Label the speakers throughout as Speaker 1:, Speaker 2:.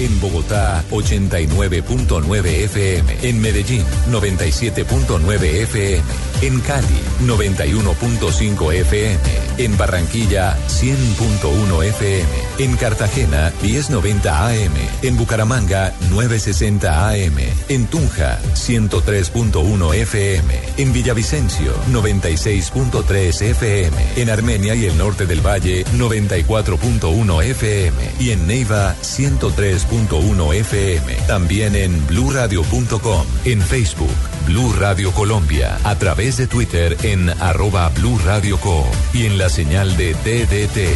Speaker 1: En Bogotá, 89.9 FM. En Medellín, 97.9 FM. En Cali, 91.5 FM. En Barranquilla, 100.1 FM. En Cartagena, 1090 AM. En Bucaramanga, 960 AM. En Tunja, 103.1 FM. En Villavicencio, 96.3 FM. En Armenia y el norte del Valle, 94.1 FM. Y en Neiva, 103.1 FM. También en bluradio.com. En Facebook, Blue Radio Colombia. A través de Twitter en arroba Blue Radio Co. Y en la señal de TDT.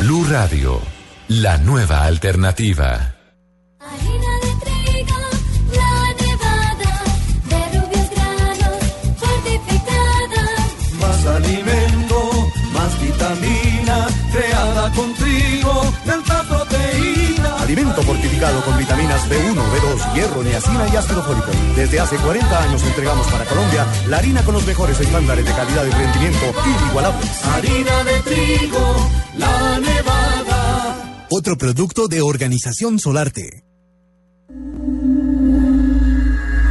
Speaker 1: Blue Radio, la nueva alternativa.
Speaker 2: Harina de trigo, la nevada, de rubios granos, fortificada.
Speaker 3: Más alimento, más vitamina, creada con trigo, tanta proteína.
Speaker 4: Alimento fortificado con vitaminas B1, B2, hierro, niacina y ácido fólico. Desde hace 40 años entregamos para Colombia la harina con los mejores estándares de calidad y rendimiento inigualables.
Speaker 3: Harina de trigo, la nevada.
Speaker 5: Otro producto de Organización Solarte.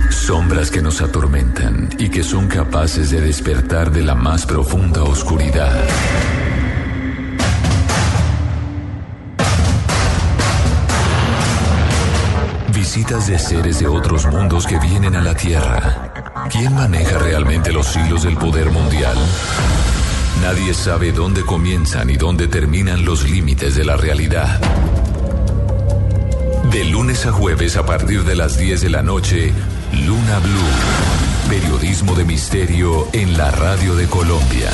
Speaker 1: Sombras que nos atormentan y que son capaces de despertar de la más profunda oscuridad. Visitas de seres de otros mundos que vienen a la Tierra. ¿Quién maneja realmente los hilos del poder mundial? Nadie sabe dónde comienzan y dónde terminan los límites de la realidad. De lunes a jueves a partir de las 10 de la noche, Luna Blue. Periodismo de misterio en la radio de Colombia.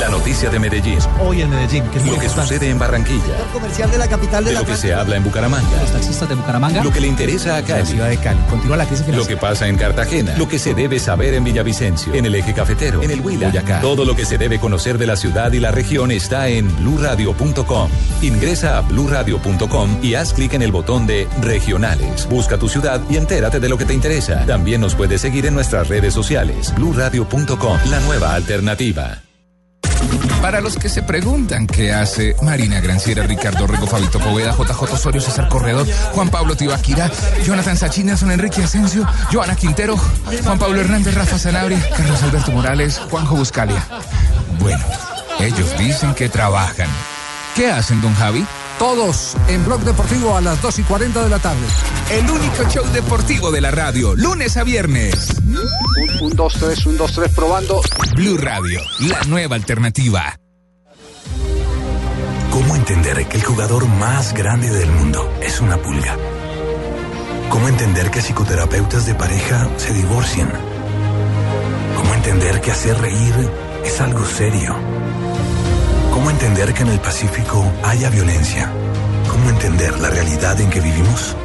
Speaker 1: La noticia de Medellín.
Speaker 6: Hoy en Medellín, que es muy
Speaker 1: Lo que
Speaker 6: importante.
Speaker 1: sucede en Barranquilla.
Speaker 6: comercial de la capital
Speaker 1: De lo que se habla en Bucaramanga.
Speaker 6: Los taxistas de Bucaramanga.
Speaker 1: Lo que le interesa a
Speaker 6: la
Speaker 1: Cali.
Speaker 6: ciudad de Cali. Continúa la crisis
Speaker 1: Lo
Speaker 6: financiera.
Speaker 1: que pasa en Cartagena, lo que se debe saber en Villavicencio, en el eje cafetero, en el Huila, Boyacá. Todo lo que se debe conocer de la ciudad y la región está en bluradio.com. Ingresa a bluradio.com y haz clic en el botón de regionales. Busca tu ciudad y entérate de lo que te interesa. También nos puedes seguir en nuestras redes sociales. bluradio.com, la nueva alternativa.
Speaker 7: Para los que se preguntan qué hace Marina Granciera, Ricardo Rigo, Fabito Poveda, JJ Osorio, César Corredor, Juan Pablo Tibaquira, Jonathan Sachina, Son Enrique Asensio, Joana Quintero, Juan Pablo Hernández, Rafa Sanabria, Carlos Alberto Morales, Juanjo Buscalia. Bueno, ellos dicen que trabajan. ¿Qué hacen, don Javi?
Speaker 8: Todos en Blog Deportivo a las 2 y 40 de la tarde.
Speaker 7: El único show deportivo de la radio, lunes a viernes.
Speaker 9: Un, 2, 3, un, 2, 3, probando.
Speaker 7: Blue Radio, la nueva alternativa.
Speaker 10: ¿Cómo entender que el jugador más grande del mundo es una pulga? ¿Cómo entender que psicoterapeutas de pareja se divorcian? ¿Cómo entender que hacer reír es algo serio? ¿Cómo entender que en el Pacífico haya violencia? ¿Cómo entender la realidad en que vivimos?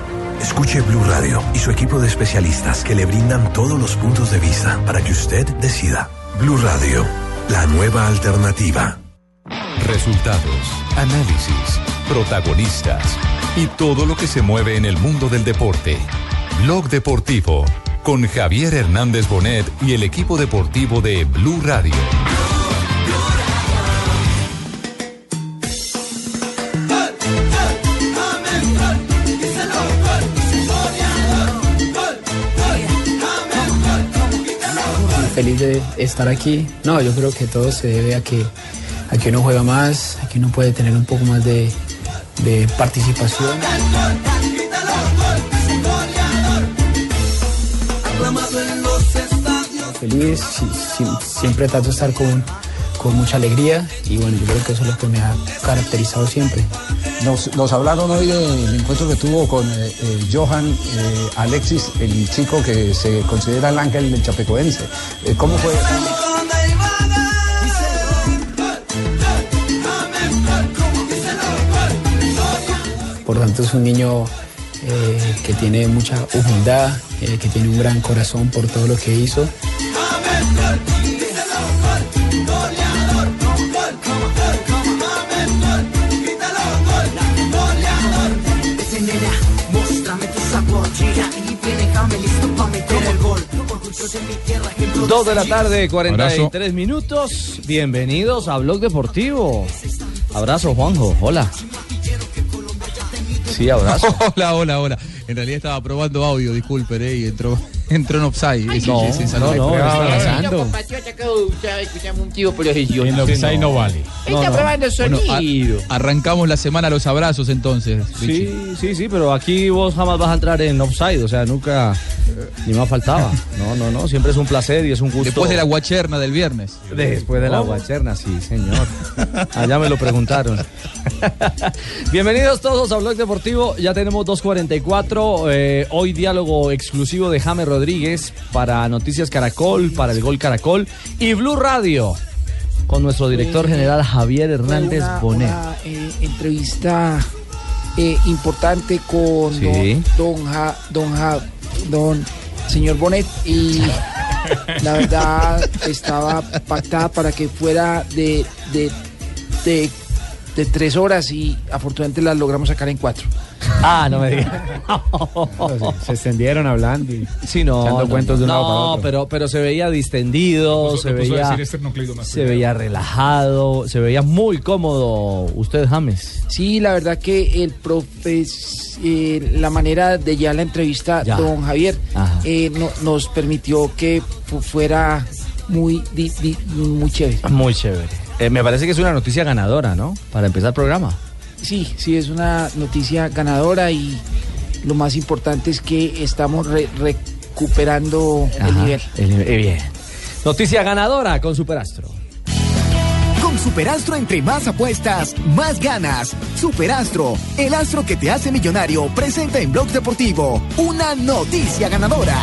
Speaker 10: Escuche Blue Radio y su equipo de especialistas que le brindan todos los puntos de vista para que usted decida. Blue Radio, la nueva alternativa.
Speaker 1: Resultados, análisis, protagonistas y todo lo que se mueve en el mundo del deporte. Blog Deportivo con Javier Hernández Bonet y el equipo deportivo de Blue Radio.
Speaker 11: feliz de estar aquí. No, yo creo que todo se debe a que, a que uno juega más, a que uno puede tener un poco más de, de participación. Feliz, si- si- siempre trato de estar con, con mucha alegría y bueno, yo creo que eso es lo que me ha caracterizado siempre.
Speaker 12: Nos, nos hablaron hoy del encuentro que tuvo con eh, eh, Johan eh, Alexis, el chico que se considera el ángel del Chapecoense. Eh, ¿Cómo fue?
Speaker 11: Por tanto, es un niño eh, que tiene mucha humildad, eh, que tiene un gran corazón por todo lo que hizo.
Speaker 13: Nena, muéstrame tu sabor, gira y viene, déjame listo pa' meter el gol.
Speaker 3: Dos de la tarde, 43
Speaker 14: Abrazo.
Speaker 3: minutos. Bienvenidos a Blog Deportivo. Abrazo, Juanjo. Hola. Sí, abrazo.
Speaker 14: Hola, hola, hola. En realidad estaba probando audio, disculpe, eh, y entró, entró en offside. Ese-
Speaker 3: No,
Speaker 14: ese- ese-
Speaker 3: no, no,
Speaker 14: Ah,
Speaker 3: está
Speaker 14: pasando.
Speaker 3: En offside no vale.
Speaker 14: No, no. Bueno, a-
Speaker 3: sonido.
Speaker 14: arrancamos la semana a los abrazos entonces. Richie.
Speaker 3: Sí, sí, sí, pero aquí vos jamás vas a entrar en offside, o sea, nunca ni más faltaba. No, no, no, siempre es un placer y es un gusto.
Speaker 14: Después de la guacherna del viernes.
Speaker 3: Después
Speaker 7: Oh.
Speaker 3: de la
Speaker 15: Oh.
Speaker 14: ¿Cómo?
Speaker 3: guacherna, sí, señor. Allá me lo preguntaron. Bienvenidos todos a Blog Deportivo. Ya tenemos 2.44. eh, hoy diálogo exclusivo de James Rodríguez para Noticias Caracol, para el Gol Caracol y Blue Radio con nuestro director general Javier Hernández
Speaker 11: Una-
Speaker 3: Bonet.
Speaker 11: una, eh, entrevista eh, importante con
Speaker 3: Sí.
Speaker 11: don, don, Ja- don, Ja- don señor Bonet y la verdad estaba pactada para que fuera de, de, de, de tres horas y afortunadamente la logramos sacar en cuatro.
Speaker 3: Ah, no me digas.
Speaker 7: Se extendieron hablando y
Speaker 3: sí, no,
Speaker 7: echando
Speaker 3: no,
Speaker 7: cuentos de un
Speaker 3: no,
Speaker 7: lado para otro.
Speaker 3: pero, pero se veía distendido,
Speaker 7: puso
Speaker 3: se
Speaker 7: a
Speaker 3: veía,
Speaker 7: decir este esternocleidomastoideo.
Speaker 3: se veía relajado, se veía muy cómodo usted, James.
Speaker 11: Sí, la verdad que el profes, eh, la manera de ya la entrevista,
Speaker 3: Ya.
Speaker 11: don Javier,
Speaker 3: Ajá.
Speaker 11: eh, no- nos permitió que fu- fuera muy, di- di- muy chévere.
Speaker 3: Muy chévere. Eh, me parece que es una noticia ganadora, ¿no? Para empezar el programa.
Speaker 11: Sí, sí, es una noticia ganadora y lo más importante es que estamos re- recuperando el
Speaker 3: Ajá,
Speaker 11: nivel.
Speaker 3: el nivel, eh, bien. Noticia ganadora con Superastro.
Speaker 16: Con Superastro entre más apuestas, más ganas. Superastro, el astro que te hace millonario, presenta en Blog Deportivo una noticia ganadora.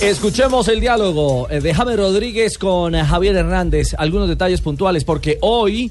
Speaker 3: Escuchemos el diálogo eh, de James Rodríguez con eh, Javier Hernández. Algunos detalles puntuales, porque hoy,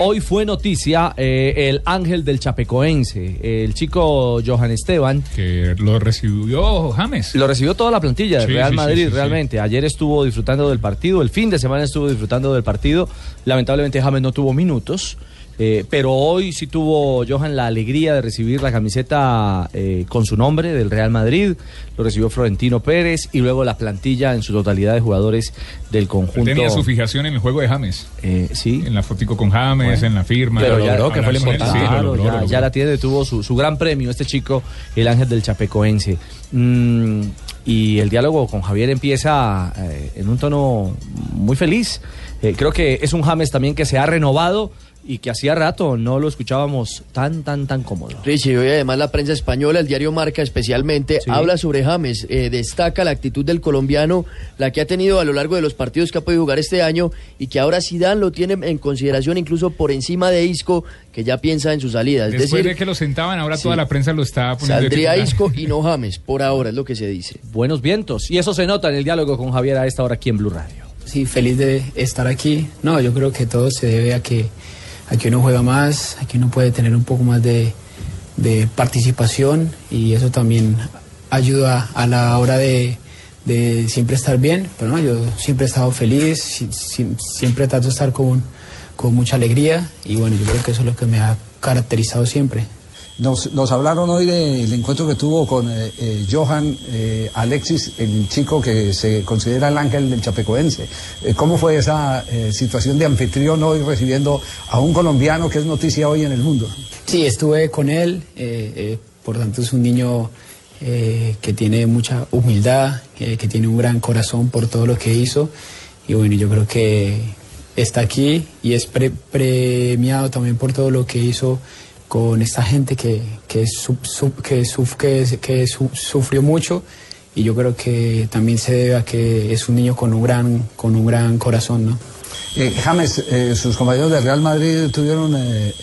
Speaker 3: hoy fue noticia eh, el ángel del Chapecoense, Eh, el chico Johan Esteban. Que lo recibió James. Lo recibió toda la plantilla del
Speaker 17: Sí,
Speaker 3: Real
Speaker 17: sí, sí, sí,
Speaker 3: Madrid,
Speaker 17: sí.
Speaker 3: realmente. Ayer estuvo disfrutando del partido, el fin de semana estuvo disfrutando del partido. Lamentablemente James no tuvo minutos. eh, pero hoy sí tuvo Johan la alegría de recibir la camiseta eh, con su nombre del Real Madrid, lo recibió Florentino Pérez y luego la plantilla en su totalidad de jugadores del conjunto.
Speaker 17: Tenía su fijación en el juego de James.
Speaker 3: sí.
Speaker 17: En la fotico con James,
Speaker 3: Bueno.
Speaker 17: en la firma.
Speaker 3: Pero ya,
Speaker 17: Hablar con él, sí, lo
Speaker 3: Claro,
Speaker 17: logró,
Speaker 3: ya,
Speaker 17: lo logró.
Speaker 3: ya la tiene, tuvo su, su gran premio este chico, el ángel del Chapecoense. Mm, y el diálogo con Javier empieza eh, en un tono muy feliz. Eh, creo que es un James también que se ha renovado y que hacía rato no lo escuchábamos tan, tan, tan cómodo.
Speaker 18: Richie, hoy además la prensa española, el diario Marca especialmente,
Speaker 3: Sí.
Speaker 18: habla sobre James, eh, destaca la actitud del colombiano, la que ha tenido a lo largo de los partidos que ha podido jugar este año y que ahora Zidane lo tiene en consideración incluso por encima de Isco, que ya piensa en su salida. Es
Speaker 17: Después de
Speaker 18: decir,
Speaker 17: que lo sentaban, ahora
Speaker 18: Sí.
Speaker 17: toda la prensa lo está poniendo. de
Speaker 18: saldría
Speaker 17: titular.
Speaker 18: Isco y no James, por ahora es lo que se dice.
Speaker 3: Buenos vientos. Y eso se nota en el diálogo con Javier a esta hora aquí en Blue Radio.
Speaker 11: Sí, feliz de estar aquí. No, yo creo que todo se debe a que aquí uno juega más, aquí uno puede tener un poco más de, de participación y eso también ayuda a la hora de, de siempre estar bien. Pero no, yo siempre he estado feliz, si- si- siempre trato de estar con, con mucha alegría y bueno, yo creo que eso es lo que me ha caracterizado siempre.
Speaker 12: Nos, nos hablaron hoy del encuentro que tuvo con eh, eh, Johan eh, Alexis, el chico que se considera el ángel del Chapecoense. Eh, ¿Cómo fue esa eh, situación de anfitrión hoy recibiendo a un colombiano que es noticia hoy en el mundo?
Speaker 11: Sí, estuve con él, eh, eh, por tanto es un niño eh, que tiene mucha humildad, eh, que tiene un gran corazón por todo lo que hizo y bueno, yo creo que está aquí y es pre- premiado también por todo lo que hizo con esta gente que, que, sub- sub- que, suf- que, que su- sufrió mucho y yo creo que también se debe a que es un niño con un gran, con un gran corazón, ¿no?
Speaker 12: Eh, James, eh, sus compañeros de Real Madrid tuvieron eh, eh,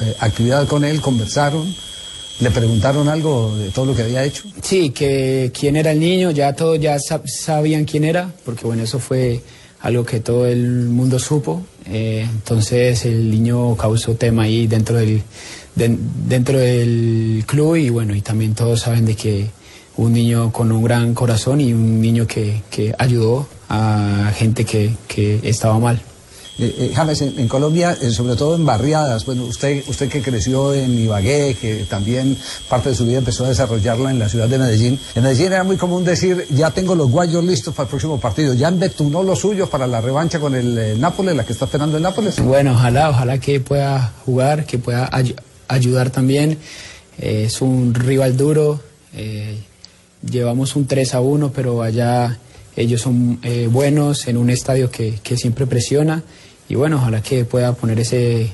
Speaker 12: eh, actividad con él, conversaron, le preguntaron algo de todo lo que había hecho.
Speaker 11: Sí, que quién era el niño, ya todos ya sab- sabían quién era, porque bueno, eso fue algo que todo el mundo supo. Eh, entonces el niño causó tema ahí dentro del, den- dentro del club y bueno, y también todos saben de que un niño con un gran corazón y un niño que, que ayudó a gente que, que estaba mal.
Speaker 12: Eh, eh, James, en, en Colombia, eh, sobre todo en barriadas, bueno, usted, usted que creció en Ibagué, que también parte de su vida empezó a desarrollarla en la ciudad de Medellín, en Medellín era muy común decir, ya tengo los guayos listos para el próximo partido, ya embetunó los suyos para la revancha con el eh, Nápoles, la que está esperando el Nápoles.
Speaker 11: Bueno, ojalá, ojalá que pueda jugar, que pueda ayu- ayudar también. Eh, es un rival duro. eh, llevamos un 3 a 1, pero allá ellos son eh, buenos en un estadio que, que siempre presiona. Y bueno, ojalá que pueda poner ese,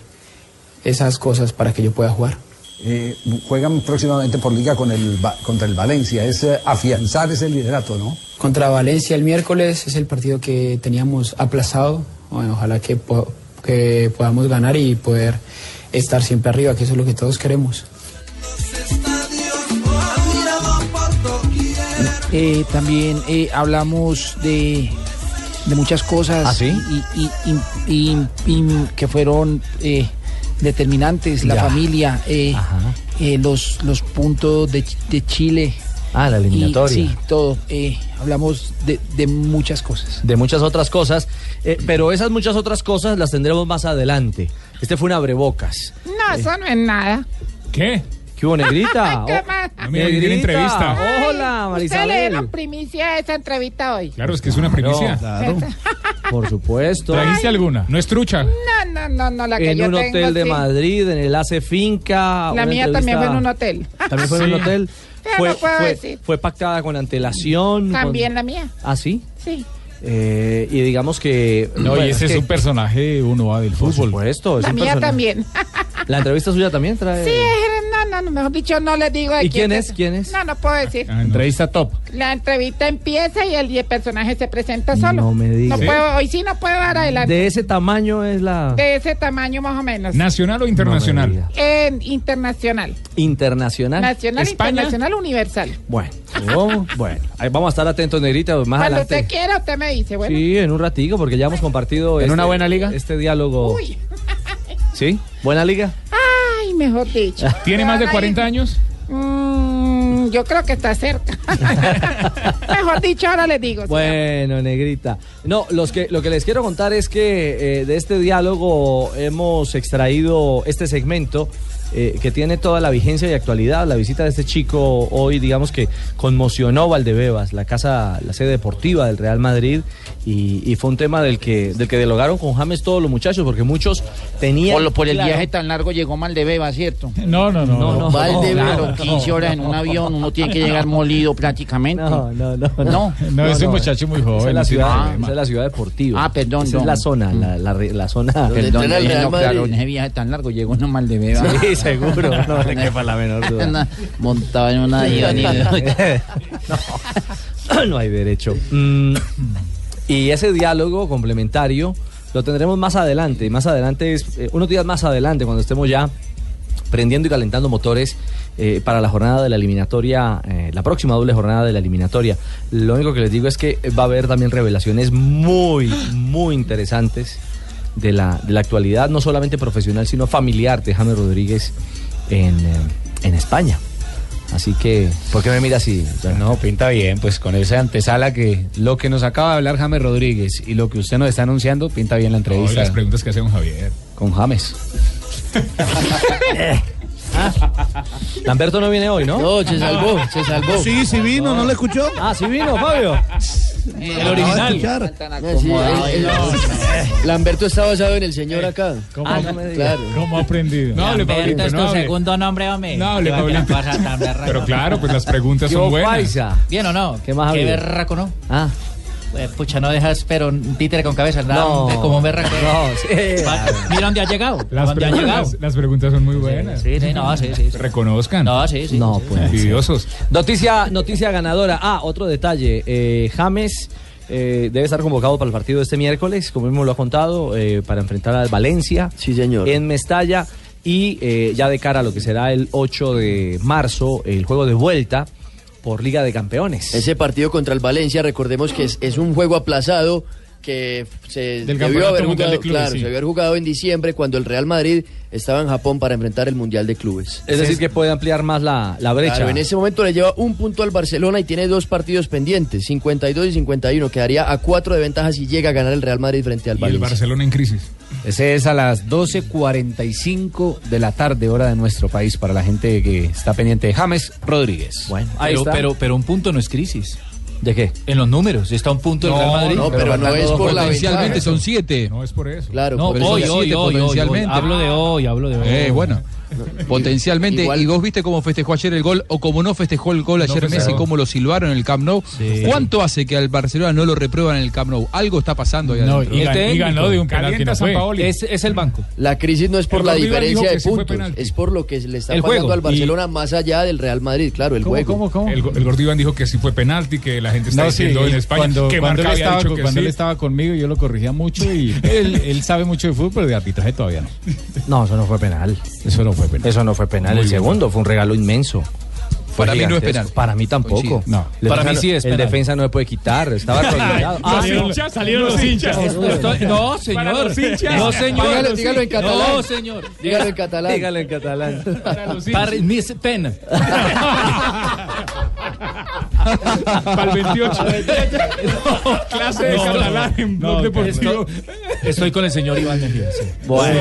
Speaker 11: esas cosas para que yo pueda jugar.
Speaker 12: Eh, juegan próximamente por liga con el, Va- contra el Valencia, es eh, afianzar ese liderato, ¿no?
Speaker 11: Contra Valencia el miércoles es el partido que teníamos aplazado. Bueno, ojalá que, po- que podamos ganar y poder estar siempre arriba, que eso es lo que todos queremos.
Speaker 19: Eh, también eh, hablamos de, de muchas
Speaker 3: ¿Ah,
Speaker 19: cosas y, y- y- y- y que fueron eh, determinantes, la
Speaker 3: Ya.
Speaker 19: familia, eh, eh, los, los puntos de, Ch- de Chile.
Speaker 3: Ah, la
Speaker 19: Y,
Speaker 3: eliminatoria.
Speaker 19: sí, todo. eh, hablamos de, de muchas cosas.
Speaker 3: de muchas otras cosas, eh, pero esas muchas otras cosas las tendremos más adelante. Este fue un abrebocas.
Speaker 20: No, eso no es nada.
Speaker 3: ¿Qué? ¿Qué hubo, negrita?
Speaker 20: ¿Qué
Speaker 3: Oh,
Speaker 20: más?
Speaker 7: Ah,
Speaker 3: No me digas que tiene entrevista. Ay,
Speaker 20: Usted
Speaker 3: Hola,
Speaker 20: le dio la
Speaker 3: Ah, Marisabel.
Speaker 20: primicia de esa entrevista hoy.
Speaker 7: Claro, es que es una primicia.
Speaker 3: claro. Por supuesto.
Speaker 7: ¿Trajiste alguna? No es trucha.
Speaker 20: No, no, no, no, la que
Speaker 3: En
Speaker 20: yo
Speaker 3: un
Speaker 20: tengo,
Speaker 3: hotel de
Speaker 20: sí.
Speaker 3: Madrid, en el ACE Finca.
Speaker 20: La
Speaker 3: una
Speaker 20: mía también fue en un
Speaker 3: entrevista-
Speaker 20: hotel.
Speaker 3: También fue en un hotel.
Speaker 20: Pero
Speaker 3: Fue,
Speaker 20: no puedo
Speaker 3: fue-
Speaker 20: decir.
Speaker 3: fue pactada con antelación. con-
Speaker 20: También la mía,
Speaker 3: ¿Ah, sí?
Speaker 20: sí.
Speaker 3: Eh, y digamos que.
Speaker 7: No, y ese es un
Speaker 3: personaje uno va del fútbol. Por supuesto, es
Speaker 20: La
Speaker 3: un
Speaker 20: mía
Speaker 3: personaje.
Speaker 20: también.
Speaker 3: La entrevista suya también trae.
Speaker 20: Sí, es- no, no, no, mejor dicho, no les digo de
Speaker 3: ¿Y quién es?
Speaker 20: ¿Quién es? No, no puedo decir.
Speaker 7: Ah,
Speaker 3: Ah, Entrevista top.
Speaker 20: La entrevista empieza y el, y el personaje se presenta solo.
Speaker 3: No me diga.
Speaker 20: No
Speaker 3: ¿Sí?
Speaker 20: puedo, hoy sí no puedo dar adelante.
Speaker 3: De ese tamaño es la.
Speaker 20: De ese tamaño más o menos.
Speaker 3: ¿Nacional o internacional?
Speaker 20: En internacional.
Speaker 3: internacional.
Speaker 20: Nacional, internacional, universal.
Speaker 3: Bueno, oh, bueno. Ahí vamos a estar atentos, negrita, más
Speaker 20: Cuando
Speaker 3: Ah, adelante.
Speaker 20: usted quiera, usted me dice, bueno.
Speaker 3: Sí, en un ratico, porque ya hemos compartido. ¿En una buena liga? Este diálogo.
Speaker 20: Uy.
Speaker 3: ¿Sí? ¿Buena liga?
Speaker 20: Ay, mejor dicho.
Speaker 3: ¿Tiene más de 40
Speaker 20: años? Mm, yo creo que está cerca. mejor dicho, ahora les digo.
Speaker 3: Bueno, negrita. No, los que, lo que les quiero contar es que eh, de este diálogo hemos extraído este segmento eh, que tiene toda la vigencia y actualidad. La visita de este chico hoy, digamos que conmocionó Valdebebas, la casa, la sede deportiva del Real Madrid, y, y fue un tema del que, del que dialogaron con James todos los muchachos, porque muchos tenían.
Speaker 13: Por, lo- por el
Speaker 3: claro-
Speaker 13: viaje tan largo llegó Maldebeba, ¿cierto?
Speaker 3: No, no, no.
Speaker 13: No,
Speaker 3: no,
Speaker 13: Valdebeba,
Speaker 3: claro,
Speaker 13: 15 horas en un avión, uno tiene que llegar molido prácticamente. No,
Speaker 3: no, no.
Speaker 13: No,
Speaker 3: No,
Speaker 7: es un
Speaker 3: no,
Speaker 7: muchacho muy joven.
Speaker 3: Esa es la
Speaker 7: no tiene
Speaker 3: ciudad,
Speaker 7: problema.
Speaker 3: esa es la ciudad deportiva.
Speaker 13: Ah, perdón,
Speaker 3: Esa es
Speaker 13: no.
Speaker 3: la zona, la, la re- la zona.
Speaker 13: Perdón,
Speaker 3: Donde entrena el
Speaker 13: no,
Speaker 3: Real
Speaker 13: claro, en
Speaker 3: Madrid.
Speaker 13: ese viaje tan largo llegó uno Maldebeba.
Speaker 3: Sí, seguro, no le quepa la menor duda.
Speaker 13: Montaba en una diva ni de-
Speaker 3: no hay derecho. Mm, y ese diálogo complementario lo tendremos más adelante. Más adelante es, eh, unos días más adelante, cuando estemos ya prendiendo y calentando motores eh, para la jornada de la eliminatoria, eh, la próxima doble jornada de la eliminatoria. Lo único que les digo es que va a haber también revelaciones muy, muy interesantes de la, de la actualidad, no solamente profesional, sino familiar de James Rodríguez en, eh, en España. Así que, ¿por qué me mira así?
Speaker 15: No, pinta bien, pues con esa antesala que lo que nos acaba de hablar James Rodríguez y lo que usted nos está anunciando, pinta bien la entrevista.
Speaker 7: las preguntas que hacemos Javier.
Speaker 15: Con James.
Speaker 3: Lamberto no viene hoy, ¿no? No, se salvó, se salvó.
Speaker 15: Sí, sí vino, ¿no
Speaker 3: le escuchó? Ah, sí vino, Fabio.
Speaker 18: El original. No, sí, el- el- Eh, Lamberto está basado en el señor acá.
Speaker 21: Ah, no me
Speaker 18: claro.
Speaker 7: ¿Cómo ha aprendido? No hable,
Speaker 21: Lamberto
Speaker 7: Pablito,
Speaker 21: es tu
Speaker 7: no hable.
Speaker 21: segundo nombre, hombre.
Speaker 7: No hable,
Speaker 21: Te va a
Speaker 7: Pablito.
Speaker 21: quedar para tan berraco.
Speaker 7: Pero claro, pues las preguntas
Speaker 21: Yo,
Speaker 7: son buenas.
Speaker 21: paisa. ¿Bien o no?
Speaker 7: ¿Qué más
Speaker 21: Qué
Speaker 7: había?
Speaker 21: berraco, ¿no?
Speaker 3: Ah.
Speaker 21: Pues, pucha, no dejas, pero un títere con cabeza, nada,
Speaker 7: No.
Speaker 21: hombre, como un berraco.
Speaker 7: No, sí.
Speaker 21: Va- Mira dónde ha llegado.
Speaker 7: Las
Speaker 21: dónde ha llegado.
Speaker 7: preguntas, las preguntas son muy buenas.
Speaker 21: Sí, sí, no, sí, sí. sí.
Speaker 7: Reconozcan. No,
Speaker 21: sí,
Speaker 7: sí. No,
Speaker 3: pues.
Speaker 7: Envidiosos.
Speaker 3: Noticia, noticia ganadora. Ah, otro detalle. eh, James eh, debe estar convocado para el partido este miércoles, como mismo lo ha contado, eh, para enfrentar al Valencia. Sí, señor. En Mestalla. Y eh, ya de cara a lo que será el 8 de marzo, el juego de vuelta por Liga de Campeones.
Speaker 18: Ese partido contra el Valencia, recordemos que es, es un juego aplazado que se
Speaker 22: Del
Speaker 18: debió
Speaker 22: Campeonato
Speaker 18: haber
Speaker 22: Mundial
Speaker 18: jugado,
Speaker 22: de Clubes,
Speaker 18: claro,
Speaker 22: sí.
Speaker 18: se debió haber jugado en diciembre cuando el Real Madrid estaba en Japón para enfrentar el Mundial de Clubes.
Speaker 23: Es decir, que puede ampliar más la, la brecha.
Speaker 18: Claro, en ese momento le lleva un punto al Barcelona y tiene dos partidos pendientes, 52 y 51. Quedaría a cuatro de ventaja si llega a ganar el Real Madrid frente al
Speaker 3: Y el
Speaker 18: Valencia.
Speaker 3: Barcelona en crisis. Ese es a las 12.45 de la tarde, hora de nuestro país, para la gente que está pendiente de James Rodríguez. Bueno,
Speaker 22: pero, pero, pero un punto no es crisis.
Speaker 3: ¿De qué?
Speaker 22: En los números, está un punto
Speaker 3: No,
Speaker 22: del Real Madrid.
Speaker 3: no, pero no es por la
Speaker 24: Potencialmente
Speaker 22: ventaja.
Speaker 24: son siete. No
Speaker 17: es por eso.
Speaker 18: Claro,
Speaker 24: no,
Speaker 22: pero
Speaker 24: hoy,
Speaker 22: son
Speaker 24: hoy,
Speaker 22: siete
Speaker 24: hoy,
Speaker 22: potencialmente. Hablo de hoy, hablo de hoy.
Speaker 24: Eh, bueno. Potencialmente,
Speaker 22: Igual-
Speaker 24: y vos viste cómo festejó ayer el gol o cómo no festejó el gol
Speaker 17: No
Speaker 24: ayer
Speaker 17: festejó.
Speaker 24: Messi, cómo lo silbaron en el Camp Nou.
Speaker 17: Sí.
Speaker 24: ¿Cuánto hace que al Barcelona no lo reprueban en el Camp Nou? Algo está pasando ahí
Speaker 17: No,
Speaker 24: adentro.
Speaker 17: y gan-
Speaker 22: Este
Speaker 17: y ganó de un penalti, Calienta no fue. Sampaoli.
Speaker 22: Es, es el banco.
Speaker 18: La crisis no es por
Speaker 22: El
Speaker 18: la
Speaker 22: gol River
Speaker 18: diferencia
Speaker 22: dijo
Speaker 18: de
Speaker 22: que sí fue
Speaker 18: puntos,
Speaker 22: penalti.
Speaker 18: es por lo que le está
Speaker 17: El
Speaker 18: pagando
Speaker 17: juego,
Speaker 18: al
Speaker 17: y-
Speaker 18: Barcelona más allá del Real Madrid, claro, el juego.
Speaker 17: El, go- el gordo Iván dijo que sí fue penalti, que la gente está
Speaker 18: No, sí,
Speaker 17: diciendo en España cuando, que cuando Marca él había estaba, dicho con- que cuando sí. él estaba conmigo, yo lo corregía mucho y él, él sabe mucho de fútbol, pero de arbitraje todavía no.
Speaker 3: No, eso no fue penal.
Speaker 17: Eso no fue penal.
Speaker 3: Eso no fue penal.
Speaker 17: Muy
Speaker 3: el
Speaker 17: bien.
Speaker 3: segundo fue un regalo inmenso. Fue
Speaker 17: Para mí no es
Speaker 3: gigantesco.
Speaker 17: penal.
Speaker 3: Para mí
Speaker 17: Coincido.
Speaker 3: tampoco.
Speaker 17: No.
Speaker 3: Le
Speaker 17: Para
Speaker 3: pasaron-
Speaker 17: mí sí es
Speaker 3: El
Speaker 17: penal.
Speaker 3: defensa no se puede quitar. Estaba Ah, arrodillado.
Speaker 17: Los hinchas, salieron los hinchas.
Speaker 22: Estoy- no, señor.
Speaker 17: Para los hinchas.
Speaker 22: No,
Speaker 17: Dígalo-
Speaker 22: señor. No,
Speaker 17: dígalo en
Speaker 22: señor.
Speaker 17: catalán.
Speaker 22: No, señor.
Speaker 18: Dígalo en catalán.
Speaker 3: Dígalo en catalán.
Speaker 22: Para mí es pena.
Speaker 17: Para el 28. Clase de catalán en blog deportivo.
Speaker 22: Estoy con el señor Iván Mejía. sí.
Speaker 3: Bueno.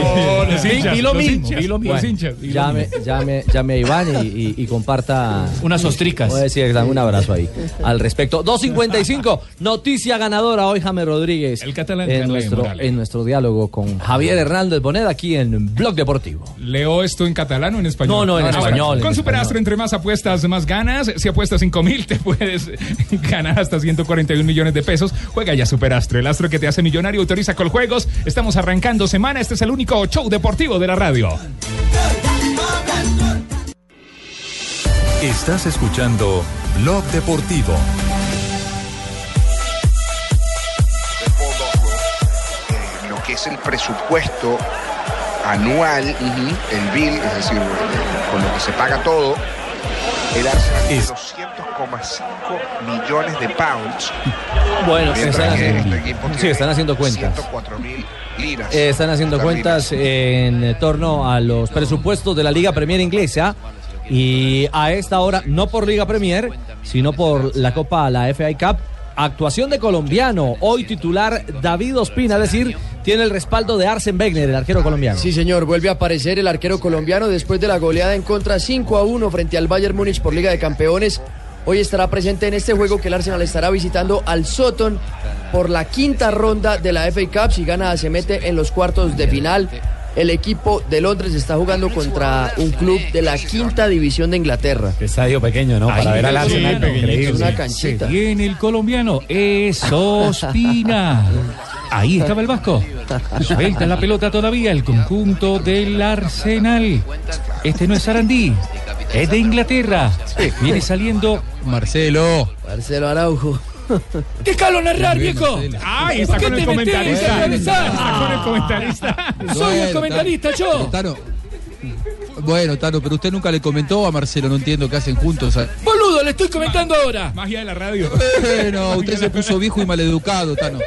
Speaker 22: Sí, vi lo mismo, vi lo mismo.
Speaker 3: Bueno, llame, llame, llame a Iván y, y- y comparta.
Speaker 22: Unas ostricas.
Speaker 3: Sí, exacto, un abrazo ahí al respecto. 2.55, noticia ganadora hoy, James Rodríguez. El catalán en
Speaker 17: Carles
Speaker 3: nuestro,
Speaker 17: Morales.
Speaker 3: en nuestro diálogo con Javier Hernández Bonet aquí en Blog Deportivo.
Speaker 17: ¿Leo esto en catalán o en español?
Speaker 3: No, no, en
Speaker 17: Ah,
Speaker 3: español,
Speaker 17: bueno.
Speaker 3: en
Speaker 17: Con
Speaker 3: español.
Speaker 17: Superastro, entre más apuestas, más ganas. Si apuestas 5 mil, te puedes ganar hasta 141 millones de pesos. Juega ya Superastro, el astro que te hace millonario. Autoriza Coljuegos. Estamos arrancando semana. Este es el único show deportivo de la radio.
Speaker 1: Estás escuchando Blog Deportivo.
Speaker 7: lo que es el presupuesto anual, el bill, es decir, con lo que se paga todo, el Arsenal tiene 200,5 millones de pounds.
Speaker 3: Bueno,
Speaker 7: Mientras
Speaker 3: están
Speaker 7: que
Speaker 3: haciendo-
Speaker 7: este equipo
Speaker 3: sí,
Speaker 7: tiene
Speaker 3: están haciendo cuentas.
Speaker 7: 104.000 liras.
Speaker 3: Eh, están haciendo cuentas en torno a los presupuestos de la Liga Premier Inglesa. Y a esta hora, no por Liga Premier, sino por la Copa, la FI Cup. Actuación de colombiano, hoy titular David Ospina, es decir, tiene el respaldo de Arsen Wenger, el arquero colombiano.
Speaker 18: Sí, señor, vuelve a aparecer el arquero colombiano después de la goleada en contra 5 a 1 frente al Bayern Múnich por Liga de Campeones. Hoy estará presente en este juego que el Arsenal estará visitando al Sutton por la quinta ronda de la FA Cup. Si gana, se mete en los cuartos de final. El equipo de Londres está jugando contra un club de la quinta división de Inglaterra.
Speaker 3: Estadio pequeño, ¿no?
Speaker 22: Ahí está el colombiano,
Speaker 18: Es una
Speaker 22: Se
Speaker 18: canchita.
Speaker 22: viene el colombiano, es Ospina. Ahí estaba el vasco. Suelta la pelota todavía el conjunto del Arsenal. Este no es Sarandí, es de Inglaterra. Viene saliendo Marcelo.
Speaker 18: Marcelo Araujo.
Speaker 22: ¿Qué calo narrar,
Speaker 18: Muy bien,
Speaker 22: viejo?
Speaker 18: Marcelo.
Speaker 17: Ay, está
Speaker 22: ¿Qué
Speaker 17: con
Speaker 22: te
Speaker 17: el
Speaker 22: metes,
Speaker 17: comentarista.
Speaker 22: organizar?
Speaker 17: Está con el comentarista.
Speaker 22: Soy el comentarista, yo.
Speaker 24: Tano. Bueno, Tano, pero usted nunca le comentó a Marcelo, no entiendo qué hacen juntos.
Speaker 22: Boludo, le estoy comentando ahora.
Speaker 17: Magia de la radio.
Speaker 24: Bueno, usted se puso viejo y maleducado, Tano.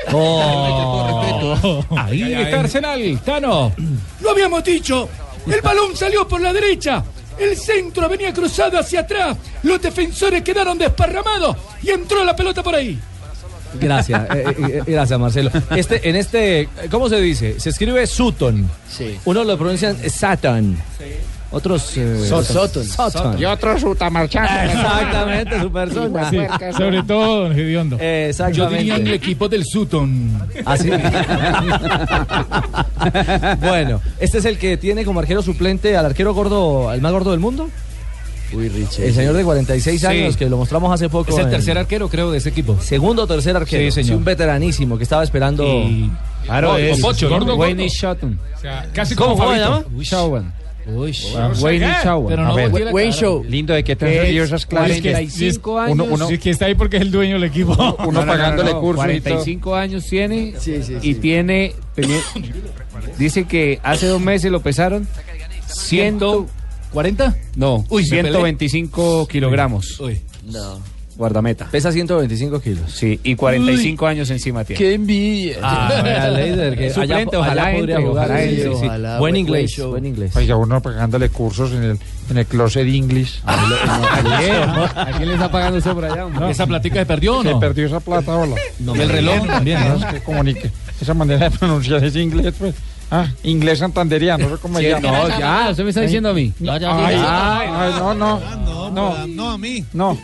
Speaker 17: Oh.
Speaker 22: Ahí está Arsenal, Tano. Lo habíamos dicho. El balón salió por la derecha. El centro venía cruzado hacia atrás. Los defensores quedaron desparramados y entró la pelota por ahí.
Speaker 3: Gracias, eh, eh, gracias Marcelo. Este, en este, ¿cómo se dice? Se escribe Sutton. Uno lo pronuncian Satan. Otros. eh,
Speaker 19: Sutton.
Speaker 3: Sutton.
Speaker 19: Y otro sutamarchando.
Speaker 3: Exactamente, su persona.
Speaker 22: Sí, sobre
Speaker 17: todo, don Gediondo.
Speaker 22: Yo diría en el
Speaker 3: Exactamente. Ah,
Speaker 22: equipo del Sutton.
Speaker 3: Así. bueno, este es el que tiene como arquero suplente al arquero gordo, al más gordo del mundo.
Speaker 18: Uy, Richie.
Speaker 3: El señor de 46
Speaker 22: Sí.
Speaker 3: años que lo mostramos hace poco.
Speaker 22: Es el
Speaker 3: en-
Speaker 22: tercer arquero, creo, de ese equipo.
Speaker 3: Segundo o tercer arquero.
Speaker 22: Sí, señor.
Speaker 3: un veteranísimo que estaba esperando.
Speaker 22: Y- Claro,
Speaker 3: Oh,
Speaker 22: es-
Speaker 3: Pocho, ¿no?
Speaker 22: gordo, gordo.
Speaker 3: Wayne Shotton.
Speaker 17: casi
Speaker 3: ¿Cómo,
Speaker 17: como
Speaker 3: cómo se
Speaker 17: Fabito.
Speaker 3: llama?
Speaker 22: Shawan. Uy,
Speaker 3: Ah,
Speaker 17: Wayne Shawan.
Speaker 22: Pero no
Speaker 17: A ver.
Speaker 22: volteé la
Speaker 17: Wayne
Speaker 22: cara.
Speaker 17: Shaw.
Speaker 22: Lindo de que
Speaker 17: Es-
Speaker 22: nerviosas
Speaker 17: es que- es- uno- uno- es que está ahí porque es el dueño del equipo.
Speaker 22: uno pagándole cursos y todo.
Speaker 15: 45 años tiene y tiene teni- dice que hace dos meses lo pesaron 140 no
Speaker 22: Uy, me
Speaker 15: 125 kilogramos
Speaker 22: Uy.
Speaker 18: No.
Speaker 3: Guardameta. Pesa 125 kilos.
Speaker 15: Sí, y 45 años encima tiene.
Speaker 3: ¡Qué envidia! Ah, mira, Leider, que allá-
Speaker 15: Suplente, ojalá,
Speaker 3: allá podría
Speaker 15: entre,
Speaker 3: jugar,
Speaker 15: ojalá
Speaker 3: sí,
Speaker 15: entre, sí.
Speaker 3: ojalá, Buen buen inglés, show. buen inglés.
Speaker 19: Oiga, uno pagándole cursos en el, en el closet English.
Speaker 3: Ah,
Speaker 22: ¿A quién le está pagando usted por allá? Esa platica se perdió, ¿o ¿no?
Speaker 19: Se perdió esa plata, hola.
Speaker 22: Y el reloj también, ¿no?
Speaker 19: Es que comunique. Esa manera de pronunciar es inglés, pues. Ah, inglés santanderiano, no sé cómo
Speaker 22: Sí,
Speaker 19: se llama.
Speaker 22: no, ya, usted me está diciendo a mí. No, ya,
Speaker 19: Ay,
Speaker 22: ya.
Speaker 19: ay, no, no. No, no a mí. No,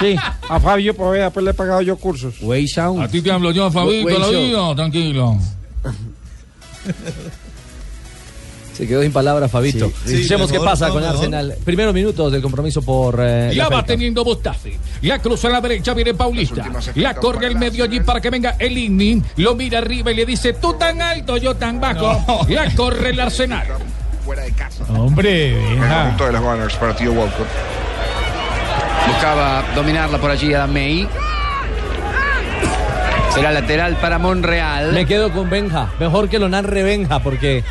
Speaker 19: sí, a Fabio Poveda, pues le he pagado yo cursos.
Speaker 22: Way Sound. A ti te hablo yo,
Speaker 19: Buen
Speaker 22: Fabito, la
Speaker 19: show. Eh,
Speaker 22: vida, tranquilo.
Speaker 3: Se quedó sin palabras, Fabito.
Speaker 22: Sí, sí,
Speaker 3: Escuchemos qué
Speaker 22: mejor,
Speaker 3: pasa
Speaker 22: no,
Speaker 3: con
Speaker 22: mejor.
Speaker 3: Arsenal. Primeros minutos del compromiso por. eh,
Speaker 22: La
Speaker 3: la
Speaker 22: va
Speaker 3: FA Cup.
Speaker 22: teniendo Bostafe. La cruza a la derecha, viene Paulista. La corre al medio allí para que venga el Igni. Lo mira arriba y le dice, tú tan alto, yo tan bajo. La corre el Arsenal.
Speaker 25: Fuera de casa.
Speaker 22: Hombre,
Speaker 25: En el conjunto de los Gunners, partido Walcott.
Speaker 26: Buscaba dominarla por allí Adam May. Será lateral para Monreal.
Speaker 3: Me quedo con Benja. Mejor que Lonan Rebenja, porque.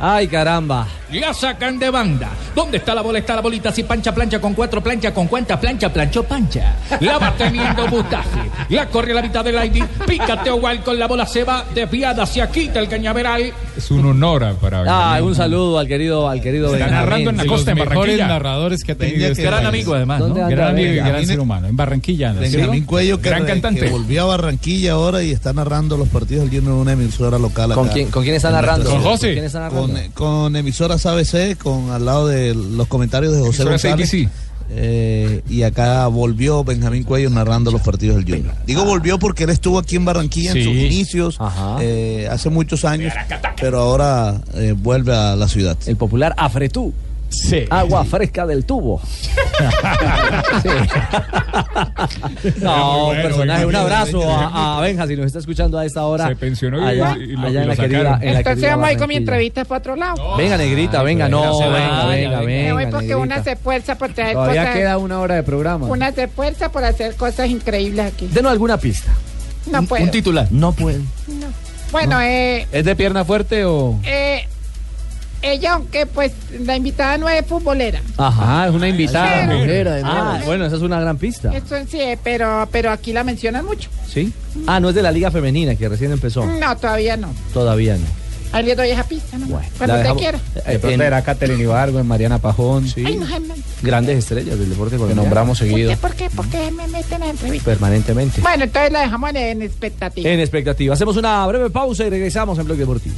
Speaker 3: ¡Ay, caramba!
Speaker 22: La sacan de banda. ¿Dónde está la bola? Está la bolita. Si pancha, plancha con cuatro planchas. ¿Con cuántas planchas? Planchó pancha. La va teniendo Bustafi. La corre a la mitad del ID. Pícate igual con la bola. Se va desviada. Se quita el cañaveral.
Speaker 17: Es un honor a- para
Speaker 3: Ah,
Speaker 17: Benjamín.
Speaker 3: un saludo al querido, al querido.
Speaker 17: Está
Speaker 3: Benjamín.
Speaker 17: narrando en la
Speaker 3: Sí,
Speaker 17: costa, en
Speaker 3: los mejores
Speaker 17: Barranquilla.
Speaker 3: narradores.
Speaker 17: narradores que ha
Speaker 3: Tenía
Speaker 17: tenido
Speaker 3: que
Speaker 17: este
Speaker 3: gran
Speaker 17: país.
Speaker 3: amigo, además,
Speaker 17: ¿no?
Speaker 3: ¿Dónde anda
Speaker 17: Gran amigo y
Speaker 3: Benjamín?
Speaker 17: gran ser humano. En Barranquilla. nació.
Speaker 5: Benjamín Cuello, que,
Speaker 17: gran
Speaker 5: re-
Speaker 17: cantante.
Speaker 5: que volvió a Barranquilla ahora y está narrando los partidos del Junior en una emisora local.
Speaker 3: ¿Con
Speaker 5: acá
Speaker 3: quién- con quién está
Speaker 5: en nuestra
Speaker 3: narrando?
Speaker 5: ciudad.
Speaker 3: ¿Con José? ¿Con quién está narrando?
Speaker 5: Con, eh, con emisoras ABC, con, al lado de los comentarios de José
Speaker 17: Emisoras
Speaker 5: González.
Speaker 17: ABC.
Speaker 5: Eh, y acá volvió Benjamín Cuello narrando los partidos del Junior. Digo volvió porque él estuvo aquí en Barranquilla en
Speaker 17: Ah. Sí.
Speaker 5: sus inicios, eh, hace muchos años, pero ahora eh, vuelve a la ciudad. El
Speaker 3: popular Afretú. Agua fresca del tubo.
Speaker 17: Muy
Speaker 3: No,
Speaker 17: bueno,
Speaker 3: personaje.
Speaker 17: Benjamín.
Speaker 3: Un abrazo a, a Benja si nos está escuchando a esta hora.
Speaker 17: Se pensionó y-
Speaker 3: allá,
Speaker 17: y lo-
Speaker 3: allá
Speaker 17: y
Speaker 3: en
Speaker 17: lo
Speaker 3: la
Speaker 17: sacaron.
Speaker 3: querida. En la
Speaker 20: Entonces
Speaker 3: querida
Speaker 20: vamos a ir con mi
Speaker 3: Barranquilla.
Speaker 20: entrevista para otro lado.
Speaker 3: Venga, negrita, venga,
Speaker 15: pero
Speaker 3: no,
Speaker 15: no se
Speaker 3: venga,
Speaker 15: vaya,
Speaker 3: venga,
Speaker 15: venga.
Speaker 3: venga.
Speaker 20: Me voy porque
Speaker 3: negrita.
Speaker 20: una se esfuerza por traer
Speaker 15: Todavía
Speaker 20: cosas.
Speaker 15: queda una hora de programa.
Speaker 20: Una se esfuerza por hacer cosas increíbles aquí.
Speaker 3: Denos alguna pista.
Speaker 20: No puedo.
Speaker 15: Un titular.
Speaker 3: No puedo.
Speaker 20: Bueno, eh,
Speaker 15: ¿Es de pierna fuerte o...?
Speaker 20: eh, ella, aunque pues la invitada no es futbolera.
Speaker 3: Ajá, Ah, es una
Speaker 20: invitada.
Speaker 3: invitada.
Speaker 20: Mujer, además.
Speaker 3: Ah, bueno, esa es una gran pista.
Speaker 20: Eso en sí, eh, pero, pero aquí la mencionan mucho.
Speaker 3: ¿Sí? Ah, no es de la Liga Femenina que recién empezó.
Speaker 20: No, todavía no.
Speaker 3: Todavía no.
Speaker 20: Ahí le doy esa pista, ¿no? Cuando
Speaker 3: La
Speaker 20: usted
Speaker 3: dejamos- eh,
Speaker 20: quiera.
Speaker 15: De pronto
Speaker 3: En-
Speaker 15: era Catherine Ibargo, en Mariana Pajón.
Speaker 20: Ay, no, Gemma.
Speaker 3: Grandes estrellas del deporte colombiano.
Speaker 15: nombramos seguido.
Speaker 20: ¿Por qué? ¿Por qué me meten en entrevista?
Speaker 3: Permanentemente.
Speaker 20: Bueno, entonces la dejamos en, en expectativa.
Speaker 3: En expectativa. Hacemos una breve pausa y regresamos en Bloque Deportivo.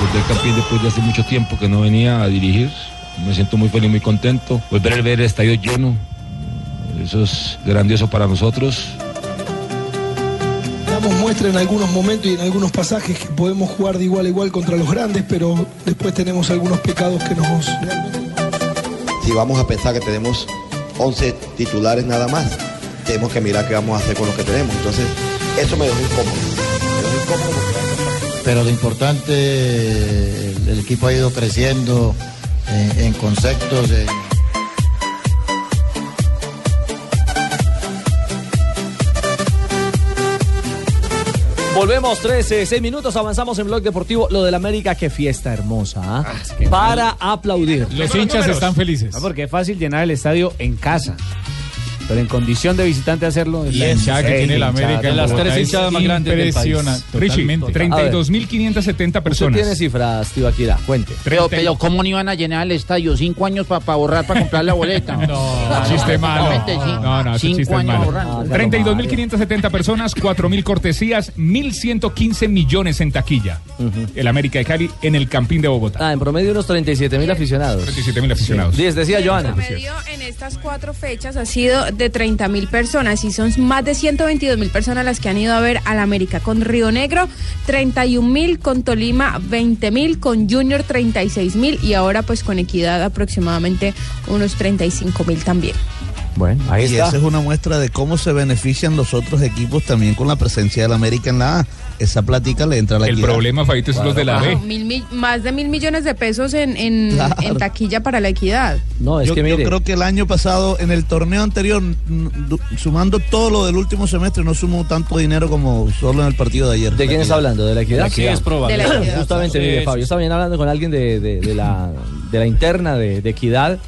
Speaker 27: Volver campeón después de hace mucho tiempo que no venía a dirigir. Me siento muy feliz, muy contento. Volver a ver el estadio lleno. Eso es grandioso para nosotros.
Speaker 28: Damos muestra en algunos momentos y en algunos pasajes que podemos jugar de igual a igual contra los grandes, pero después tenemos algunos pecados que nos...
Speaker 4: Si vamos a pensar que tenemos 11 titulares nada más, tenemos que mirar qué vamos a hacer con los que tenemos. Entonces, eso me dejó incómodo. Me dejó incómodo
Speaker 29: pero lo importante, eh, el, el equipo ha ido creciendo eh, en, en conceptos. en-
Speaker 3: Volvemos 13, 6 minutos, avanzamos en Blog Deportivo. Lo del América, qué fiesta hermosa. ¿ah? Para aplaudir.
Speaker 22: Los hinchas están felices.
Speaker 15: No, porque es fácil llenar el estadio en casa. Pero en condición de visitante hacerlo. es
Speaker 22: Y es hinchada que
Speaker 15: sí,
Speaker 22: tiene
Speaker 15: hinchada
Speaker 22: la América en
Speaker 15: de Bogotá.
Speaker 22: Bogotá es
Speaker 15: Impresionante.
Speaker 22: Richie,
Speaker 15: Totalmente.
Speaker 22: 32.570
Speaker 15: Usted
Speaker 22: personas.
Speaker 15: tiene
Speaker 3: cifras, Tibaquira? Cuente.
Speaker 7: Pero, pero, ¿cómo no iban a llenar el estadio? Cinco años para ahorrar para comprar la boleta. no,
Speaker 22: chiste malo.
Speaker 7: No, no,
Speaker 22: ese
Speaker 7: Cinco
Speaker 22: chiste es
Speaker 7: años
Speaker 22: malo.
Speaker 7: ahorrando.
Speaker 22: 32.570 personas, 4.000 cortesías, 1.115 millones en taquilla. El América de Cali en el Campín de Bogotá.
Speaker 3: Ah, en promedio unos 37 mil aficionados.
Speaker 22: 37 mil aficionados.
Speaker 3: Les decía
Speaker 28: El
Speaker 3: Joana.
Speaker 28: promedio en estas cuatro fechas ha sido de 30 mil personas y son más de 122 mil personas las que han ido a ver al América con Río Negro, 31 mil con Tolima, 20 mil con Junior, 36 mil y ahora pues con Equidad aproximadamente unos 35 mil también.
Speaker 3: Bueno, ahí
Speaker 5: y
Speaker 3: está.
Speaker 5: esa es una muestra de cómo se benefician los otros equipos también con la presencia del América en la A. Esa plática le entra a la
Speaker 7: El
Speaker 5: equidad.
Speaker 7: problema, Fabito, es los de la B.
Speaker 28: Mil mi- más de mil millones de pesos en, en-
Speaker 5: Claro.
Speaker 28: en taquilla para la equidad.
Speaker 3: No,
Speaker 5: yo, yo creo que el año pasado, en el torneo anterior, mm, du- sumando todo lo del último semestre, no sumó tanto dinero como solo en el partido de ayer.
Speaker 3: ¿De quién está hablando? ¿De la equidad?
Speaker 5: Sí, es probable. De la equidad.
Speaker 3: Justamente,
Speaker 5: Sí,
Speaker 3: mire,
Speaker 5: sí,
Speaker 3: Fabio.
Speaker 5: sí.
Speaker 3: Estaba bien hablando con alguien de, de- de la, de la interna de, de equidad.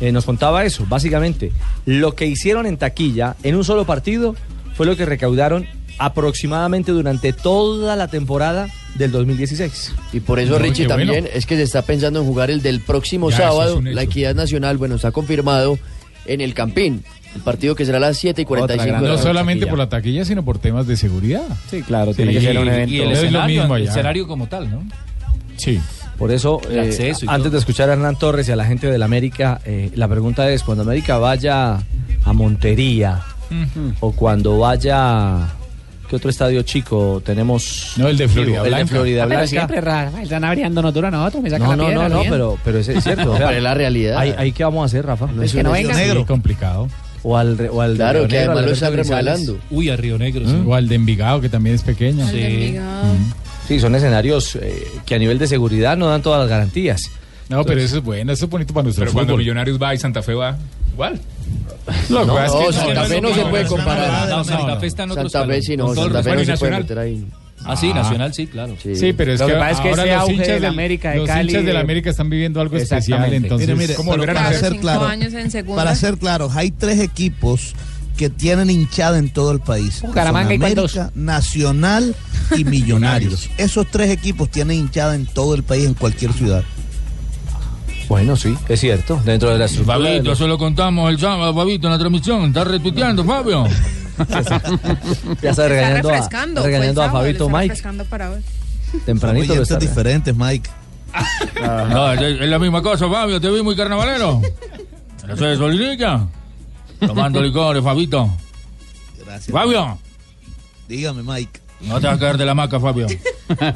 Speaker 3: eh, nos contaba eso, básicamente. Lo que hicieron en taquilla en un solo partido fue lo que recaudaron aproximadamente durante toda la temporada del 2016.
Speaker 18: Y por eso, Richie, también es que se está pensando en jugar el del próximo
Speaker 3: Ya, eso es
Speaker 18: sábado.
Speaker 3: un
Speaker 18: La
Speaker 3: hecho.
Speaker 18: Equidad Nacional, bueno, está confirmado en el Campín. El partido que será a las 7 y 45 de
Speaker 17: No
Speaker 18: la noche.
Speaker 17: solamente por la taquilla, sino por temas de seguridad.
Speaker 3: Sí, claro,
Speaker 18: tiene que ser un evento.
Speaker 17: Y el
Speaker 18: No es lo
Speaker 17: escenario,
Speaker 18: mismo
Speaker 17: el
Speaker 18: allá.
Speaker 17: escenario como tal, ¿no? Sí.
Speaker 3: Por eso,
Speaker 17: El
Speaker 3: eh,
Speaker 17: acceso y
Speaker 3: antes de escuchar a Hernán Torres y a la gente del América, eh, la pregunta es, cuando América vaya a Montería o cuando vaya... ¿Qué otro estadio chico tenemos? No, el de
Speaker 17: Florida
Speaker 3: El de
Speaker 17: Blanca.
Speaker 3: Florida
Speaker 17: Ah, pero
Speaker 3: Blanca.
Speaker 17: siempre,
Speaker 20: Rafa, están abriendo nos dura a nosotros, me sacan
Speaker 3: No,
Speaker 20: la
Speaker 3: no,
Speaker 20: piedra.
Speaker 3: no, no,
Speaker 20: bien.
Speaker 3: pero, pero es, es cierto. o sea,
Speaker 20: Pero es la realidad.
Speaker 3: Ahí, ahí qué vamos a hacer, Rafa.
Speaker 20: Es que no venga.
Speaker 17: Sí, complicado.
Speaker 3: O al, re- o al de
Speaker 17: Claro,
Speaker 3: Río
Speaker 17: que
Speaker 3: Negro,
Speaker 17: además
Speaker 3: Mm. al
Speaker 17: lo
Speaker 3: Alberto
Speaker 17: están
Speaker 3: Grisales.
Speaker 17: remodelando. Uy, a Río Negro.
Speaker 3: sí.
Speaker 17: O al de Envigado, que también es pequeño. Mm.
Speaker 3: Sí, son escenarios eh, que a nivel de seguridad no dan todas las garantías.
Speaker 17: No, pero eso es bueno, eso es bonito para nuestro
Speaker 7: Pero cuando
Speaker 17: fútbol.
Speaker 7: Millonarios va y Santa Fe va, igual.
Speaker 17: Lo que
Speaker 7: No,
Speaker 17: pasa
Speaker 7: no,
Speaker 17: es que
Speaker 7: Santa
Speaker 17: es
Speaker 7: Fe
Speaker 17: lo
Speaker 7: no se
Speaker 17: mismo.
Speaker 7: puede
Speaker 18: comparar.
Speaker 17: No, no,
Speaker 18: Santa
Speaker 17: no.
Speaker 18: Fe está en otro Santa Fe escalón. sí, no,
Speaker 17: Con todo el
Speaker 18: Santa Fe no
Speaker 17: respeto,
Speaker 18: se puede
Speaker 17: Nacional.
Speaker 18: meter ahí.
Speaker 17: Ah, sí, Nacional
Speaker 18: sí, claro.
Speaker 17: Sí, pero es
Speaker 18: Lo
Speaker 17: que,
Speaker 18: que pasa es que
Speaker 17: ahora
Speaker 18: ese
Speaker 17: los
Speaker 18: auge
Speaker 17: hinchas
Speaker 18: del
Speaker 17: del
Speaker 18: América de
Speaker 17: los
Speaker 18: Cali,
Speaker 17: hinchas del
Speaker 18: eh,
Speaker 17: América están viviendo algo especial,
Speaker 5: Exactamente.
Speaker 17: entonces
Speaker 5: Mire, mire,
Speaker 17: ¿cómo
Speaker 5: pero
Speaker 17: volverán a
Speaker 5: para
Speaker 17: hacer?
Speaker 5: ser claro,
Speaker 28: años en segunda.
Speaker 5: para ser claros, hay tres equipos que tienen hinchada en todo el país. que son
Speaker 20: Bucaramanga y
Speaker 5: América,
Speaker 20: Caldas.
Speaker 5: Nacional y Millonarios. Esos tres equipos tienen hinchada en todo el país, en cualquier ciudad.
Speaker 3: Bueno, sí, es cierto. Dentro de la estructura. de
Speaker 27: Fabito,
Speaker 3: los-
Speaker 27: eso lo contamos el sábado, Fabito, en la transmisión. Está retuiteando, Fabio.
Speaker 3: Ya está regañando a,
Speaker 28: refrescando.
Speaker 2: pues,
Speaker 28: fue el
Speaker 3: regañando a
Speaker 28: sábado, le
Speaker 3: Fabito
Speaker 28: está
Speaker 3: Mike.
Speaker 28: refrescando para hoy.
Speaker 3: Tempranito lo
Speaker 5: Oyentes
Speaker 3: está.
Speaker 5: diferentes, Mike.
Speaker 27: No, es, es la misma cosa, Fabio. Te vi muy carnavalero. Pero soy de Solinilla. Tomando licores, Fabito.
Speaker 5: Gracias.
Speaker 27: Fabio,
Speaker 5: Dígame, Mike.
Speaker 27: no te vas a caer de la maca, Fabio.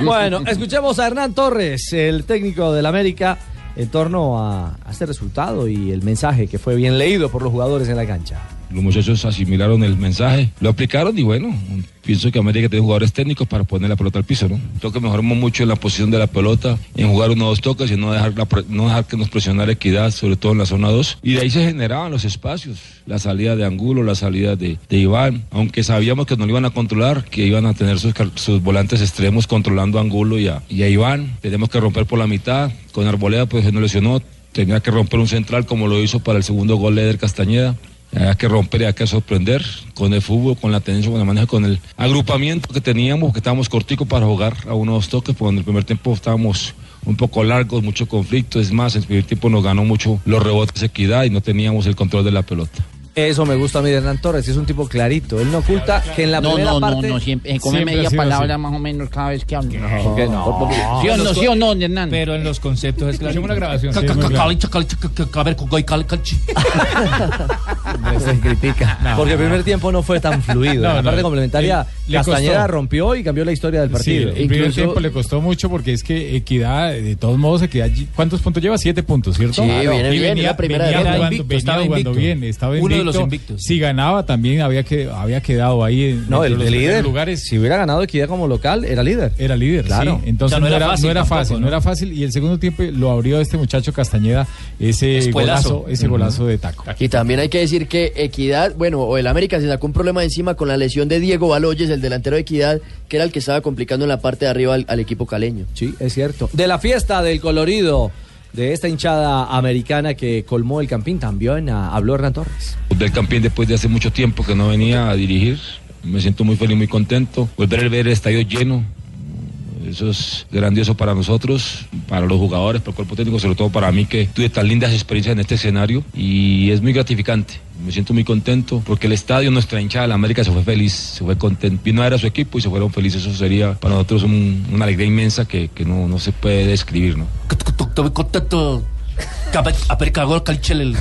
Speaker 3: Bueno, escuchemos a Hernán Torres, el técnico del América, en torno a, a este resultado y el mensaje que fue bien leído por los jugadores en la cancha.
Speaker 27: Los muchachos asimilaron el mensaje, lo aplicaron y bueno, pienso que América tiene jugadores técnicos para poner la pelota al piso, ¿no? Creo que mejoramos mucho en la posición de la pelota, en jugar uno o dos toques y no dejar, la pre- no dejar que nos presionara equidad, sobre todo en la zona 2. Y de ahí se generaban los espacios, la salida de Angulo, la salida de, de Iván, aunque sabíamos que no lo iban a controlar, que iban a tener sus, car- sus volantes extremos controlando a Angulo y a, y a Iván. Tenemos que romper por la mitad, con Arboleda pues se nos lesionó, tenía que romper un central como lo hizo para el segundo gol de Eder Castañeda. Había que romper y había que sorprender con el fútbol, con la tendencia, con el manejo, con el agrupamiento que teníamos, que estábamos corticos para jugar a unos toques, porque en el primer tiempo estábamos un poco largos, mucho conflicto, es más, en el primer tiempo nos ganó mucho los rebotes de equidad y no teníamos el control de la pelota.
Speaker 3: Eso me gusta a mí de Hernán Torres, es un tipo clarito. Él no oculta que en la
Speaker 19: No,
Speaker 3: primera
Speaker 19: no,
Speaker 3: parte.
Speaker 19: no, no, siempre, se come media palabra más o menos cada vez que hablo.
Speaker 3: No, que no.
Speaker 19: Porque- ¿Sí o no, sí o no, Hernán?
Speaker 17: Pero en los conceptos es claro. Hacemos una grabación.
Speaker 19: Ca-
Speaker 17: sí,
Speaker 19: ca-
Speaker 17: muy
Speaker 19: ca-
Speaker 17: claro.
Speaker 27: A ver, con
Speaker 3: Se critica.
Speaker 17: No.
Speaker 3: porque el primer tiempo no fue tan fluido.
Speaker 17: No,
Speaker 3: en la
Speaker 17: no,
Speaker 3: parte
Speaker 17: no.
Speaker 3: complementaria,
Speaker 17: Le- le
Speaker 3: Castañeda
Speaker 17: costó.
Speaker 3: rompió y cambió la historia del
Speaker 17: Sí,
Speaker 3: partido.
Speaker 17: el primer tiempo le costó mucho porque es que Equidad, de todos modos, Equidad, ¿cuántos puntos lleva? Siete puntos, ¿cierto?
Speaker 18: Sí, viene
Speaker 17: y
Speaker 18: bien, es la primera
Speaker 17: venía
Speaker 18: derrota.
Speaker 17: jugando,
Speaker 18: Invicto,
Speaker 17: venía
Speaker 18: estaba
Speaker 17: jugando
Speaker 18: invicto.
Speaker 17: bien, estaba
Speaker 18: Uno
Speaker 17: invicto.
Speaker 18: de los invictos.
Speaker 17: Si ganaba también había, que, había quedado ahí. en-
Speaker 3: No,
Speaker 17: entre
Speaker 3: el,
Speaker 17: los
Speaker 3: el
Speaker 17: primeros
Speaker 3: líder.
Speaker 17: lugares.
Speaker 3: Si hubiera ganado Equidad como local, era líder.
Speaker 17: Era líder,
Speaker 3: Claro.
Speaker 17: sí. Entonces no, era, fácil, no era fácil, no era fácil. Y el segundo tiempo lo abrió este muchacho Castañeda, ese
Speaker 18: Espuelazo.
Speaker 17: golazo, ese
Speaker 18: Ujú.
Speaker 17: golazo de taco.
Speaker 18: Y también hay que decir que Equidad, bueno, o el América se sacó un problema de encima con la lesión de Diego Baloyes, el delantero de Equidad, que era el que estaba complicando en la parte de arriba al, al equipo caleño.
Speaker 3: Sí, es cierto. De la fiesta del colorido de esta hinchada americana que colmó el campín, también ah, habló Hernán Torres.
Speaker 27: del campeón después de hace mucho tiempo que no venía a dirigir. Me siento muy feliz, muy contento. Volver a ver el estadio lleno. Eso es grandioso para nosotros, para los jugadores, para el cuerpo técnico, sobre todo para mí que tuve tan lindas experiencias en este escenario y es muy gratificante. Me siento muy contento porque el estadio, nuestra hinchada de la América se fue feliz, se fue contento. Vino a ver a su equipo y se fueron felices. Eso sería para nosotros un- una alegría inmensa que, que no, no se puede describir. ¿no?
Speaker 10: Estoy contento Apercagor calchel el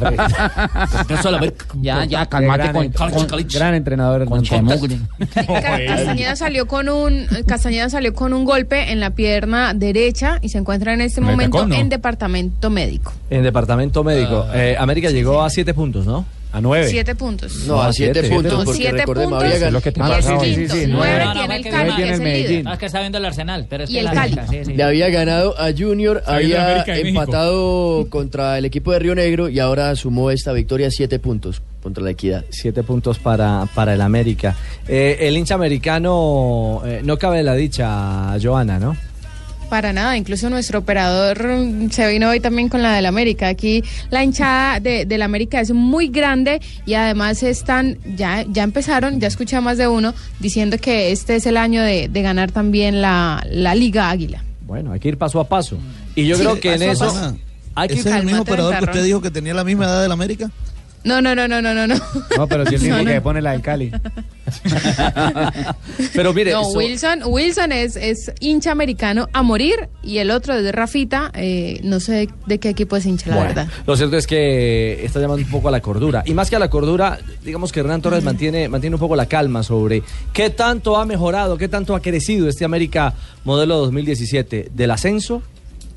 Speaker 19: Ya, ya, calmate con, con-
Speaker 15: gran entrenador
Speaker 19: con Chemugli.
Speaker 28: Ca- Castañeda salió con un Castañeda salió con un golpe en la pierna derecha y se encuentra en este
Speaker 3: En el
Speaker 28: momento
Speaker 3: tacón, ¿no?
Speaker 28: en departamento médico.
Speaker 3: En departamento médico. Eh, América llegó a siete puntos, ¿no? A nueve.
Speaker 28: Siete puntos.
Speaker 3: No, a siete puntos,
Speaker 28: No,
Speaker 3: porque
Speaker 28: siete
Speaker 3: recordemos,
Speaker 28: puntos.
Speaker 3: había ganado. Lo que te
Speaker 28: y
Speaker 3: pasa
Speaker 28: es
Speaker 3: hoy.
Speaker 28: quinto.
Speaker 3: Sí, sí, no,
Speaker 28: Nueve
Speaker 3: no, no,
Speaker 28: tiene el
Speaker 3: fue que
Speaker 28: Cali,
Speaker 3: hoy
Speaker 28: que
Speaker 3: tiene
Speaker 28: es el
Speaker 3: el
Speaker 28: líder.
Speaker 3: Medellín.
Speaker 10: No, es que está viendo el Arsenal. Pero es
Speaker 28: Y
Speaker 10: que
Speaker 28: el
Speaker 10: la
Speaker 28: Cali.
Speaker 10: América, sí, sí.
Speaker 18: Le había ganado a Junior,
Speaker 10: Ahí en
Speaker 18: había
Speaker 10: América de México.
Speaker 18: empatado contra el equipo de Río Negro y ahora sumó esta victoria siete puntos contra la equidad.
Speaker 3: Siete puntos para, para el América. Eh, el hincha americano eh, no cabe la dicha, Joana, ¿no?
Speaker 28: Para nada, incluso nuestro operador mm, se vino hoy también con la del América. Aquí la hinchada de, del América es muy grande y además están, ya, ya empezaron, ya escuché a más de uno diciendo que este es el año de, de ganar también la, la Liga Águila.
Speaker 3: Bueno, hay que ir paso a paso. Y yo creo que en
Speaker 5: Paso a
Speaker 3: eso.
Speaker 5: paso.
Speaker 3: Hay que
Speaker 5: ¿Ese es el mismo
Speaker 28: Cálmate,
Speaker 5: operador que
Speaker 28: Tarrón.
Speaker 5: usted dijo que tenía la misma edad del América?
Speaker 28: No, no, no, no, no, no, no.
Speaker 15: No, pero si el
Speaker 28: No,
Speaker 15: mismo
Speaker 28: no.
Speaker 15: que pone la del Cali.
Speaker 3: pero mire,
Speaker 28: No,
Speaker 3: so-
Speaker 28: Wilson, Wilson es, es hincha americano a morir y el otro es de Rafita, eh, no sé de, qué equipo es hincha, la
Speaker 3: Bueno,
Speaker 28: verdad.
Speaker 3: Lo cierto es que está llamando un poco a la cordura. Y más que a la cordura, digamos que Hernán Torres mantiene, mantiene un poco la calma sobre qué tanto ha mejorado, qué tanto ha crecido este América modelo 2017 del ascenso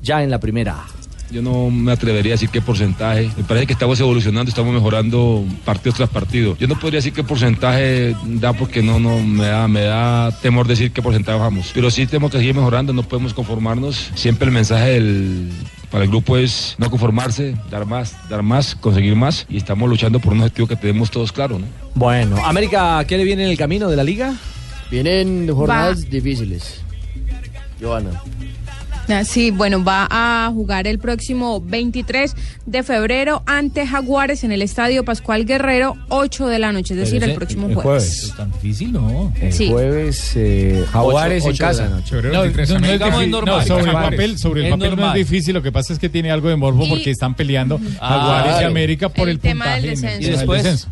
Speaker 3: ya en la primera A.
Speaker 27: Yo no me atrevería a decir qué porcentaje. Me parece que estamos evolucionando, estamos mejorando partido tras partido. Yo no podría decir qué porcentaje da porque no, no me da, me da temor decir qué porcentaje vamos. Pero sí tenemos que seguir mejorando, no podemos conformarnos. Siempre el mensaje del- para el grupo es no conformarse, dar más, dar más, conseguir más. Y estamos luchando por un objetivo que tenemos todos claro, ¿no?
Speaker 3: Bueno, América, ¿qué le viene en el camino de la liga?
Speaker 18: Vienen jornadas difíciles. Joana.
Speaker 28: Ah, Sí, bueno, va a jugar el próximo 23 de febrero ante Jaguares en el Estadio Pascual Guerrero, 8 de la noche, es decir, el próximo jueves.
Speaker 22: ¿Es tan difícil? No.
Speaker 15: El
Speaker 28: Sí.
Speaker 15: jueves, eh, Jaguares
Speaker 22: Ocho-
Speaker 15: en
Speaker 22: ocho de
Speaker 15: casa.
Speaker 22: la noche. Febrero 23, América. Digamos, es normal.
Speaker 17: sobre el
Speaker 22: Jaguares.
Speaker 17: papel, sobre el
Speaker 22: Es
Speaker 17: papel no
Speaker 22: normal.
Speaker 17: es difícil, lo que pasa es que tiene algo de morbo
Speaker 28: Y-
Speaker 17: porque están peleando
Speaker 22: Ah,
Speaker 17: Jaguares y
Speaker 22: claro.
Speaker 17: América por
Speaker 28: El
Speaker 17: el,
Speaker 28: tema
Speaker 17: puntaje
Speaker 28: del
Speaker 17: en el-
Speaker 28: descenso.
Speaker 17: en el
Speaker 22: Y después,
Speaker 17: descenso.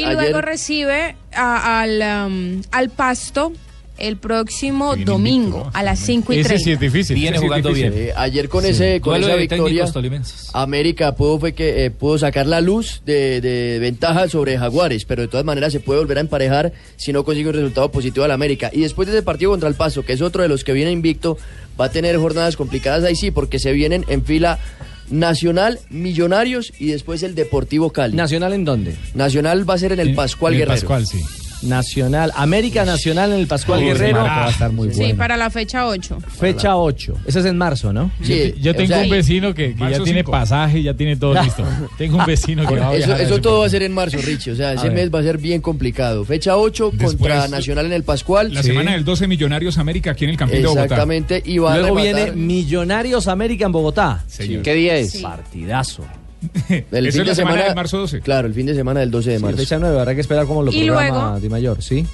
Speaker 28: y luego recibe a- al, am, al Pasto el próximo domingo a las 5 y 30.
Speaker 18: Viene jugando bien. Eh, ayer con ese con
Speaker 10: Duelo
Speaker 18: esa
Speaker 10: de
Speaker 18: victoria
Speaker 10: técnicos tolimenses.
Speaker 18: América pudo fue que eh, pudo sacar la luz de, de ventaja sobre Jaguares, pero de todas maneras se puede volver a emparejar si no consigue un resultado positivo al América. Y después de ese partido contra el Paso, que es otro de los que viene invicto, va a tener jornadas complicadas ahí sí, porque se vienen en fila Nacional, Millonarios y después el Deportivo Cali.
Speaker 3: Nacional en dónde?
Speaker 18: Nacional va a ser en el Pascual
Speaker 3: en el
Speaker 18: Guerrero.
Speaker 3: Pascual, sí. Nacional, América Nacional en el Pascual
Speaker 18: Uy, ese
Speaker 3: Guerrero.
Speaker 18: maraca va a estar
Speaker 3: muy
Speaker 28: Sí, para la fecha 8.
Speaker 3: Fecha 8. Ese es en marzo, ¿no?
Speaker 18: Sí,
Speaker 17: Yo tengo un vecino que, que ya
Speaker 3: Marzo
Speaker 17: tiene
Speaker 3: cinco.
Speaker 17: pasaje, ya tiene todo listo. tengo un vecino que va a
Speaker 18: Eso,
Speaker 17: viajar a
Speaker 18: eso
Speaker 17: ese
Speaker 18: todo va a ser en marzo, Richie. O sea, ese
Speaker 17: ver.
Speaker 18: mes va a ser bien complicado. Fecha 8 contra
Speaker 7: Después,
Speaker 18: Nacional en el Pascual.
Speaker 7: La semana del 12 Millonarios América aquí en el Campín de Bogotá.
Speaker 18: Exactamente, y va a
Speaker 3: Luego
Speaker 18: rematar-
Speaker 3: viene Millonarios América en Bogotá.
Speaker 18: Señor.
Speaker 3: ¿Qué día es?
Speaker 18: Sí.
Speaker 3: Partidazo.
Speaker 18: El
Speaker 3: Esa
Speaker 18: fin
Speaker 3: es la
Speaker 18: de
Speaker 3: semana
Speaker 18: semana,
Speaker 3: del
Speaker 18: marzo 12. Claro, el fin de semana del 12 de
Speaker 3: Sí,
Speaker 18: marzo.
Speaker 3: fecha 9, habrá que esperar cómo lo
Speaker 28: Y
Speaker 3: programa
Speaker 28: luego-
Speaker 3: Di Mayor, ¿sí?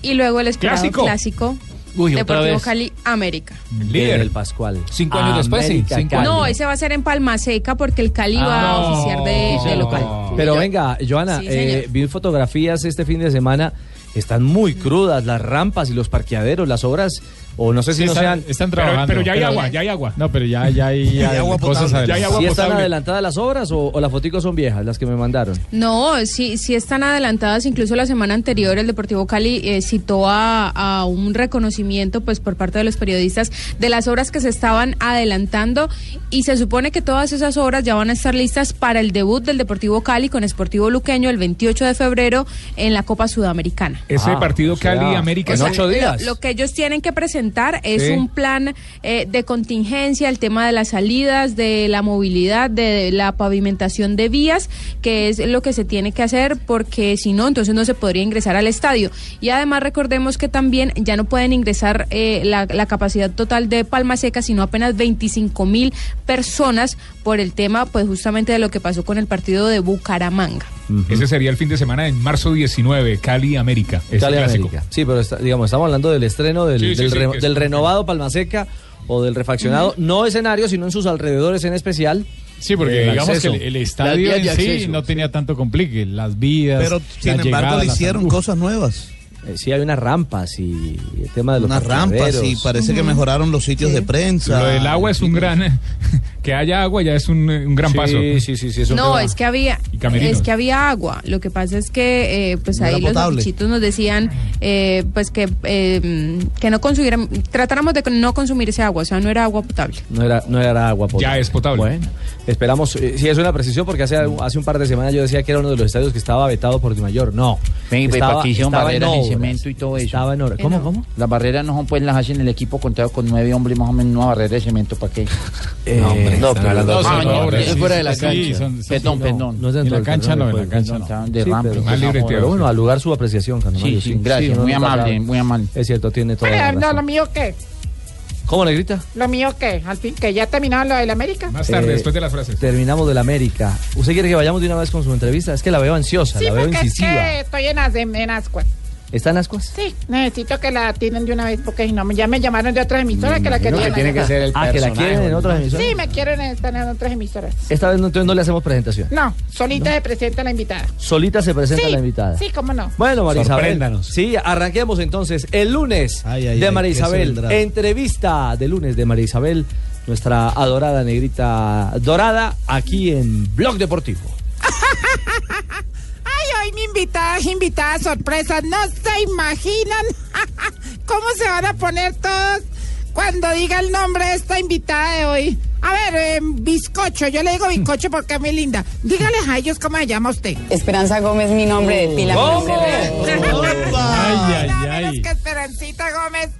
Speaker 28: Y luego el esperado
Speaker 3: Clásico.
Speaker 28: clásico,
Speaker 3: Uy, otra
Speaker 28: Deportivo
Speaker 3: vez.
Speaker 28: Cali América.
Speaker 3: Líder. del Pascual. Cinco
Speaker 10: años después, sí, cinco
Speaker 3: Cali.
Speaker 28: No, ese va a ser en Palma Seca porque el Cali va a oficiar de, de local.
Speaker 3: Pero venga, Joana,
Speaker 28: Sí,
Speaker 3: eh,
Speaker 28: señor.
Speaker 3: vi fotografías este fin de semana. Están muy crudas las rampas y los parquearos, las obras, o no sé si
Speaker 17: Sí,
Speaker 3: no
Speaker 17: están-
Speaker 3: sean.
Speaker 17: están trabajando.
Speaker 7: Pero ya hay agua, ya hay agua.
Speaker 17: No, pero ya, ya hay,
Speaker 7: Ya hay agua
Speaker 17: cosas
Speaker 7: potable. Ya hay
Speaker 17: adelantadas.
Speaker 7: agua
Speaker 3: ¿Sí están
Speaker 7: potable.
Speaker 3: adelantadas las obras o, o las foticos son viejas, las que me mandaron?
Speaker 28: No, sí, sí están adelantadas. Incluso la semana anterior el Deportivo Cali eh, citó a, a un reconocimiento, pues, por parte de los periodistas de las obras que se estaban adelantando y se supone que todas esas obras ya van a estar listas para el debut del Deportivo Cali con Sportivo Luqueño el 28 de febrero en la Copa Sudamericana.
Speaker 7: Ese partido Cali-América.
Speaker 3: En ocho días.
Speaker 28: pues Lo que ellos tienen que presentar es
Speaker 3: Sí.
Speaker 28: un plan eh, de contingencia, el tema de las salidas, de la movilidad, de la pavimentación de vías, que es lo que se tiene que hacer porque si no, entonces no se podría ingresar al estadio. Y además recordemos que también ya no pueden ingresar eh, la, la capacidad total de Palma Seca, sino apenas 25 mil personas por el tema, pues justamente de lo que pasó con el partido de Bucaramanga.
Speaker 7: Ese sería el fin de semana en marzo 19, Cali-América. Ese
Speaker 3: Cali
Speaker 7: clásico.
Speaker 3: América. Sí, pero está- digamos, estamos hablando del estreno del,
Speaker 7: Sí, sí,
Speaker 3: del
Speaker 7: sí,
Speaker 3: re-
Speaker 7: que es
Speaker 3: del
Speaker 7: un-
Speaker 3: renovado Palmaseca o del refaccionado, no escenario, sino en sus alrededores en especial.
Speaker 17: Mm. Sí, porque digamos que el, el estadio en sí no tenía tanto complique, las vías.
Speaker 3: Pero,
Speaker 17: la
Speaker 3: sin embargo,
Speaker 17: llegada,
Speaker 3: le
Speaker 17: la-
Speaker 3: hicieron
Speaker 17: Uf.
Speaker 5: Cosas nuevas.
Speaker 3: Eh, sí, hay unas rampas y el tema de los
Speaker 5: Unas rampas
Speaker 3: parqueaderos.
Speaker 5: y parece que mejoraron los sitios de prensa.
Speaker 7: Lo del agua es un gran que haya agua ya es un, eh, un gran
Speaker 3: Sí,
Speaker 7: paso.
Speaker 3: sí, sí, sí, eso
Speaker 28: No, es que había
Speaker 7: Y camerinos.
Speaker 28: es que había agua. Lo que pasa es que eh, pues
Speaker 7: No era
Speaker 28: ahí los
Speaker 7: potable. Ah.
Speaker 28: bichitos nos decían eh, pues que eh, que no consumieran, tratáramos de no consumir ese agua, o sea, no era agua potable.
Speaker 3: No era, no era agua potable. Ya es potable. Bueno, esperamos. eh, sí, es una precisión porque hace, hace un par de semanas yo decía que era uno de los estadios que estaba vetado por Dimayor. No.
Speaker 19: Ven, y ve,
Speaker 3: Estaba-
Speaker 19: pa' aquí hicieron
Speaker 3: estaba en
Speaker 19: barreras y
Speaker 3: obras.
Speaker 19: cemento y todo eso.
Speaker 3: Estaba en obras. ¿Cómo, cómo?
Speaker 19: Las barreras no son, pues, las hacen el equipo contado con nueve hombres, más o menos, una barrera de cemento, ¿para qué?
Speaker 3: Eh,
Speaker 19: no,
Speaker 3: están hablando
Speaker 19: Ah,
Speaker 3: de otras
Speaker 19: no,
Speaker 3: obras.
Speaker 19: eso es fuera de la
Speaker 3: Sí,
Speaker 19: cancha.
Speaker 3: son- sí,
Speaker 19: perdón,
Speaker 3: no,
Speaker 19: perdón.
Speaker 3: no es dentro del terreno de juego.
Speaker 19: Estaban de
Speaker 3: Sí,
Speaker 19: rampa,
Speaker 3: pero-
Speaker 19: entonces, no,
Speaker 3: pero bueno, a lugar su apreciación, Carlos
Speaker 19: Sí,
Speaker 3: Mario,
Speaker 19: sí, gracias,
Speaker 3: uno
Speaker 19: muy
Speaker 3: nunca
Speaker 19: amable,
Speaker 3: sabe.
Speaker 19: muy amable.
Speaker 3: Es cierto, tiene toda la
Speaker 19: Ay,
Speaker 3: razón.
Speaker 20: Eh, no, lo mío qué,
Speaker 3: ¿Cómo, Negrita? Eh,
Speaker 20: lo mío qué, al fin que ya terminaron lo del América.
Speaker 7: Más tarde, después de las frases.
Speaker 3: Terminamos del América. ¿Usted quiere que vayamos de una vez con su entrevista? Es que la veo ansiosa,
Speaker 20: Sí,
Speaker 3: la veo
Speaker 20: porque es
Speaker 3: incisiva.
Speaker 20: que estoy en, as- en, en ascuas.
Speaker 3: ¿Está en ascuas?
Speaker 20: Sí, necesito que la atiendan de una vez porque si no, me- ya me llamaron de otra emisora que la querían. acá.
Speaker 3: Ah, que la quieren en otras emisoras.
Speaker 20: Sí, me quieren estar en otras emisoras.
Speaker 3: Esta vez no, entonces no le hacemos presentación.
Speaker 20: No, solita se presenta la invitada.
Speaker 3: Solita se presenta
Speaker 20: sí,
Speaker 3: la invitada.
Speaker 20: Sí, cómo no.
Speaker 3: Bueno, María Isabel.
Speaker 20: Sorpréndanos.
Speaker 3: Sí, arranquemos entonces el lunes
Speaker 19: ay,
Speaker 3: de
Speaker 19: ay,
Speaker 3: María
Speaker 19: que eso
Speaker 3: Isabel.
Speaker 19: vendrá.
Speaker 3: Entrevista de lunes de María Isabel, nuestra adorada negrita dorada, aquí en Blog Deportivo.
Speaker 20: Ay, hoy mi invitada es invitada sorpresa. No se imaginan cómo se van a poner todos cuando diga el nombre de esta invitada de hoy. A ver, eh, bizcocho. Yo le digo bizcocho porque es muy linda. Dígales a ellos cómo se llama usted.
Speaker 30: Esperanza Gómez, mi nombre de pila, mi nombre real.
Speaker 20: Ay, ay, ay. que Esperancita Gómez,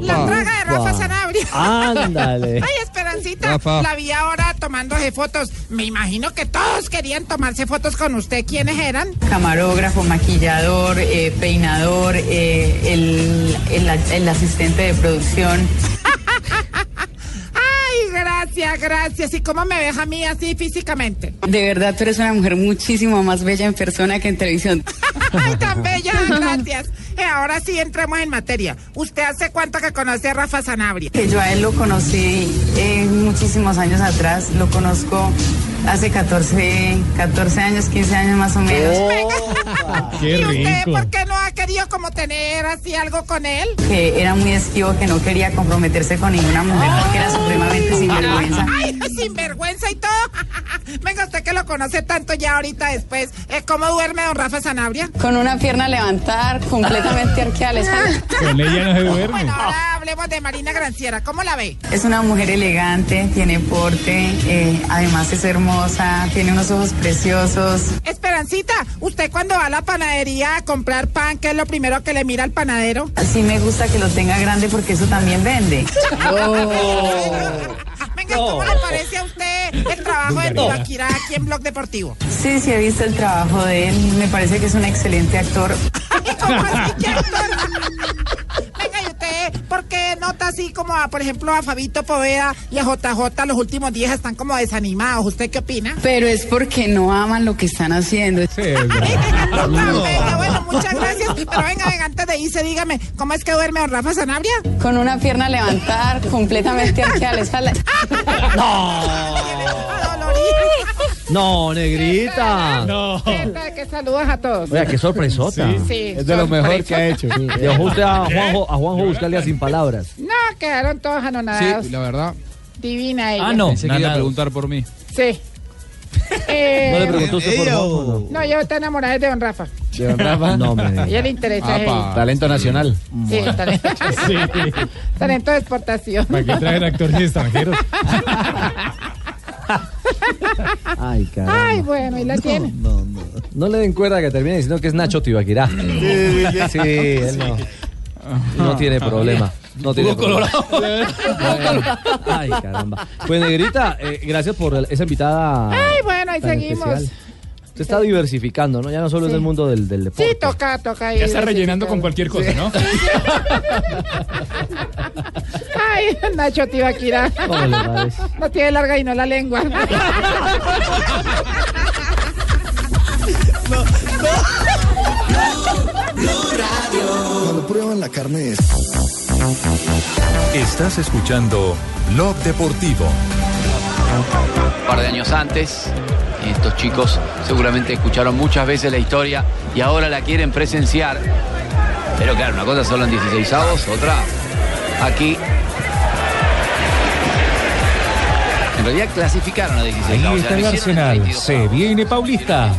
Speaker 20: la
Speaker 30: Apa.
Speaker 20: traga de Rafa
Speaker 30: Apa.
Speaker 20: Sanabria.
Speaker 30: Ándale.
Speaker 20: Ay, Esperancita,
Speaker 30: Rafa.
Speaker 20: la vi ahora tomándose fotos. Me imagino que todos querían tomarse fotos con usted. ¿Quiénes eran?
Speaker 30: Camarógrafo, maquillador, eh, peinador, eh, el, el- el asistente de producción.
Speaker 20: Ay, gracias, gracias. ¿Y cómo me ves a mí así físicamente?
Speaker 30: De verdad, tú eres una mujer muchísimo más bella en persona que en televisión.
Speaker 20: Ay, tan bella, gracias. Eh, ahora sí entremos en materia. ¿Usted hace cuánto que conoce a Rafa Sanabria?
Speaker 30: Que yo a él lo conocí eh, muchísimos años atrás, lo conozco hace 14, 14 años, 15 años más o menos.
Speaker 7: Qué
Speaker 20: ¿Y usted
Speaker 30: rico.
Speaker 20: por qué no ha querido como tener así algo con él?
Speaker 30: que era muy esquivo, que no quería comprometerse con ninguna mujer porque era supremamente sinvergüenza.
Speaker 20: Ay, sinvergüenza y todo. Venga, usted que lo conoce tanto ya ahorita después. Eh, ¿Cómo duerme don Rafa Sanabria?
Speaker 30: Con una pierna levantada, completamente arqueada. al espalda.
Speaker 7: Con ella no se duerme.
Speaker 20: Ahora hablemos de Marina Granciera. ¿Cómo la ve?
Speaker 30: Es una mujer elegante, tiene porte, eh, además es hermosa, tiene unos ojos preciosos.
Speaker 20: Esperancita, usted cuando va a la panadería a comprar pan, ¿qué es lo primero que le mira al panadero?
Speaker 30: Sí me gusta que lo tenga grande porque eso también vende.
Speaker 20: Venga, ¿cómo le parece a usted el trabajo de Tibaquirá aquí en Blog Deportivo?
Speaker 30: Sí, sí he visto el trabajo de él, me parece que es un excelente actor.
Speaker 20: Venga, ¿y usted por qué nota así como, a, por ejemplo, a Fabito Poveda y a JJ los últimos días están como desanimados? ¿Usted qué opina?
Speaker 30: Pero es porque no aman lo que están haciendo.
Speaker 20: Ah, Bueno, muchas gracias. Pero venga, venga, antes de irse, dígame, ¿cómo es que duerme don Rafa Sanabria?
Speaker 30: Con una pierna levantada, completamente arqueada a la espalda.
Speaker 3: No, negrita. No.
Speaker 20: Que saludos a todos.
Speaker 3: Oh. Oiga, qué sorpresota.
Speaker 20: Sí, sí, Es de lo mejor sorpresa. que ha hecho.
Speaker 3: Sí, Dejó usted a Juanjo, a Juanjo Buscalia sin palabras.
Speaker 20: No, quedaron todos anonadados.
Speaker 24: Sí, la verdad.
Speaker 20: Divina ella.
Speaker 24: Ah, no. Pensé que iba a
Speaker 3: nada.
Speaker 24: preguntar por mí.
Speaker 20: Sí. Eh,
Speaker 24: ¿No le preguntó usted por
Speaker 15: oh.
Speaker 20: no? yo estoy enamorada de don Rafa.
Speaker 3: ¿De verdad? No,
Speaker 20: A
Speaker 3: me
Speaker 20: ella le interesa es él.
Speaker 3: Talento nacional.
Speaker 20: Sí, talento. Talento de exportación.
Speaker 17: ¿Para qué traer actores extranjeros?
Speaker 3: Ay, caramba.
Speaker 20: Ay, bueno, y la tiene.
Speaker 3: No le den cuerda que termine diciendo que es Nacho Tibaquirá. Sí, él no. No tiene problema. No tiene problema. Ay, caramba. Pues, Negrita, eh, gracias por el- esa invitada.
Speaker 20: Ay, bueno, ahí
Speaker 3: tan
Speaker 20: seguimos.
Speaker 3: especial. Se está diversificando, ¿no? Ya no solo es
Speaker 20: Sí.
Speaker 3: del mundo del, del
Speaker 20: Sí,
Speaker 3: deporte.
Speaker 20: toca, toca.
Speaker 7: Ya está rellenando con cualquier cosa, ¿no?
Speaker 20: Ay, Nacho Tibaquira.
Speaker 7: ¿Cómo le parece?
Speaker 20: No tiene larga y no la lengua.
Speaker 4: Cuando prueban la carne es.
Speaker 1: Estás escuchando Blog Deportivo.
Speaker 31: Un par de años antes, estos chicos seguramente escucharon muchas veces la historia y ahora la quieren presenciar. Pero claro, una cosa solo en 16 avos, otra aquí
Speaker 13: En realidad clasificaron a 16.
Speaker 22: Ahí
Speaker 13: o sea,
Speaker 22: está
Speaker 13: lo
Speaker 22: el
Speaker 13: hicieron en
Speaker 22: Arsenal.
Speaker 13: 22.
Speaker 22: Se viene Paulista.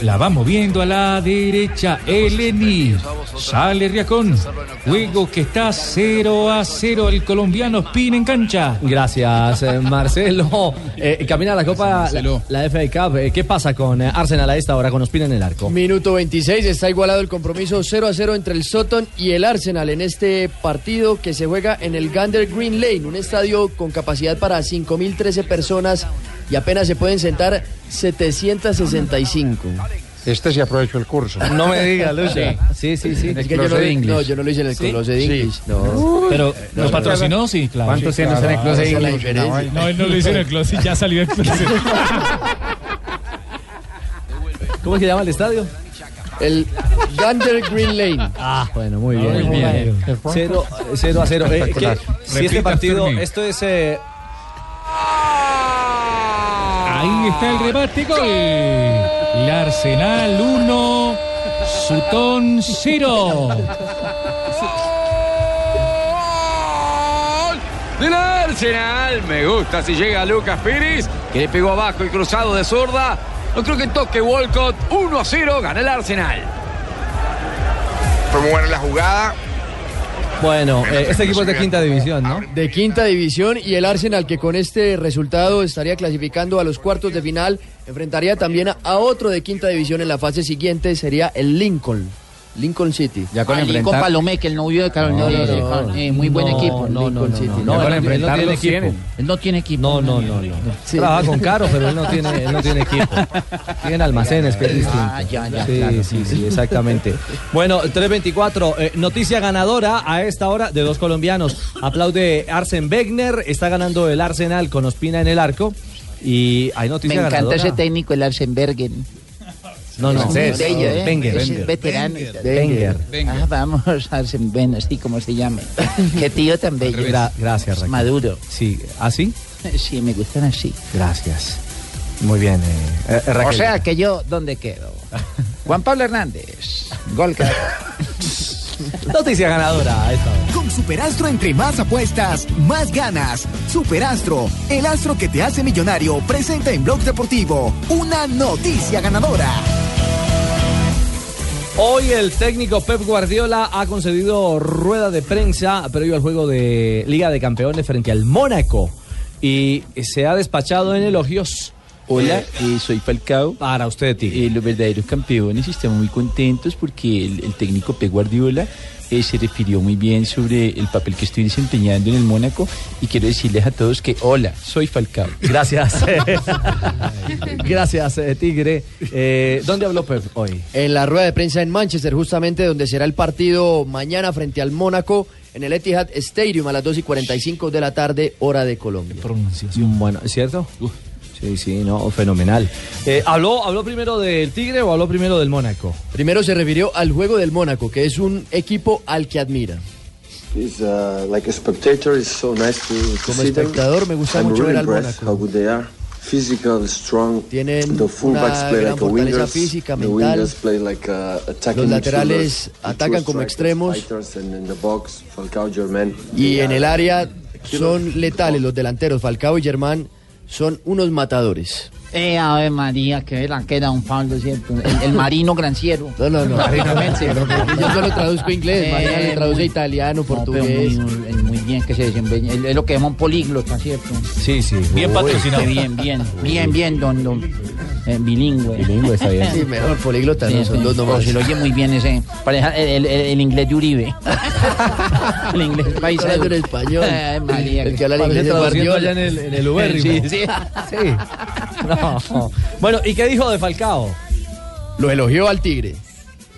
Speaker 22: La va moviendo a la derecha. Eleni. Sale Riacón. Juego que está 0 a 0. El colombiano Spin en cancha.
Speaker 3: Gracias, eh, Marcelo. Eh, camina la Copa, la, la FA Cup. Eh, ¿Qué pasa con eh, Arsenal a esta hora, con Ospina en el arco?
Speaker 18: Minuto 26, está igualado el compromiso 0 a 0 entre el Sutton y el Arsenal en este partido que se juega en el Gander Green Lane, un estadio con capacidad para 5.013 personas y apenas se pueden sentar 765.
Speaker 25: Este se aprovechó el curso.
Speaker 18: No me diga, Lucho.
Speaker 3: Sí, sí, sí.
Speaker 18: Es que yo no, lo- no, yo no lo hice en el
Speaker 3: ¿Sí?
Speaker 18: Close de
Speaker 3: Sí.
Speaker 18: English. No.
Speaker 3: Uy. Pero,
Speaker 18: No,
Speaker 3: ¿lo
Speaker 18: no,
Speaker 3: patrocinó?
Speaker 18: no.
Speaker 3: Sí, claro. ¿Cuántos
Speaker 18: Sí,
Speaker 3: años
Speaker 18: claro,
Speaker 3: en el Close de
Speaker 18: esa es la
Speaker 3: English?
Speaker 18: diferencia.
Speaker 17: No, él no lo hizo en el closet y ya salió el closet.
Speaker 3: ¿Cómo se llama el estadio?
Speaker 18: El Gander Green Lane.
Speaker 3: Ah, bueno, muy bien.
Speaker 18: Muy
Speaker 3: muy
Speaker 18: bien.
Speaker 3: bien. Cero, cero a cero. Eh,
Speaker 18: Espectacular.
Speaker 3: ¿qué- si este
Speaker 22: Repita,
Speaker 3: partido,
Speaker 22: Fermín.
Speaker 3: esto es. eh,
Speaker 22: Ahí está el rebate, gol. El Arsenal 1, Sutón 0.
Speaker 13: del Arsenal. Me gusta si llega Lucas Pérez, que le pegó abajo el cruzado de zurda. No creo que toque Walcott. 1 a 0, gana el Arsenal.
Speaker 25: Fue muy buena la jugada.
Speaker 3: bueno, eh, este equipo es de quinta división, ¿no?
Speaker 18: De quinta división y el Arsenal que con este resultado estaría clasificando a los cuartos de final, enfrentaría también a- a otro de quinta división en la fase siguiente, sería el Lincoln, Lincoln City. Ya
Speaker 19: Con Palomé, que el novio de Carolina
Speaker 18: No, no,
Speaker 19: Orozco,
Speaker 18: no.
Speaker 19: eh, muy buen
Speaker 18: No,
Speaker 19: equipo.
Speaker 18: no, no, no, no.
Speaker 19: él
Speaker 18: Ya para
Speaker 19: él
Speaker 18: enfrentarlos
Speaker 19: tiene equipo.
Speaker 18: tienen.
Speaker 19: Él no tiene equipo. pues. No, no, no.
Speaker 3: Trabaja con Caro, pero él no tiene, él no tiene equipo. Tiene almacenes, que es distinto.
Speaker 19: Ah, ya, ya,
Speaker 3: sí,
Speaker 19: claro.
Speaker 3: sí, sí, exactamente. Bueno, 3.24, eh, noticia ganadora a esta hora de dos colombianos. Aplaude Arsen Wegner, está ganando el Arsenal con Ospina en el arco. Y hay
Speaker 19: Me
Speaker 3: noticia
Speaker 19: encanta
Speaker 3: ganadora.
Speaker 19: ese técnico, el Arsenbergen.
Speaker 3: No, no,
Speaker 19: es
Speaker 3: César,
Speaker 19: bello, ¿eh?
Speaker 3: Wenger.
Speaker 19: Ese es veterano.
Speaker 3: Wenger. Wenger.
Speaker 19: Ah, vamos, Arsenben, así como se llame. Qué tío tan bello.
Speaker 3: Gra- gracias, Raquel.
Speaker 19: Maduro.
Speaker 3: ¿Ah, Sí, ¿así?
Speaker 19: Sí, me gustan así.
Speaker 3: Gracias. Muy bien, eh, eh, Raquel.
Speaker 19: O sea que yo, ¿dónde quedo? Juan Pablo Hernández, gol. cara.
Speaker 3: Noticia ganadora a esta hora.
Speaker 4: Con Superastro entre más apuestas, más ganas. Superastro, el astro que te hace millonario, presenta en Blog Deportivo una noticia ganadora.
Speaker 3: Hoy el técnico Pep Guardiola ha concedido rueda de prensa previo al juego de Liga de Campeones frente al Mónaco y se ha despachado en elogios.
Speaker 24: Hola, eh, soy Falcao.
Speaker 3: Para usted,
Speaker 24: eh, Los verdaderos campeones estamos muy contentos porque el, el técnico P. Guardiola eh, se refirió muy bien sobre el papel que estoy desempeñando en el Mónaco y quiero decirles a todos que hola, soy Falcao.
Speaker 3: Gracias. Gracias, eh, Tigre. Eh, ¿Dónde habló Pep hoy?
Speaker 18: En la rueda de prensa en Manchester, justamente donde será el partido mañana frente al Mónaco, en el Etihad Stadium a las 2 y 45 de la tarde, hora de Colombia.
Speaker 3: Bueno, ¿es ¿cierto? Sí, sí, no, fenomenal. Eh, ¿habló, ¿Habló primero del Tigre o habló primero del Mónaco?
Speaker 18: Primero se refirió al juego del Mónaco, que es un equipo al que admira.
Speaker 32: It's uh, like a spectator. It's so nice to, to
Speaker 18: Como
Speaker 32: see them.
Speaker 18: espectador, me gusta
Speaker 32: I'm
Speaker 18: mucho
Speaker 32: really
Speaker 18: ver al
Speaker 32: impressed how good they are. Physical, strong.
Speaker 18: Tienen
Speaker 32: the fullbacks
Speaker 18: una
Speaker 32: play
Speaker 18: gran
Speaker 32: like a
Speaker 18: fortaleza
Speaker 32: wingers.
Speaker 18: física,
Speaker 32: the
Speaker 18: mental.
Speaker 32: wingers play like uh, attacking
Speaker 18: Los laterales
Speaker 32: midfielders. The
Speaker 18: atacan
Speaker 32: two
Speaker 18: como
Speaker 32: strikers,
Speaker 18: extremos.
Speaker 32: fighters, and in the box, Falcao, Germain.
Speaker 18: Y
Speaker 32: They
Speaker 18: en
Speaker 32: are
Speaker 18: el área son letales los delanteros. Falcao y Germán son unos matadores.
Speaker 19: Eh, Ave María, que la queda un Pablo, ¿cierto? El, el marino granciero.
Speaker 18: No, no, no.
Speaker 19: Marino granciero.
Speaker 18: Yo solo traduzco inglés, Mariana le traduce italiano, portugués.
Speaker 19: No, pero muy, eh, muy bien que se desempeña. Es lo que llaman políglota, ¿cierto?
Speaker 3: Sí, sí.
Speaker 19: Uy, qué Bien, bien. Bien, bien, don. don eh, bilingüe.
Speaker 3: Bilingüe está bien.
Speaker 18: Sí, mejor políglota,
Speaker 19: Sí,
Speaker 18: no son
Speaker 19: sí.
Speaker 18: dos nomás.
Speaker 19: Pero se lo oye muy bien ese. Pareja, el, el- el inglés de Uribe. el inglés paisa.
Speaker 18: Hablando en español.
Speaker 19: Ay, María.
Speaker 18: El que habla en
Speaker 3: Parece
Speaker 18: inglés es
Speaker 3: traduciendo
Speaker 18: Guardiola.
Speaker 3: allá en el, en el Uber.
Speaker 18: Sí,
Speaker 3: sí. No. Bueno, ¿y qué dijo de Falcao?
Speaker 18: Lo elogió al Tigre.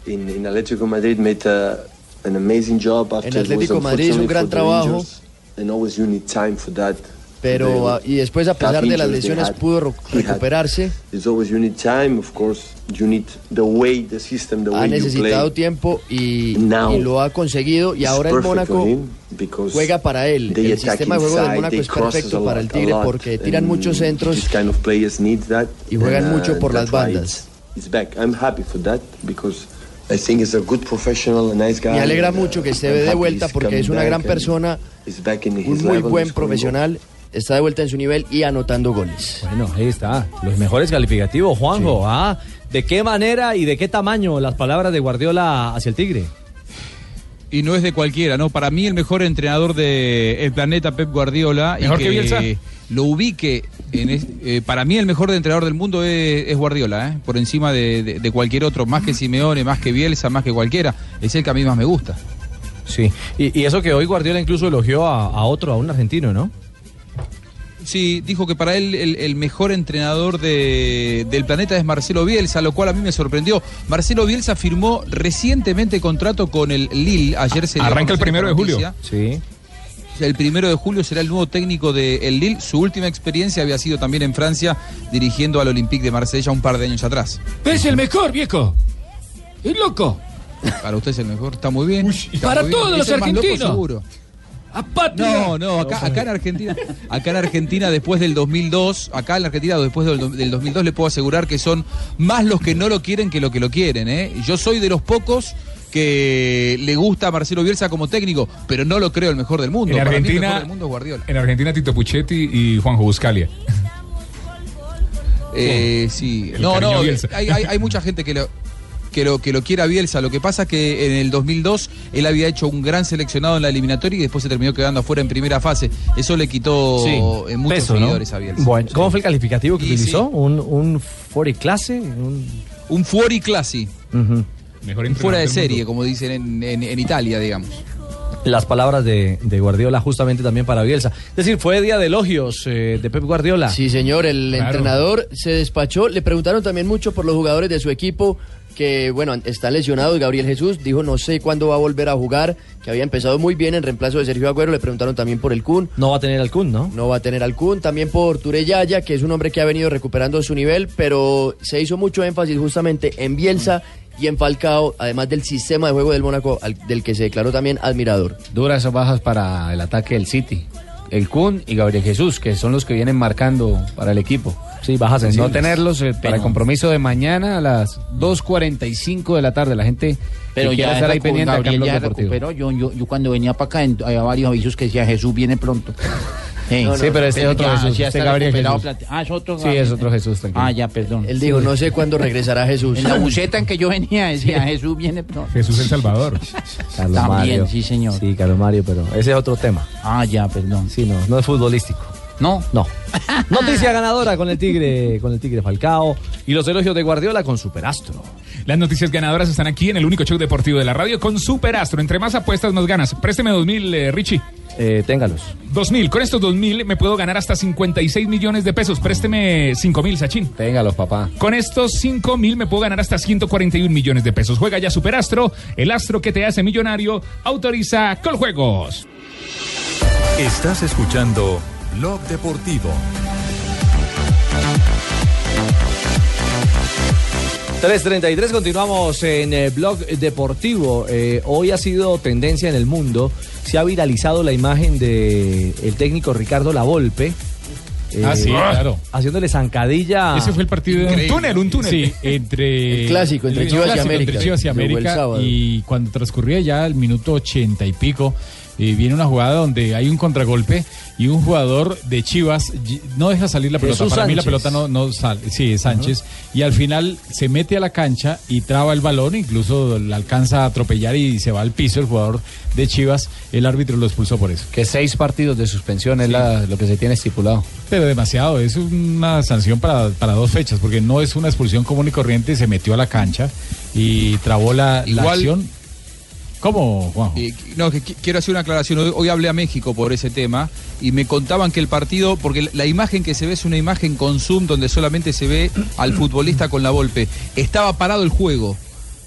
Speaker 32: In, in Atletico Madrid made uh, an amazing job. After
Speaker 18: En
Speaker 32: it was
Speaker 18: Atlético Madrid hizo un
Speaker 32: unfortunate
Speaker 18: gran
Speaker 32: for the
Speaker 18: trabajo.
Speaker 32: injuries, And always you need time for that.
Speaker 18: Pero, ah,
Speaker 32: They-
Speaker 18: y después, a pesar
Speaker 32: tough
Speaker 18: de las
Speaker 32: injuries they
Speaker 18: lesiones,
Speaker 32: had.
Speaker 18: pudo ro-
Speaker 32: He had
Speaker 18: recuperarse.
Speaker 32: It's always you need time, of course. You need the way, the system, the
Speaker 18: Ha
Speaker 32: way you
Speaker 18: necesitado
Speaker 32: play.
Speaker 18: tiempo y,
Speaker 32: Now.
Speaker 18: y lo ha conseguido. Y
Speaker 32: It's
Speaker 18: ahora el
Speaker 32: perfect for
Speaker 18: Mónaco
Speaker 32: him because
Speaker 18: juega para él.
Speaker 32: they
Speaker 18: El
Speaker 32: attack
Speaker 18: sistema de juego del
Speaker 32: inside,
Speaker 18: Mónaco
Speaker 32: they
Speaker 18: es
Speaker 32: crosses a
Speaker 18: perfecto
Speaker 32: lot,
Speaker 18: para el
Speaker 32: a
Speaker 18: Tigre
Speaker 32: lot,
Speaker 18: porque tiran
Speaker 32: and
Speaker 18: muchos centros
Speaker 32: these kind of players need that,
Speaker 18: y juegan
Speaker 32: and, uh,
Speaker 18: mucho por las
Speaker 32: that's why
Speaker 18: bandas.
Speaker 32: It's, it's back. I'm happy for that because I think he's a good professional, a nice guy.
Speaker 18: Me alegra
Speaker 32: and, uh,
Speaker 18: mucho que esté
Speaker 32: I'm
Speaker 18: de
Speaker 32: happy
Speaker 18: vuelta
Speaker 32: he's
Speaker 18: porque
Speaker 32: coming
Speaker 18: es una
Speaker 32: back
Speaker 18: gran
Speaker 32: and
Speaker 18: persona,
Speaker 32: he's back in his
Speaker 18: un muy
Speaker 32: level,
Speaker 18: buen
Speaker 32: he's going
Speaker 18: profesional está de vuelta en su nivel y anotando goles.
Speaker 3: Bueno, ahí está. Ah, Los mejores calificativos, Juanjo. Ah, ¿De qué manera y de qué tamaño las palabras de Guardiola hacia el Tigre?
Speaker 24: Y no es de cualquiera, ¿no? Para mí el mejor entrenador del planeta, Pep Guardiola.
Speaker 7: ¿Mejor
Speaker 24: y
Speaker 7: que Bielsa?
Speaker 24: Lo ubique. En es- eh, para mí el mejor entrenador del mundo es, es Guardiola, ¿eh? Por encima de, de- de cualquier otro, más que Simeone, más que Bielsa, más que cualquiera. Es el que a mí más me gusta.
Speaker 3: Sí. Y, y eso que hoy Guardiola incluso elogió a, a otro, a un argentino, ¿no?
Speaker 24: Sí, dijo que para él el, el mejor entrenador de- del planeta es Marcelo Bielsa, lo cual a mí me sorprendió. Marcelo Bielsa firmó recientemente contrato con el Lille. Ayer se dio a
Speaker 7: Arranca el
Speaker 24: conocer
Speaker 7: primero de
Speaker 24: esta
Speaker 7: julio.
Speaker 24: noticia. El primero de julio será el nuevo técnico del Lille. Su última experiencia había sido también en Francia, dirigiendo al Olympique de Marsella un par de años atrás.
Speaker 22: Es el mejor, viejo. Es loco.
Speaker 24: Para usted es el mejor, está muy bien. Está
Speaker 22: para
Speaker 24: muy bien.
Speaker 22: todos
Speaker 24: Es
Speaker 22: los
Speaker 24: el más loco,
Speaker 22: argentinos.
Speaker 24: seguro. No, no, acá, acá en Argentina, acá en Argentina después del 2002, acá en Argentina después del, do- del 2002 le puedo asegurar que son más los que no lo quieren que los que lo quieren, ¿eh? Yo soy de los pocos que le gusta a Marcelo Bielsa como técnico, pero no lo creo el mejor del mundo.
Speaker 7: En
Speaker 24: Para mí el
Speaker 7: Argentina-
Speaker 24: mejor del mundo es Guardiola.
Speaker 7: En Argentina, Tito Puchetti y Juanjo Buscalia.
Speaker 24: Eh, sí,
Speaker 7: El
Speaker 24: no,
Speaker 7: cariño
Speaker 24: no,
Speaker 7: Bielsa.
Speaker 24: hay, hay- hay mucha gente que lo, que lo que lo quiera Bielsa. Lo que pasa es que en el 2002 él había hecho un gran seleccionado en la eliminatoria y después se terminó quedando afuera en primera fase. Eso le quitó eh, muchos
Speaker 3: peso, ¿no?
Speaker 24: seguidores a Bielsa.
Speaker 3: Bueno, ¿cómo fue el calificativo que
Speaker 24: Y
Speaker 3: utilizó?
Speaker 24: sí.
Speaker 3: ¿Un, un fuori clase? Un...
Speaker 24: Un fuori clase.
Speaker 7: Mejor
Speaker 24: Fuera de serie, como dicen en, en- en Italia, digamos.
Speaker 3: Las palabras de, de Guardiola justamente también para Bielsa. Es decir, fue día de elogios eh, de Pep Guardiola.
Speaker 18: Sí, señor, el entrenador se despachó. Le preguntaron también mucho por los jugadores de su equipo que, bueno, están lesionados. Gabriel Jesús dijo no sé cuándo va a volver a jugar, que había empezado muy bien en reemplazo de Sergio Agüero. Le preguntaron también por el Kun.
Speaker 3: No va a tener al Kun, ¿no?
Speaker 18: No va a tener al Kun. También por Tureyaya, que es un hombre que ha venido recuperando su nivel, pero se hizo mucho énfasis justamente en Bielsa y en Falcao, además del sistema de juego del Mónaco, al- del que se declaró también admirador.
Speaker 15: Duras esas bajas para el ataque del City. El Kun y Gabriel Jesús, que son los que vienen marcando para el equipo.
Speaker 3: Sí, bajas
Speaker 15: No
Speaker 3: sensibles.
Speaker 15: tenerlos eh, para
Speaker 22: Pero-
Speaker 15: el compromiso de mañana a las 2.45 de la tarde. La gente
Speaker 19: Pero
Speaker 15: que
Speaker 19: ya
Speaker 15: quiera estar ahí
Speaker 19: recu-
Speaker 15: pendiente acá en
Speaker 19: Gabriel
Speaker 15: Blog
Speaker 19: ya
Speaker 15: Deportivo.
Speaker 19: recuperó. Yo, yo, yo cuando venía para acá en- había varios avisos que decía Jesús viene pronto.
Speaker 15: Sí, pero este es otro
Speaker 19: ya-
Speaker 15: Jesús,
Speaker 19: ya
Speaker 15: este
Speaker 19: está
Speaker 15: Gabriel
Speaker 19: recuperado
Speaker 15: Jesús.
Speaker 19: plati- Ah, es otro
Speaker 15: Sí,
Speaker 19: Gabriel.
Speaker 15: es otro Jesús, tranquilo.
Speaker 19: Ah, ya, perdón.
Speaker 18: Él dijo, no sé cuándo regresará Jesús.
Speaker 19: En la buceta en que yo venía decía Jesús viene pronto.
Speaker 7: Jesús el Salvador.
Speaker 22: Carlos
Speaker 19: También,
Speaker 22: Mario.
Speaker 19: sí, señor.
Speaker 22: Sí, Carlos Mario, pero ese es otro tema.
Speaker 19: Ah, ya, perdón.
Speaker 3: Sí, no, no es futbolístico.
Speaker 19: No.
Speaker 3: No. Noticia ganadora con el Tigre, con el Tigre Falcao y los elogios de Guardiola con Superastro.
Speaker 7: Las noticias ganadoras están aquí en el único show deportivo de la radio con Superastro. Entre más apuestas, más ganas. Présteme 2000, eh, Richie.
Speaker 3: Eh, téngalos.
Speaker 7: 2000. Con estos 2000 me puedo ganar hasta 56 millones de pesos. Présteme 5000, Sachin.
Speaker 15: Téngalos, papá.
Speaker 7: Con estos 5 mil me puedo ganar hasta 141 millones de pesos. Juega ya Superastro, el astro que te hace millonario. Autoriza Coljuegos.
Speaker 1: Estás escuchando Blog Deportivo.
Speaker 3: 3.33, continuamos en eh, Blog Deportivo. Eh, hoy ha sido tendencia en el mundo. Se ha viralizado la imagen de el técnico Ricardo Lavolpe. eh,
Speaker 17: Ah, sí, claro.
Speaker 3: Haciéndole zancadilla.
Speaker 17: Ese fue el partido.
Speaker 3: Increíble.
Speaker 17: Sí, entre.
Speaker 3: El clásico, entre
Speaker 17: el
Speaker 3: Chivas y
Speaker 17: clásico entre
Speaker 3: América.
Speaker 17: Chivas y
Speaker 3: Jugó el
Speaker 17: América,
Speaker 3: sábado.
Speaker 17: Y cuando transcurría ya el minuto ochenta y pico. eh, viene una jugada donde hay un contragolpe y un jugador de Chivas y- no deja salir la pelota.
Speaker 15: Jesús
Speaker 17: Para mí la
Speaker 15: Sánchez.
Speaker 17: pelota no, no sale. Sí, es Sánchez. Y al final se mete a la cancha y traba el balón, incluso la alcanza a atropellar y se va al piso el jugador de Chivas. El árbitro lo expulsó por eso.
Speaker 15: Que seis partidos de suspensión es la- lo que se tiene estipulado.
Speaker 17: Pero demasiado, es una sanción para, para dos fechas, porque no es una expulsión común y corriente, se metió a la cancha y trabó la, la
Speaker 24: Igual-
Speaker 17: acción. ¿Cómo, Juanjo?
Speaker 24: Eh, no, que qui- quiero hacer una aclaración. Hoy, hoy hablé a México por ese tema y me contaban que el partido, porque la- la imagen que se ve es una imagen con zoom donde solamente se ve al futbolista con la golpe. Estaba parado el juego.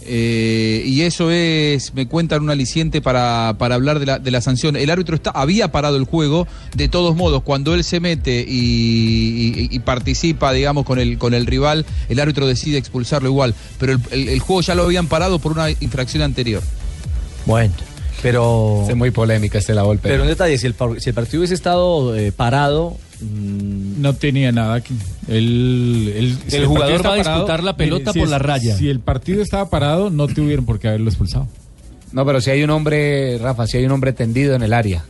Speaker 24: eh, y eso es, me cuentan un aliciente para, para hablar de la, de la sanción. El árbitro está, había parado el juego, de todos modos, cuando él se mete y, y- y participa, digamos, con el, con el rival, el árbitro decide expulsarlo igual. Pero el- el- el juego ya lo habían parado por una infracción anterior.
Speaker 3: Bueno, pero.
Speaker 15: Es muy polémica este la golpe.
Speaker 3: Pero un detalle, si el, par- si el partido hubiese estado eh, parado,
Speaker 17: No tenía nada aquí. El,
Speaker 3: El jugador va a disputar la pelota por la raya.
Speaker 17: Si el partido estaba parado, no tuvieron por qué haberlo expulsado.
Speaker 15: No, pero si hay un hombre, Rafa, si hay un hombre tendido en el área.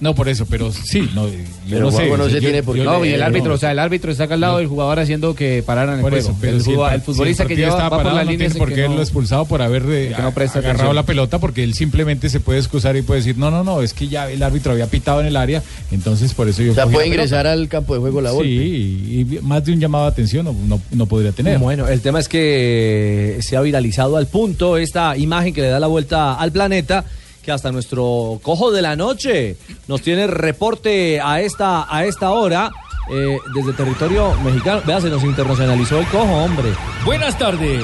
Speaker 17: No, por eso, pero sí, no, yo
Speaker 15: Pero
Speaker 17: no sé.
Speaker 15: Juanjo no se tiene por qué
Speaker 17: yo-
Speaker 15: No, y el árbitro, o sea, el árbitro está acá al lado del jugador haciendo que pararan el
Speaker 17: Por
Speaker 15: juego.
Speaker 17: eso, pero
Speaker 15: el,
Speaker 17: si el
Speaker 15: jugador-
Speaker 17: par-
Speaker 15: el futbolista
Speaker 17: si el
Speaker 15: que
Speaker 17: partido
Speaker 15: lleva
Speaker 17: estaba
Speaker 15: va por
Speaker 17: parado,
Speaker 15: la
Speaker 17: no
Speaker 15: línea
Speaker 17: tiene
Speaker 15: es el
Speaker 17: por
Speaker 15: que
Speaker 17: qué
Speaker 15: no-
Speaker 17: haberlo expulsado por haber eh,
Speaker 15: que no presta
Speaker 17: agarrado
Speaker 15: atención.
Speaker 17: la pelota porque él simplemente se puede excusar y puede decir, no, no, no, es que ya el árbitro había pitado en el área, entonces por eso yo...
Speaker 18: O sea,
Speaker 17: cogí
Speaker 18: puede
Speaker 17: la pelota".
Speaker 18: ingresar al campo de juego la
Speaker 17: Sí,
Speaker 18: Volpe.
Speaker 17: y y más de un llamado de atención no, no- no podría tener.
Speaker 3: Bueno, el tema es que eh, se ha viralizado al punto esta imagen que le da la vuelta al planeta, que hasta nuestro cojo de la noche nos tiene reporte a esta, a esta hora eh, desde territorio mexicano. Vea, se nos internacionalizó el cojo, hombre.
Speaker 22: Buenas tardes.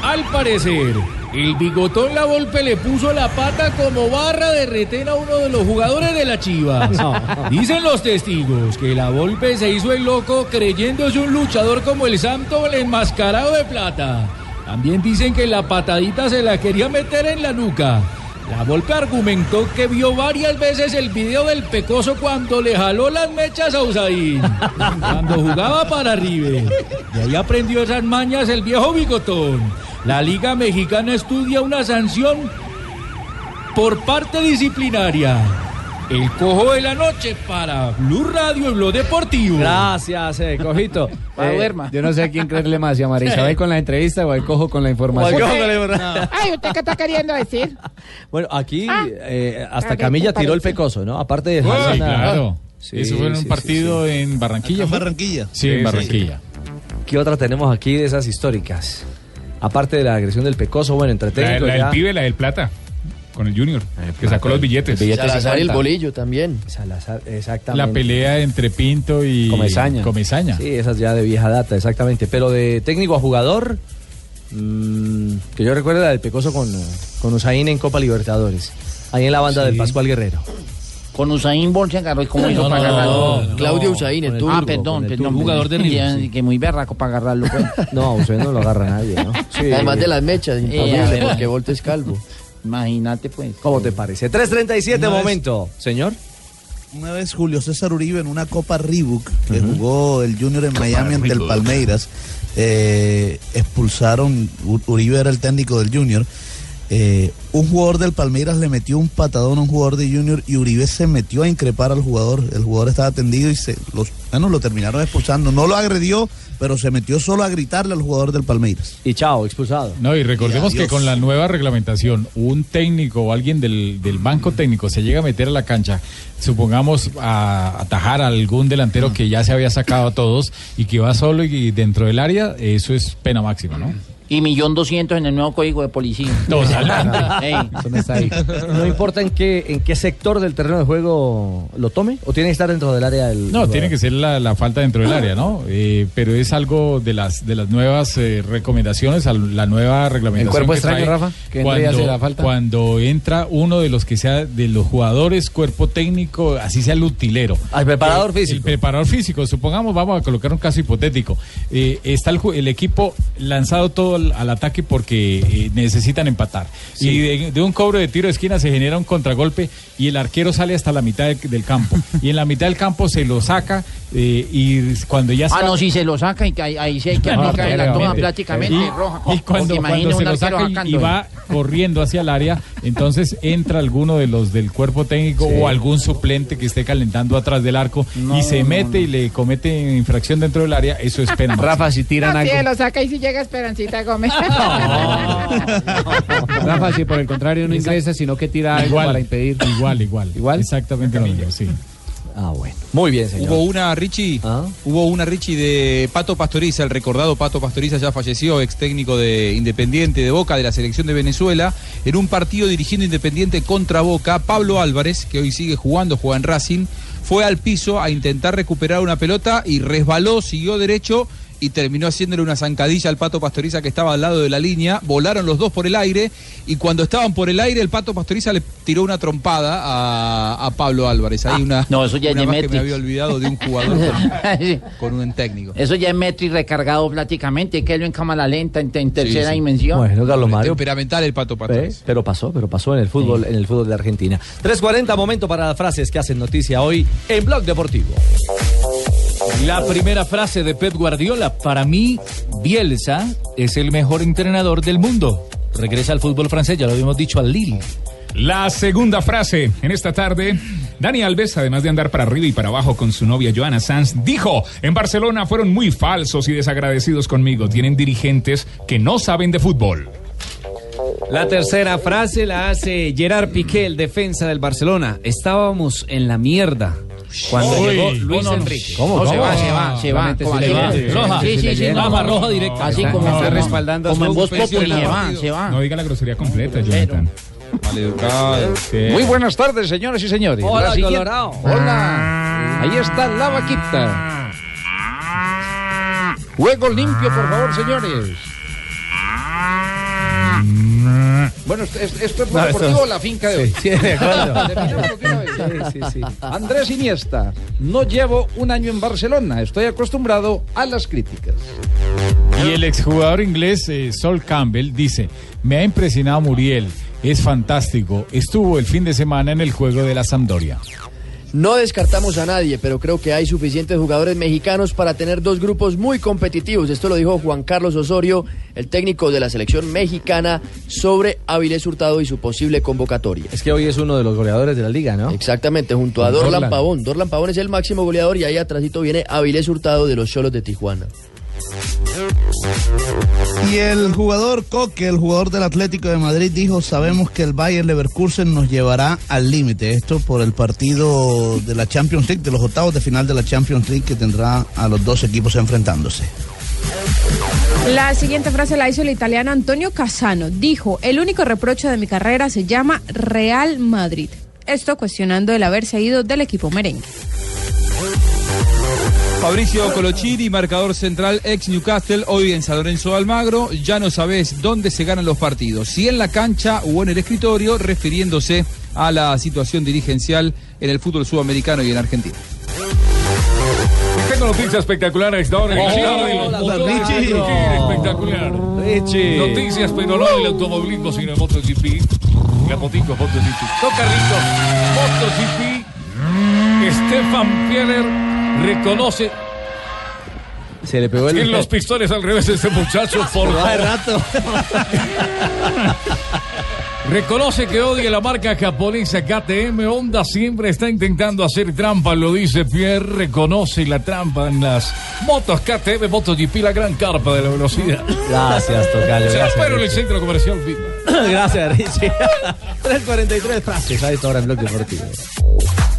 Speaker 22: Al parecer, el bigotón La Volpe le puso la pata como barra de retén a uno de los jugadores de la Chivas.
Speaker 3: No.
Speaker 22: Dicen los testigos que La Volpe se hizo el loco creyéndose un luchador como el Santo el enmascarado de plata. También dicen que la patadita se la quería meter en la nuca. La Volpe argumentó que vio varias veces el video del pecoso cuando le jaló las mechas a Usain. Cuando jugaba para River. Y ahí aprendió esas mañas el viejo bigotón. La Liga Mexicana estudia una sanción por parte disciplinaria. El cojo de la noche para Blue Radio y Blue Deportivo.
Speaker 3: Gracias, eh, cojito.
Speaker 15: Eh, yo no sé a quién creerle más, si a María Isabel con la entrevista o al cojo con la información.
Speaker 3: cojo con la información.
Speaker 20: Ay, ¿usted qué está queriendo decir?
Speaker 3: Bueno, aquí eh, hasta
Speaker 20: a ver,
Speaker 3: Camilla
Speaker 20: ¿qué
Speaker 3: tiró el pecoso, ¿no? Aparte de...
Speaker 17: Ah,
Speaker 3: jalar
Speaker 17: sí,
Speaker 3: a-
Speaker 17: claro.
Speaker 3: Sí,
Speaker 17: Eso fue en un
Speaker 3: sí,
Speaker 17: partido en Barranquilla. ¿fue?
Speaker 5: Barranquilla.
Speaker 17: Sí, en Barranquilla.
Speaker 3: ¿Qué otra tenemos aquí de esas históricas? Aparte de la agresión del pecoso, bueno, entre
Speaker 7: La,
Speaker 3: técnicos
Speaker 7: la
Speaker 3: ya-
Speaker 7: del pibe, la del plata, con el Junior, que sacó los billetes.
Speaker 3: El billete
Speaker 18: Salazar y el
Speaker 3: 60.
Speaker 18: bolillo también.
Speaker 3: Salazar,
Speaker 17: La
Speaker 3: exactamente.
Speaker 17: pelea entre Pinto y
Speaker 3: Comesaña.
Speaker 17: Comesaña.
Speaker 3: Sí, esas ya de vieja data, exactamente. Pero de técnico a jugador, mm, que yo recuerdo la del Pecoso con, eh, con Usain en Copa Libertadores. Ahí en la banda del Pascual Guerrero.
Speaker 19: Con Usain Bolt se agarró y cómo hizo para agarrarlo.
Speaker 3: Claudio Usain, el
Speaker 19: Ah,
Speaker 3: turco,
Speaker 19: perdón,
Speaker 3: con el
Speaker 19: perdón.
Speaker 3: turco. Jugador de River,
Speaker 19: Ya,
Speaker 3: sí.
Speaker 19: Que muy berraco para agarrarlo. pues.
Speaker 3: No, a Usain no lo agarra nadie, ¿no?
Speaker 19: Además de
Speaker 18: las mechas,
Speaker 3: imposible, porque
Speaker 19: Bolt es calvo. Imagínate, pues.
Speaker 3: ¿Cómo te parece? 337,
Speaker 5: Una vez-
Speaker 3: momento. Señor.
Speaker 5: Una vez Julio César Uribe en una Copa Reebok que jugó el Junior en Miami ante el
Speaker 33: Reebok.
Speaker 5: Palmeiras, eh, expulsaron, U- Uribe era el técnico del Junior, eh, un jugador del Palmeiras le metió un patadón a un jugador de Junior y Uribe se metió a increpar al jugador, el jugador estaba atendido y se los, bueno, lo terminaron expulsando, no lo agredió, pero se metió solo a gritarle al jugador del Palmeiras.
Speaker 3: Y chao, expulsado.
Speaker 17: No, y recordemos
Speaker 5: Y
Speaker 17: que
Speaker 5: adiós.
Speaker 17: con la nueva reglamentación, un técnico o alguien del, del banco técnico se llega a meter a la cancha, supongamos a atajar a algún delantero que ya se había sacado a todos y que va solo y dentro del área, eso es pena máxima, ¿no?
Speaker 19: Y millón doscientos en el nuevo código de policía.
Speaker 17: Totalmente.
Speaker 19: Ey.
Speaker 3: No importa en qué, en qué sector del terreno de juego lo tome, o tiene que estar dentro del área del.
Speaker 17: No, tiene que ser la, la falta dentro del área, ¿no? Eh, pero es algo de las de las nuevas eh, recomendaciones, al- la nueva reglamentación.
Speaker 15: cuerpo
Speaker 17: que
Speaker 15: extraño,
Speaker 17: trae
Speaker 15: Rafa, que entra y
Speaker 17: cuando,
Speaker 15: hace la falta.
Speaker 17: cuando entra uno de los que sea de los jugadores, cuerpo técnico, así sea el utilero.
Speaker 3: Al preparador
Speaker 17: Eh,
Speaker 3: físico.
Speaker 17: El preparador físico, supongamos, vamos a colocar un caso hipotético. Eh, está el, ju- el equipo lanzado todo al, al ataque porque eh, necesitan empatar. Y de, de un cobro de tiro de esquina se genera un contragolpe y el arquero sale hasta la mitad del, del campo. y en la mitad del campo se lo saca eh, y cuando ya
Speaker 19: Ah,
Speaker 17: está-
Speaker 19: no, si se lo saca y que ahí, ahí sí hay que
Speaker 17: No,
Speaker 19: aplicar la
Speaker 17: prácticamente.
Speaker 19: toma prácticamente
Speaker 17: Y-
Speaker 19: roja.
Speaker 17: Y
Speaker 19: Porque
Speaker 17: cuando, cuando
Speaker 19: imagina
Speaker 17: se
Speaker 19: un
Speaker 17: lo
Speaker 19: arquero
Speaker 17: saca y- y,
Speaker 19: sacando,
Speaker 17: va corriendo hacia el área, entonces entra alguno de los del cuerpo técnico o algún suplente que esté calentando atrás del arco y se mete y le comete infracción dentro del área, eso
Speaker 3: Pues
Speaker 17: es pena. Rafa,
Speaker 15: si tiran
Speaker 20: Así lo saca y si llega Esperancita Gómez.
Speaker 15: Rafa, si por el contrario no ingresa, sino que tira algo
Speaker 17: Igual.
Speaker 15: para impedir.
Speaker 17: Igual, igual.
Speaker 15: Igual.
Speaker 17: Exactamente lo mismo, sí.
Speaker 3: Ah, bueno. Muy bien, señor. Ah.
Speaker 24: Hubo una, Richie, hubo una, Richie, de Pato Pastoriza, el recordado Pato Pastoriza ya falleció, ex técnico de Independiente de Boca, de la selección de Venezuela, en un partido dirigiendo Independiente contra Boca, Pablo Álvarez, que hoy sigue jugando, juega en Racing, fue al piso a intentar recuperar una pelota y resbaló, siguió derecho y terminó haciéndole una zancadilla al Pato Pastoriza que estaba al lado de la línea. Volaron los dos por el aire y cuando estaban por el aire el Pato Pastoriza le tiró una trompada a, a Pablo Álvarez.
Speaker 3: Ah,
Speaker 24: Hay una,
Speaker 19: no, eso ya es
Speaker 24: una
Speaker 19: de
Speaker 24: más que me
Speaker 19: Matrix.
Speaker 24: había olvidado de un jugador
Speaker 19: Sí.
Speaker 24: con, con un técnico.
Speaker 19: Eso ya es metro y recargado prácticamente, que lo en cámara lenta, en, en tercera
Speaker 24: sí.
Speaker 19: dimensión.
Speaker 3: Bueno, Carlos Mario.
Speaker 24: Temperamental el Pato
Speaker 3: Eh,
Speaker 24: Pastoriza.
Speaker 3: Pero pasó, pero pasó en el fútbol, en el fútbol de Argentina. 3.40, momento para las frases que hacen noticia hoy en Blog Deportivo.
Speaker 22: La primera frase de Pep Guardiola, para mí, Bielsa es el mejor entrenador del mundo. Regresa al fútbol francés, ya lo habíamos dicho al Lille.
Speaker 7: La segunda frase en esta tarde. Dani Alves, además de andar para arriba y para abajo con su novia Joana Sanz, dijo, en Barcelona fueron muy falsos y desagradecidos conmigo. Tienen dirigentes que no saben de fútbol.
Speaker 14: La tercera frase la hace Gerard Piqué, el defensa del Barcelona. Estábamos en la mierda. Cuando
Speaker 19: Uy,
Speaker 14: llegó Luis
Speaker 19: no, no, no.
Speaker 14: Enrique.
Speaker 19: ¿Cómo,
Speaker 14: No, Se
Speaker 19: cómo?
Speaker 14: va, se va, se va.
Speaker 19: Solamente
Speaker 14: como
Speaker 19: si
Speaker 14: se
Speaker 19: le
Speaker 14: va.
Speaker 19: dieron.
Speaker 14: Roja.
Speaker 19: Sí, sí, sí,
Speaker 14: Roja,
Speaker 19: no.
Speaker 14: roja directa.
Speaker 19: Así
Speaker 14: Está-
Speaker 19: como-
Speaker 14: está
Speaker 19: no, no.
Speaker 14: respaldando
Speaker 19: Como
Speaker 14: su
Speaker 19: en Voz
Speaker 14: suspensión
Speaker 19: Populi,
Speaker 14: del
Speaker 19: se
Speaker 14: partido.
Speaker 19: van, se van.
Speaker 7: No diga la grosería completa, Jonathan.
Speaker 10: Muy buenas tardes, señoras y señores.
Speaker 7: Hola,
Speaker 10: siguiente-
Speaker 7: Colorado.
Speaker 10: Ah, Hola. Ahí está la vaquita. Juego limpio, por favor, señores. Bueno, esto, es- esto es No, lo eso- deportivo o la finca de hoy. Sí, sí, de acuerdo. Definámoslo de una vez. Andrés Iniesta, no llevo un año en Barcelona, estoy acostumbrado a las críticas.
Speaker 17: Y el exjugador inglés eh, Sol Campbell dice, me ha impresionado Muriel, es fantástico, estuvo el fin de semana en el juego de la Sampdoria.
Speaker 18: No descartamos a nadie, pero creo que hay suficientes jugadores mexicanos para tener dos grupos muy competitivos. Esto lo dijo Juan Carlos Osorio, el técnico de la selección mexicana, sobre Avilés Hurtado y su posible convocatoria.
Speaker 3: Es que hoy es uno de los goleadores de la liga, ¿no?
Speaker 18: Exactamente, junto a Dorlan, Pavón. Dorlan Pavón es el máximo goleador y ahí atrásito viene Avilés Hurtado de los Cholos de Tijuana.
Speaker 5: Y el jugador Coque, el jugador del Atlético de Madrid, dijo, sabemos que el Bayern Leverkusen nos llevará al límite. Esto por el partido de la Champions League, de los octavos de final de la Champions League que tendrá a los dos equipos enfrentándose.
Speaker 28: La siguiente frase la hizo el italiano Antonio Casano. Dijo, el único reproche de mi carrera se llama Real Madrid. Esto cuestionando el haberse ido del equipo merengue.
Speaker 24: Fabricio Colocini, marcador central ex Newcastle, hoy en San Lorenzo de Almagro. Ya no sabes dónde se ganan los partidos, si en la cancha o en el escritorio, refiriéndose a la situación dirigencial en el fútbol sudamericano y en Argentina.
Speaker 7: Tengo noticia espectacular a esta hora.
Speaker 24: Hola,
Speaker 7: Claro,
Speaker 24: Oh, hola,
Speaker 7: el
Speaker 24: Richie.
Speaker 7: motor Espectacular. Noticias, pero no del automovilismo, sino de MotoGP. La motico, MotoGP. Toca listo. MotoGP. Stefan Pieler reconoce
Speaker 3: Se le pegó el.
Speaker 7: en los pistones al revés este muchacho por
Speaker 3: Se va de
Speaker 7: favor.
Speaker 3: rato.
Speaker 7: Reconoce que odia la marca japonesa KTM. Honda siempre está intentando hacer trampa, lo dice Pierre. Reconoce la trampa en las motos KTM, MotoGP, la gran carpa de la velocidad.
Speaker 3: Gracias, Tocayo,
Speaker 7: Se lo
Speaker 3: gracias,
Speaker 7: espero en el
Speaker 3: Richie.
Speaker 7: centro comercial. Pima.
Speaker 3: Gracias, Richie. 3.43 frases a esta hora en Blog Deportivo.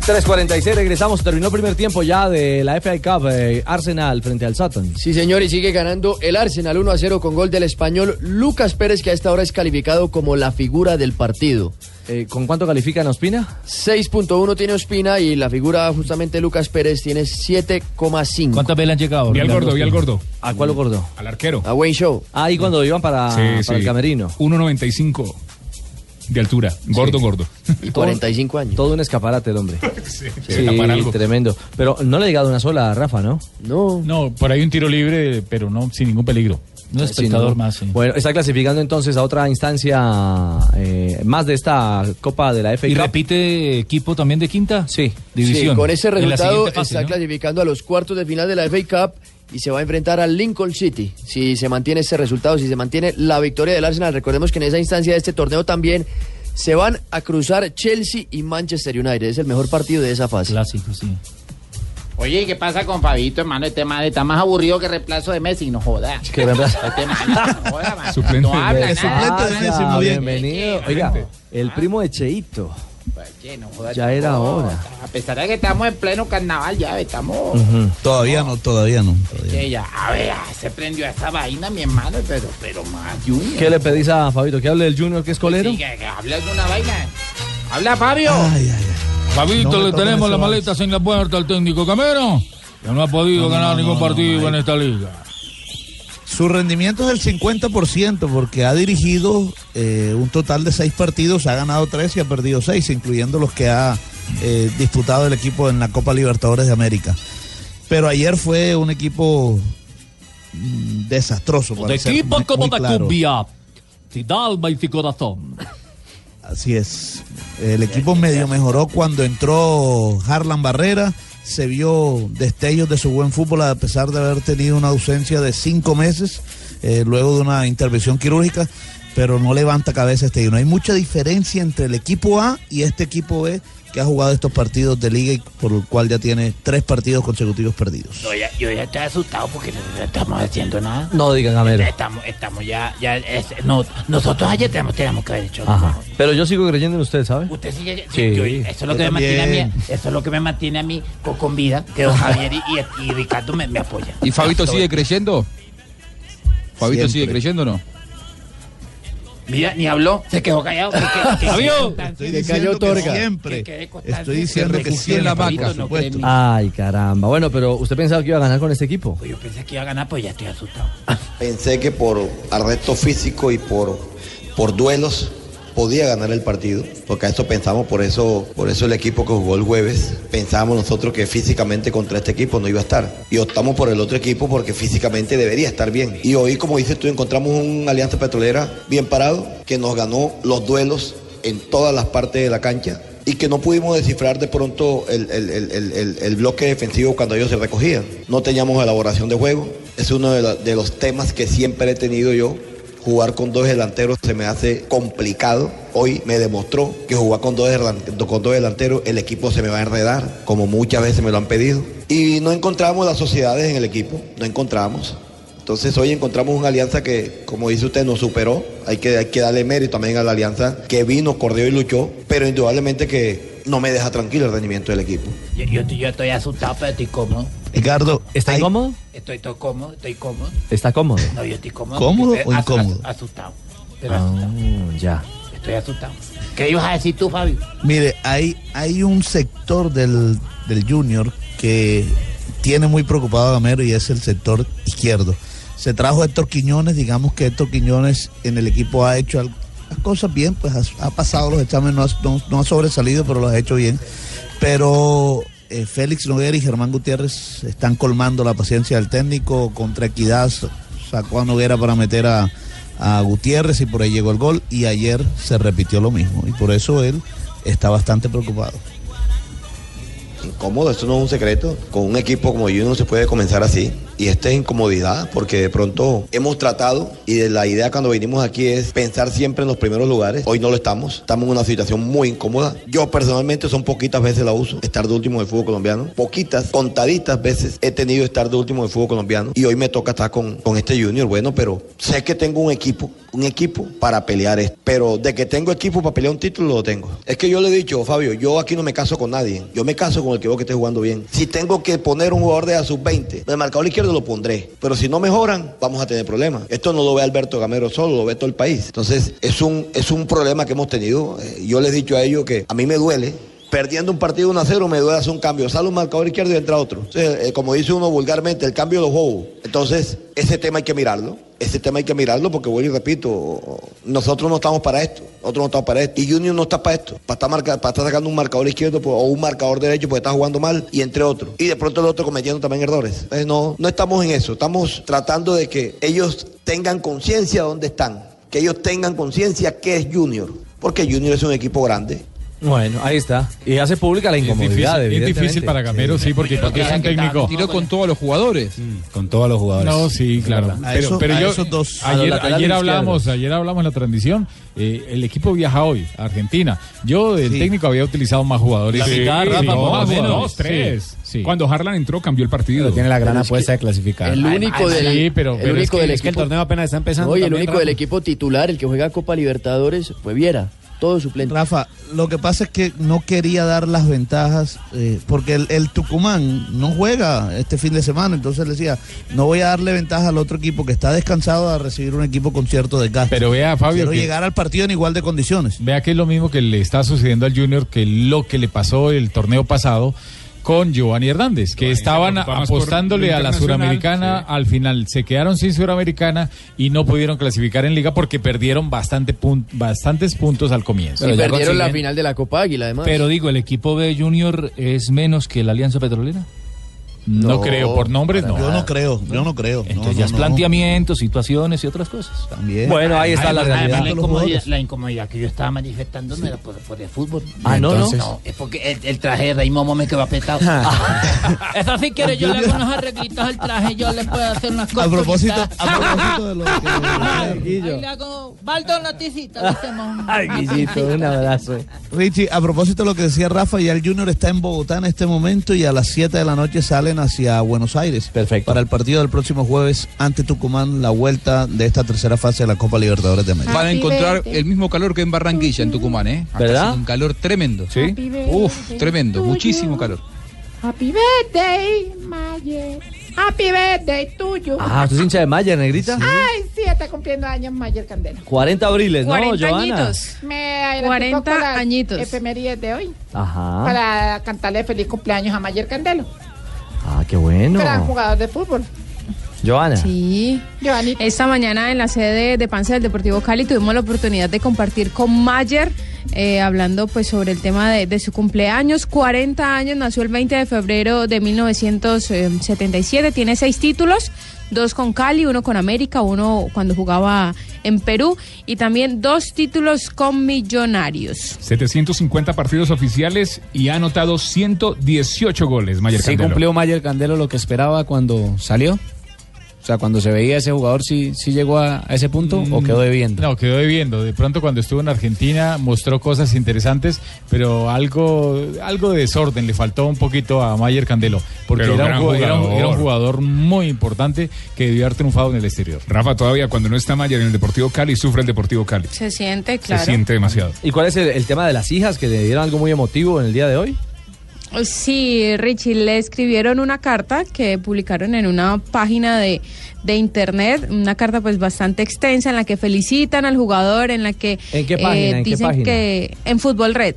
Speaker 3: 3.46, regresamos. Terminó el primer tiempo ya de la FA Cup. eh, Arsenal frente al Sutton.
Speaker 18: Sí, señor, y sigue ganando el Arsenal 1 a 0 con gol del español Lucas Pérez, que a esta hora es calificado como la figura del partido.
Speaker 3: Eh, ¿Con cuánto califican a Ospina?
Speaker 18: 6.1 tiene Ospina y la figura justamente Lucas Pérez tiene 7,5. ¿Cuántas
Speaker 3: veces han llegado?
Speaker 18: Vi al gordo, vi
Speaker 3: y
Speaker 18: al gordo.
Speaker 3: ¿A cuál gordo?
Speaker 7: Al arquero.
Speaker 18: A Wayne Show.
Speaker 3: Ah, y cuando iban para, para el camerino.
Speaker 7: 1.95 de altura. Gordo, gordo.
Speaker 18: Y 45 años.
Speaker 3: Todo un escaparate el hombre.
Speaker 17: se escapar algo.
Speaker 3: tremendo. Pero no le ha llegado una sola a Rafa, ¿no?
Speaker 18: No.
Speaker 17: No, por ahí un tiro libre, pero no sin ningún peligro. Un
Speaker 3: Eh, Sí,
Speaker 17: espectador
Speaker 3: ¿no?
Speaker 17: más. sí.
Speaker 3: Bueno, está clasificando entonces a otra instancia eh, más de esta Copa de la FA
Speaker 17: ¿Y
Speaker 3: Cup.
Speaker 17: repite equipo también de quinta?
Speaker 3: Sí.
Speaker 17: División.
Speaker 18: Sí, con ese
Speaker 17: En la
Speaker 18: resultado
Speaker 17: siguiente fase,
Speaker 18: está
Speaker 17: ¿no?
Speaker 18: clasificando a los cuartos de final de la FA Cup y se va a enfrentar al Lincoln City. Si se mantiene ese resultado, si se mantiene la victoria del Arsenal, recordemos que en esa instancia de este torneo también se van a cruzar Chelsea y Manchester United. Es el mejor partido de esa fase.
Speaker 17: Clásico, sí.
Speaker 19: Oye, ¿y qué pasa con Fabito, hermano? Este madre está más aburrido que reemplazo de Messi, no joda.
Speaker 3: Que reemplazo-
Speaker 19: Este man, no joda, man. No habla
Speaker 3: de-
Speaker 19: nada.
Speaker 3: Habla, Ah, Bienvenido. Oiga, el primo de Cheito.
Speaker 19: Oye, no joda,
Speaker 3: Ya era
Speaker 19: tampoco.
Speaker 3: hora. Mm.
Speaker 19: A pesar de que estamos en pleno carnaval, ya estamos.
Speaker 5: Todavía no, todavía no.
Speaker 19: Oye, ya, a ver, se prendió esa vaina, mi hermano, pero, pero más Junior.
Speaker 3: ¿Qué le pedís a Fabito? ¿Que hable del Junior que es colero?
Speaker 19: Sí, que, que hable alguna vaina. Habla, Fabio.
Speaker 16: Fabito,
Speaker 19: No me
Speaker 16: le
Speaker 19: toquen
Speaker 16: tenemos
Speaker 19: ese
Speaker 16: las
Speaker 19: vals.
Speaker 16: maletas en la puerta al técnico Camero, que no ha podido ganar ningún partido en esta liga.
Speaker 5: Su rendimiento es del 50% porque ha dirigido eh, un total de seis partidos, ha ganado tres y ha perdido seis, incluyendo los que ha eh, disputado el equipo en la Copa Libertadores de América. Pero ayer fue un equipo mm, desastroso.
Speaker 16: De
Speaker 5: para ser
Speaker 16: equipo
Speaker 5: muy-
Speaker 16: como
Speaker 5: muy claro.
Speaker 16: Tacumbia, te da alma y tu corazón.
Speaker 5: Así es. El equipo medio mejoró cuando entró Harlan Barrera. Se vio destellos de su buen fútbol a pesar de haber tenido una ausencia de cinco meses eh, luego de una intervención quirúrgica. pero no levanta cabeza este no Hay mucha diferencia entre el equipo A y este equipo B que ha jugado estos partidos de liga y por el cual ya tiene tres partidos consecutivos perdidos.
Speaker 30: Yo ya, yo ya estoy asustado porque no, no estamos haciendo nada.
Speaker 3: No digan, a ver.
Speaker 30: Estamos, estamos ya, ya es- no, nosotros ayer tenemos, tenemos que haber hecho. algo.
Speaker 3: Ajá. Pero yo sigo creyendo en usted, ¿sabe?
Speaker 30: Usted sigue- sí,
Speaker 3: Sí,
Speaker 30: yo- eso es lo
Speaker 3: yo
Speaker 30: que me mantiene a mí,
Speaker 3: también.
Speaker 30: eso es lo que me mantiene a mí con, con vida, que don Javier y, y- y Ricardo me, me apoyan.
Speaker 24: ¿Y Fabito sigue creyendo? ¿Fabito
Speaker 30: Siempre.
Speaker 24: sigue creyendo o no?
Speaker 30: Mira, ni habló, se quedó callado. que- que- que-
Speaker 24: Fabio,
Speaker 30: que-
Speaker 24: estoy
Speaker 30: que-
Speaker 24: diciendo
Speaker 30: que-
Speaker 24: que
Speaker 30: que-
Speaker 5: siempre.
Speaker 30: que- que- que-
Speaker 5: Estoy diciendo que sí en la vaca, supuesto.
Speaker 3: Ay, caramba. Bueno, pero usted pensaba que iba a ganar con este equipo.
Speaker 30: Yo pensé que iba a ganar, pues ya estoy asustado.
Speaker 4: Pensé que por arresto físico y por, por duelos podía ganar el partido, porque a eso pensamos, por eso, por eso el equipo que jugó el jueves, pensábamos nosotros que físicamente contra este equipo no iba a estar. Y optamos por el otro equipo porque físicamente debería estar bien. Y hoy, como dices tú, encontramos un Alianza Petrolera bien parado, que nos ganó los duelos en todas las partes de la cancha y que no pudimos descifrar de pronto el, el- el- el- el- el bloque defensivo cuando ellos se recogían. No teníamos elaboración de juego. Es uno de, la- de los temas que siempre he tenido yo. Jugar con dos delanteros se me hace complicado. Hoy me demostró que jugar con dos, delan- con dos delanteros el equipo se me va a enredar, como muchas veces me lo han pedido. Y no encontramos las sociedades en el equipo, no encontramos. Entonces hoy encontramos una alianza que, como dice usted, nos superó. Hay que, hay que darle mérito también a la alianza que vino, corrió y luchó, pero indudablemente que no me deja tranquilo el rendimiento del equipo.
Speaker 30: Yo, yo, yo estoy asustado, pero estoy cómodo.
Speaker 5: Ricardo,
Speaker 3: ¿está incómodo?
Speaker 30: Estoy, estoy cómodo, estoy cómodo.
Speaker 3: ¿Está cómodo?
Speaker 30: No, yo estoy cómodo.
Speaker 3: ¿Cómodo
Speaker 30: Estoy
Speaker 3: o
Speaker 30: asu-
Speaker 3: incómodo?
Speaker 30: asu- asustado. Pero
Speaker 3: Ah,
Speaker 30: asustado.
Speaker 3: ya.
Speaker 30: Estoy asustado. ¿Qué ibas a decir tú, Fabio?
Speaker 5: Mire, hay, hay un sector del, del Junior que tiene muy preocupado a Gamero y es el sector izquierdo. Se trajo a Héctor Quiñones, digamos que Héctor Quiñones en el equipo ha hecho al- las cosas bien, pues ha, ha pasado los exámenes, no ha, no- no ha sobresalido, pero los ha hecho bien. Pero eh, Félix Noguera y Germán Gutiérrez están colmando la paciencia del técnico. Contra Equidad sacó a Noguera para meter a, a Gutiérrez y por ahí llegó el gol. Y ayer se repitió lo mismo. Y por eso él está bastante preocupado.
Speaker 4: Incómodo, esto no es un secreto. Con un equipo como yo no se puede comenzar así. Y esta es incomodidad, porque de pronto hemos tratado, y de la idea cuando vinimos aquí es pensar siempre en los primeros lugares. Hoy no lo estamos. Estamos en una situación muy incómoda. Yo personalmente son poquitas veces la uso, estar de último del fútbol colombiano. Poquitas, contaditas veces he tenido estar de último del fútbol colombiano. Y hoy me toca estar con, con este junior. Bueno, pero sé que tengo un equipo, un equipo para pelear esto. Pero de que tengo equipo para pelear un título, lo tengo. Es que yo le he dicho, Fabio, yo aquí no me caso con nadie. Yo me caso con el que veo que esté jugando bien. Si tengo que poner un jugador de a sub-20, del marcador izquierdo lo pondré. Pero si no mejoran, vamos a tener problemas. Esto no lo ve Alberto Gamero solo, lo ve todo el país. Entonces, es un, es un problema que hemos tenido. Eh, Yo les he dicho a ellos que a mí me duele. Perdiendo un partido 1 a 0 me duele hacer un cambio. Sale un marcador izquierdo y entra otro. Entonces, eh, como dice uno vulgarmente, el cambio de los juegos. Entonces, ese tema hay que mirarlo. Ese tema hay que mirarlo porque vuelvo y repito, nosotros no estamos para esto. Nosotros no estamos para esto. Y Junior no está para esto. Para estar, marca- para estar sacando un marcador izquierdo pues, o un marcador derecho porque está jugando mal y entre otros. Y de pronto el otro cometiendo también errores. Entonces, no, no estamos en eso. Estamos tratando de que ellos tengan conciencia de dónde están. Que ellos tengan conciencia que es Junior. Porque Junior es un equipo grande.
Speaker 3: Bueno, ahí está. Y hace pública la incomodidad.
Speaker 17: difícil, es difícil
Speaker 3: evidentemente.
Speaker 17: para Gamero, sí, porque, porque es un técnico.
Speaker 24: Tiró con todos los jugadores.
Speaker 17: Con todos los jugadores. No, sí, claro.
Speaker 24: A
Speaker 17: Pero,
Speaker 24: esos-
Speaker 17: pero
Speaker 24: a
Speaker 17: yo,
Speaker 24: esos dos. A los
Speaker 17: ayer,
Speaker 24: laterales
Speaker 17: ayer hablamos,
Speaker 24: izquierdos.
Speaker 17: ayer hablamos en la transmisión, eh, el equipo viaja hoy a Argentina. Yo, el técnico, había utilizado más jugadores.
Speaker 7: Sí,
Speaker 17: Sí,
Speaker 7: Rafa,
Speaker 17: no,
Speaker 7: más
Speaker 17: jugadores,
Speaker 7: dos, tres. Cuando Harlan entró, cambió el partido.
Speaker 22: tiene la gran Pero es apuesta que de clasificar.
Speaker 18: El único del,
Speaker 22: Sí, pero-
Speaker 18: el
Speaker 22: pero es
Speaker 18: único
Speaker 22: que-
Speaker 18: del
Speaker 22: es que el
Speaker 18: equipo-
Speaker 22: torneo apenas está empezando
Speaker 18: No, y el
Speaker 22: también,
Speaker 18: único del
Speaker 22: Rafa.
Speaker 18: equipo titular, el que juega Copa Libertadores, fue Viera. Todo suplente.
Speaker 5: Rafa, lo que pasa es que no quería dar las ventajas eh, porque el, el Tucumán no juega este fin de semana, entonces le decía, no voy a darle ventaja al otro equipo que está descansado a recibir un equipo con cierto desgaste.
Speaker 17: Pero vea, Fabio,
Speaker 5: Quiero
Speaker 17: que-
Speaker 5: llegar al partido en igual de condiciones.
Speaker 17: Vea que es lo mismo que le está sucediendo al Junior que lo que le pasó el torneo pasado con Giovanni Hernández, que estaban
Speaker 7: preocupa más por
Speaker 17: apostándole
Speaker 7: lo
Speaker 17: a la
Speaker 7: internacional,
Speaker 17: Suramericana, al final se quedaron sin Suramericana y no pudieron clasificar en liga porque perdieron bastante pun- bastantes puntos al comienzo.
Speaker 18: Y perdieron la final de la Copa Águila, además.
Speaker 22: Pero digo, el equipo B Junior es menos que la Alianza Petrolera.
Speaker 17: No, creo, por nombres no.
Speaker 5: Yo no creo, yo no creo.
Speaker 16: Este,
Speaker 17: Entonces ya es planteamientos, situaciones y otras cosas.
Speaker 5: También.
Speaker 19: Además, además, ¿Eh? la, incomodidad, la incomodidad que yo estaba manifestando no era por, por el fútbol.
Speaker 34: Ah, no, no.
Speaker 19: es porque el, el traje de Raymond Momo que va apretado. Ah. Eso si quiere, yo le hago unos arreglitos al traje, yo le puedo hacer unas cosas.
Speaker 5: A propósito, a propósito de lo
Speaker 19: Ahí
Speaker 5: que...
Speaker 19: le hago Baldo una tisita, le hacemos un-
Speaker 5: un
Speaker 3: abrazo.
Speaker 5: Richie, a propósito de lo que decía Rafa, ya el Junior está en Bogotá en este momento y a las 7 de la noche salen hacia Buenos Aires.
Speaker 3: Perfecto.
Speaker 5: Para el partido del próximo jueves ante Tucumán, la vuelta de esta tercera fase de la Copa Libertadores de América.
Speaker 24: Van a encontrar el mismo calor que en Barranquilla, en Tucumán, ¿eh? Acá
Speaker 5: ¿Verdad?
Speaker 24: hace Un calor tremendo.
Speaker 5: Sí.
Speaker 24: Uf, tremendo, muchísimo calor.
Speaker 20: Happy birthday, Mayer. Happy birthday tuyo.
Speaker 3: Ah, ¿usted es hincha de Maya, negrita?
Speaker 20: Ay, sí, está cumpliendo años Mayer Candela.
Speaker 3: 40 abriles, ¿no, Joana?
Speaker 20: Me adelanté
Speaker 28: 40
Speaker 20: un poco las
Speaker 28: añitos.
Speaker 20: efemérides de hoy
Speaker 3: Ajá.
Speaker 20: para cantarle feliz cumpleaños a Mayer Candelo,
Speaker 3: Ah, qué bueno.
Speaker 20: gran jugador de fútbol.
Speaker 3: Joana.
Speaker 28: Sí. Esta mañana en la sede de Panza del Deportivo Cali tuvimos la oportunidad de compartir con Mayer, eh, hablando pues sobre el tema de, de su cumpleaños. 40 años, nació el 20 de febrero de 1977, tiene seis títulos. Dos con Cali, uno con América, uno cuando jugaba en Perú y también dos títulos con Millonarios.
Speaker 7: 750 partidos oficiales y ha anotado 118 goles. Mayer
Speaker 15: ¿Sí
Speaker 7: Candelo.
Speaker 15: cumplió Mayer Candelo lo que esperaba cuando salió? O sea, cuando se veía ese jugador, ¿sí, sí llegó a, a ese punto
Speaker 17: Mm.
Speaker 15: o quedó debiendo?
Speaker 17: No, quedó debiendo. De pronto cuando estuvo en Argentina mostró cosas interesantes, pero algo, algo de desorden le faltó un poquito a Mayer Candelo, porque
Speaker 7: Pero
Speaker 17: era un,
Speaker 7: gran
Speaker 17: ju- era un-
Speaker 7: jugador.
Speaker 17: era un jugador muy importante que debió haber triunfado en el exterior.
Speaker 7: Rafa, todavía cuando no está Mayer en el Deportivo Cali, sufre el Deportivo Cali.
Speaker 28: Se siente, claro.
Speaker 7: Se siente demasiado.
Speaker 3: ¿Y cuál es el, el tema de las hijas que le dieron algo muy emotivo en el día de hoy?
Speaker 28: Sí, Richie, le escribieron una carta que publicaron en una página de, de internet, una carta pues bastante extensa en la que felicitan al jugador, en la que eh,
Speaker 3: ¿En qué página? ¿En qué
Speaker 28: dicen
Speaker 3: página?
Speaker 28: que en Fútbol Red.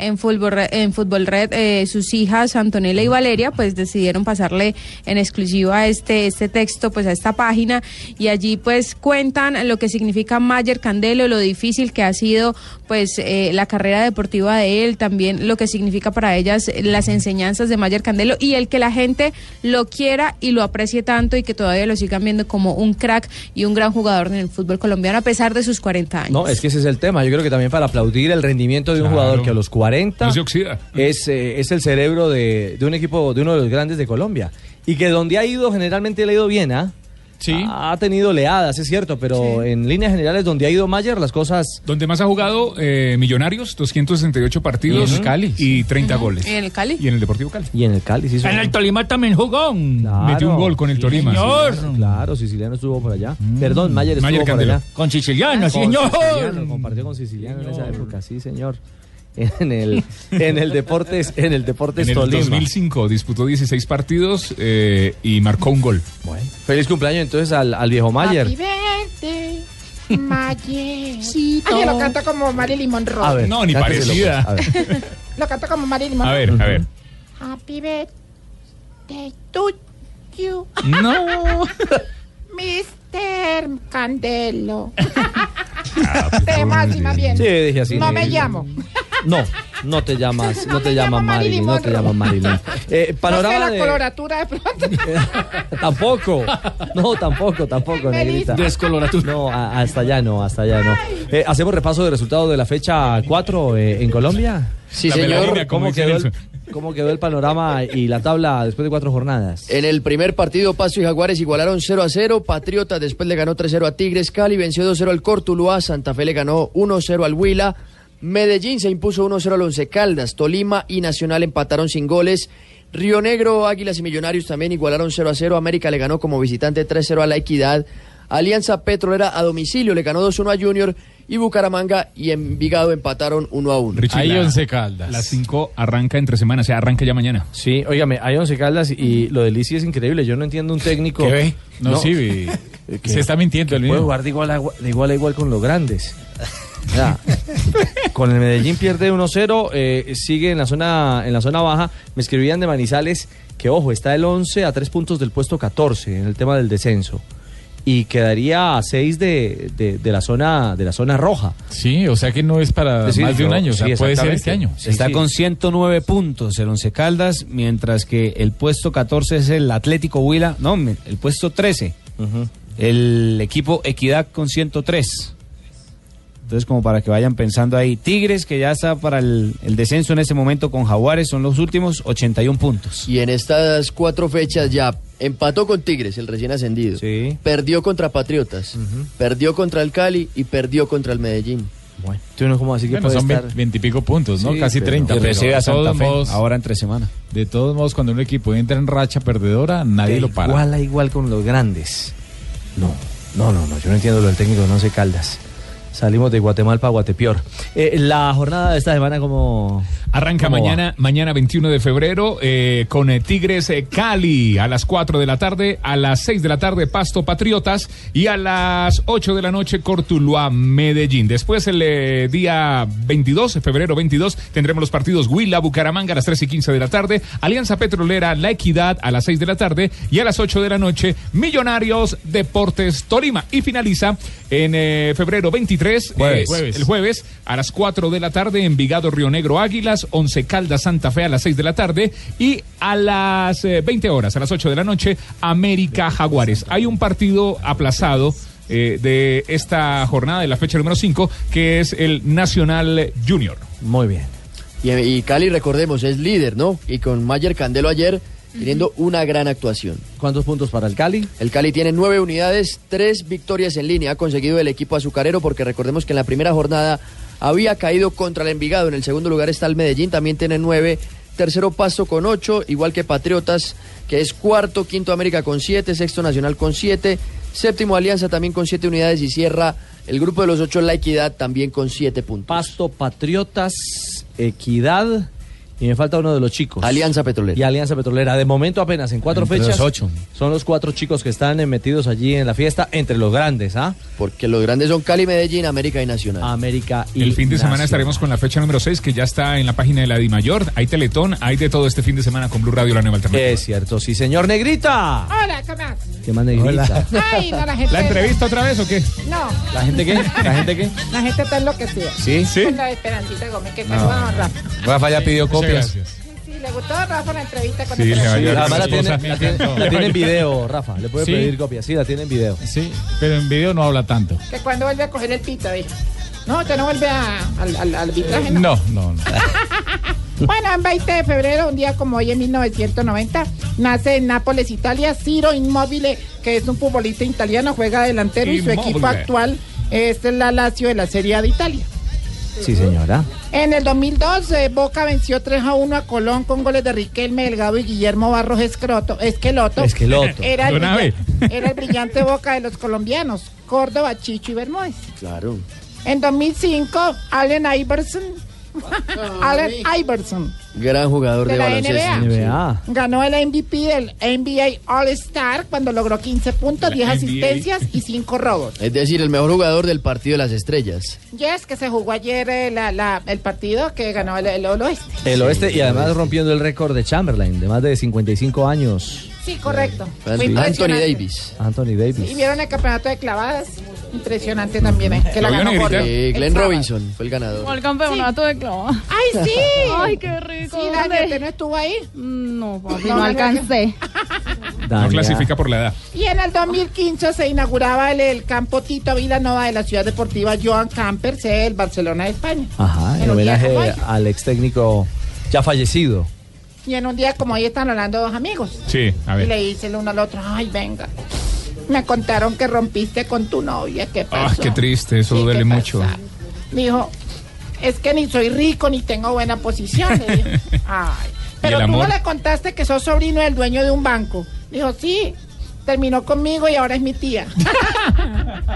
Speaker 28: En Fútbol Red, en Fútbol Red eh, sus hijas Antonella y Valeria pues decidieron pasarle en exclusiva este, este texto pues a esta página y allí pues cuentan lo que significa Mayer Candelo, lo difícil que ha sido pues eh, la carrera deportiva de él, también lo que significa para ellas las enseñanzas de Mayer Candelo y el que la gente lo quiera y lo aprecie tanto y que todavía lo sigan viendo como un crack y un gran jugador en el fútbol colombiano a pesar de sus 40 años.
Speaker 3: No, es que ese es el tema. Yo creo que también para aplaudir el rendimiento de un jugador que a los 40 Es, eh, es el cerebro de, de un equipo, de uno de los grandes de Colombia. Y que donde ha ido, generalmente le ha ido bien, ¿ah? Ha ha tenido leadas, es cierto, pero en líneas generales, donde ha ido Mayer, las cosas.
Speaker 7: Donde más ha jugado eh, Millonarios, 268 partidos
Speaker 3: Ujú.
Speaker 7: y 30 goles.
Speaker 28: ¿Y en el Cali?
Speaker 7: Y en el Deportivo Cali.
Speaker 3: Y en el Cali, sí.
Speaker 7: En
Speaker 3: señor.
Speaker 7: el
Speaker 22: Tolima también jugó.
Speaker 7: Metió un gol con el
Speaker 3: Sí,
Speaker 7: Tolima.
Speaker 3: señor. Claro, Siciliano estuvo por allá. Perdón, Mayer estuvo
Speaker 22: Mayer
Speaker 3: por
Speaker 22: Candelo.
Speaker 3: allá.
Speaker 22: Con Siciliano,
Speaker 3: Ah, Con
Speaker 22: señor.
Speaker 3: Siciliano, compartió con Siciliano en esa época, sí, señor. En el, en el Deportes, en el Deportes
Speaker 7: En el
Speaker 3: Tolima.
Speaker 7: 2005 disputó 16 partidos eh, y marcó un gol.
Speaker 3: Feliz cumpleaños entonces al, al viejo
Speaker 20: Happy
Speaker 3: Mayer.
Speaker 20: birthday, Mayer.
Speaker 28: Ah,
Speaker 20: Ay, yo lo canto como Marilyn Monroe.
Speaker 3: A ver,
Speaker 7: No, ni
Speaker 3: cánteselo,
Speaker 7: parecida.
Speaker 3: pues, a ver.
Speaker 20: Lo canto como Marilyn Monroe.
Speaker 7: A ver, a ver.
Speaker 20: Happy birthday to you.
Speaker 7: No.
Speaker 20: Mr. Candelo. Tema así más bien.
Speaker 3: Sí, dije así.
Speaker 20: No me llamo.
Speaker 3: No, no te llamas, no te llamas Marilyn, no te llamas Marilyn. Eh,
Speaker 20: no
Speaker 3: panorama
Speaker 20: sé la
Speaker 3: de...
Speaker 20: coloratura de pronto.
Speaker 3: Tampoco, no, tampoco, tampoco, negrita. Descoloratura. No, a- hasta allá no, hasta allá no. Eh, ¿Hacemos repaso de resultados de la fecha 4 eh, en Colombia?
Speaker 18: Sí, La señor. melanina, como
Speaker 3: ¿Cómo
Speaker 18: dice
Speaker 3: quedó, el,
Speaker 18: Nelson.
Speaker 3: cómo quedó el panorama y la tabla después de cuatro jornadas?
Speaker 18: En el primer partido, Pasto y Jaguares igualaron 0 a 0. Patriotas después le ganó 3 0 a Tigres. Cali venció 2 0 al Cortuluá. Santa Fe le ganó 1 0 al Huila. Medellín se impuso 1 0 al Once Caldas. Tolima y Nacional empataron sin goles. Río Negro, Águilas y Millonarios también igualaron 0 a 0. América le ganó como visitante 3 0 a la Equidad. Alianza Petrolera a domicilio le ganó 2 1 a Junior. Y Bucaramanga y Envigado empataron 1 a 1.
Speaker 7: Richie, la-
Speaker 17: Caldas.
Speaker 7: Las 5 arranca entre semanas, o sea, arranca ya mañana.
Speaker 3: Sí, óigame, hay once caldas y lo de Lisi es increíble. Yo no entiendo un técnico.
Speaker 17: ¿Qué ve? No, sí, ve. Se está mintiendo
Speaker 3: que
Speaker 17: el
Speaker 3: Puede
Speaker 17: mismo.
Speaker 3: jugar de igual, a, de igual a igual con los grandes. Ya. con el Medellín pierde 1-0, eh, sigue en la, zona, en la zona baja. Me escribían de Manizales que, ojo, está el 11 a 3 puntos del puesto 14 en el tema del descenso. y quedaría a 6 de, de- de la zona de la zona roja.
Speaker 17: Sí, o sea que no es para más de un año, o sea, puede ser este año.
Speaker 15: Está con 109 puntos el Once Caldas, mientras que el puesto 14 es el Atlético Huila. No, me- el puesto 13. El equipo Equidad con 103. Entonces, como para que vayan pensando ahí. Tigres, que ya está para el, el descenso en este momento con Jaguares, son los últimos 81 puntos.
Speaker 18: Y en estas cuatro fechas ya empató con Tigres, el recién ascendido. Perdió contra Patriotas, perdió contra el Cali y perdió contra el Medellín.
Speaker 3: Bueno, tú no como así
Speaker 17: Bueno, son ve- veintipico puntos, ¿no?
Speaker 18: Sí,
Speaker 17: Casi
Speaker 18: pero-
Speaker 17: treinta.
Speaker 18: Y recibe a Santa Fe
Speaker 15: ahora entre semana.
Speaker 17: De todos modos, cuando un equipo entra en racha perdedora, nadie
Speaker 3: De
Speaker 17: lo para.
Speaker 3: Igual a igual con los grandes. No, no, no, no. Yo no entiendo lo del técnico de Once Caldas. Salimos de Guatemala para Guatepeor. Eh, la jornada de esta semana como...
Speaker 7: Arranca
Speaker 3: ¿Cómo va?
Speaker 7: mañana, mañana 21 de febrero, eh, con eh, Tigres eh, Cali a las 4 de la tarde, a las 6 de la tarde Pasto Patriotas y a las 8 de la noche Cortuluá Medellín. Después el eh, día 22, febrero 22, tendremos los partidos Huila Bucaramanga a las 3 y 15 de la tarde, Alianza Petrolera La Equidad a las 6 de la tarde y a las 8 de la noche Millonarios Deportes Tolima. Y finaliza en eh, febrero 23, eh,
Speaker 17: Jueves.
Speaker 7: el jueves a las 4 de la tarde Envigado Río Negro Águilas, Once Caldas Santa Fe a las 6 de la tarde y a las eh, 20 horas, a las 8 de la noche, América Jaguares. Hay un partido aplazado. eh, de esta jornada de la fecha número 5, que es el Nacional Junior.
Speaker 3: Muy bien.
Speaker 18: Y, y Cali, recordemos, es líder, ¿no? Y con Mayer Candelo ayer teniendo una gran actuación.
Speaker 3: ¿Cuántos puntos para el Cali?
Speaker 18: El Cali tiene nueve unidades, tres victorias en línea. Ha conseguido el equipo azucarero porque recordemos que en la primera jornada había caído contra el Envigado. En el segundo lugar está el Medellín, también tiene nueve. Tercero Pasto con ocho, igual que Patriotas, que es cuarto. Quinto América con siete, sexto Nacional con siete. Séptimo Alianza también con siete unidades y cierra el grupo de los ocho La Equidad también con siete puntos.
Speaker 3: Pasto Patriotas, Equidad y me falta uno de los chicos.
Speaker 18: Alianza Petrolera.
Speaker 3: Y Alianza Petrolera. De momento apenas en cuatro
Speaker 18: Entre los
Speaker 3: fechas.
Speaker 18: ocho.
Speaker 3: Son los cuatro chicos que están eh, metidos allí en la fiesta entre los grandes, ¿ah?
Speaker 18: Porque los grandes son Cali, Medellín, América y Nacional.
Speaker 3: América y
Speaker 7: El fin de semana
Speaker 3: Nacional.
Speaker 7: estaremos con la fecha número 6, que ya está en la página de la Dimayor. Hay Teletón, hay de todo este fin de semana con Blue Radio, la nueva alternativa.
Speaker 3: Es cierto, sí, señor Negrita.
Speaker 20: Hola, ¿qué más?
Speaker 3: ¿Qué más negrita?
Speaker 20: Ay, no, la gente.
Speaker 7: ¿La entrevista otra vez o qué?
Speaker 20: No,
Speaker 3: ¿La gente qué? ¿La gente qué?
Speaker 20: la gente está enloquecida.
Speaker 15: ¿Sí? ¿Sí?
Speaker 20: Con la Esperancita Gómez, que
Speaker 15: No.
Speaker 20: cagó a Rafa.
Speaker 15: Rafa ya pidió
Speaker 7: Muchas
Speaker 15: copias.
Speaker 20: Sí, le gustó a Rafa la entrevista con
Speaker 15: Sí,
Speaker 20: Esperancita.
Speaker 15: le valió.
Speaker 3: Además la tiene,
Speaker 17: esposa.
Speaker 3: la tiene- la tiene en video, Rafa. Le puede
Speaker 17: Sí.
Speaker 3: pedir copia. Sí, la tiene en video.
Speaker 17: Sí, pero en video no habla tanto.
Speaker 20: Que cuando vuelve a coger el pito, dijo. No, ya no vuelve a- al, al- al arbitraje. ¿no?
Speaker 17: No, no, no.
Speaker 20: Bueno, en 20 de febrero, un día como hoy en 1990, nace en Nápoles, Italia, Ciro Immobile, que es un futbolista italiano, juega delantero y su
Speaker 3: Immobile.
Speaker 20: equipo actual es el Lazio de la Serie A de Italia.
Speaker 3: Sí, señora.
Speaker 20: En el 2002, eh, Boca venció 3 a 1 a Colón con goles de Riquelme Delgado y Guillermo Barros Escroto, Esqueloto.
Speaker 3: Esqueloto.
Speaker 20: Era el,
Speaker 3: Don Abe.
Speaker 20: brilla- era el brillante Boca de los colombianos, Córdoba, Chicho y Bermúdez.
Speaker 18: Claro.
Speaker 20: En 2005, Allen Iverson. Allen Iverson
Speaker 18: Gran jugador de,
Speaker 20: de la
Speaker 18: baloncesto.
Speaker 20: NBA. Ganó el MVP del NBA All-Star cuando logró 15 puntos,
Speaker 18: La
Speaker 20: 10
Speaker 18: NBA.
Speaker 20: asistencias y 5 robos.
Speaker 18: Es decir, el mejor jugador del partido de las estrellas.
Speaker 20: Yes, que se jugó ayer eh, la- la- el partido que ganó el, el Oeste.
Speaker 3: El oeste y además rompiendo el récord de Chamberlain de más de 55 años.
Speaker 20: Sí, correcto. Fue
Speaker 3: Anthony
Speaker 20: impresionante.
Speaker 3: Davis. Anthony Davis.
Speaker 20: Y vieron el campeonato de clavadas. Impresionante también, eh, que la ganó Jordan.
Speaker 18: Eh,
Speaker 20: El
Speaker 18: Glenn
Speaker 20: sábado.
Speaker 18: Robinson fue el ganador.
Speaker 30: el campeonato de clavada.
Speaker 20: ¡Ay, sí!
Speaker 30: ¡Ay, qué rico!
Speaker 20: Sí,
Speaker 30: ¿Dónde?
Speaker 20: Daniel, ¿usted no estuvo ahí?
Speaker 31: Mm,
Speaker 30: No, papi,
Speaker 20: No,
Speaker 30: no,
Speaker 20: no,
Speaker 30: alcancé.
Speaker 7: No clasifica por la edad.
Speaker 20: Y en el 2015 se inauguraba el, el campo Tito Vilanova de la ciudad deportiva Joan Camper, sede del Barcelona de España.
Speaker 3: Ajá, en
Speaker 20: Pero ya
Speaker 3: homenaje
Speaker 20: se
Speaker 3: al ex técnico ya fallecido.
Speaker 20: Y en un día como hoy están hablando dos amigos.
Speaker 17: Sí, a
Speaker 20: Y le dice el uno al otro, ay, venga. Me contaron que rompiste con tu novia, ¿qué
Speaker 7: Ah,
Speaker 20: pasó?
Speaker 7: qué triste, eso duele mucho.
Speaker 20: Dijo, es que ni soy rico ni tengo buena posición. Le dijo, ay. Pero
Speaker 7: el
Speaker 20: tú no
Speaker 7: amor?
Speaker 20: le contaste que sos sobrino del dueño de un banco. Dijo, sí, terminó conmigo y ahora es mi tía.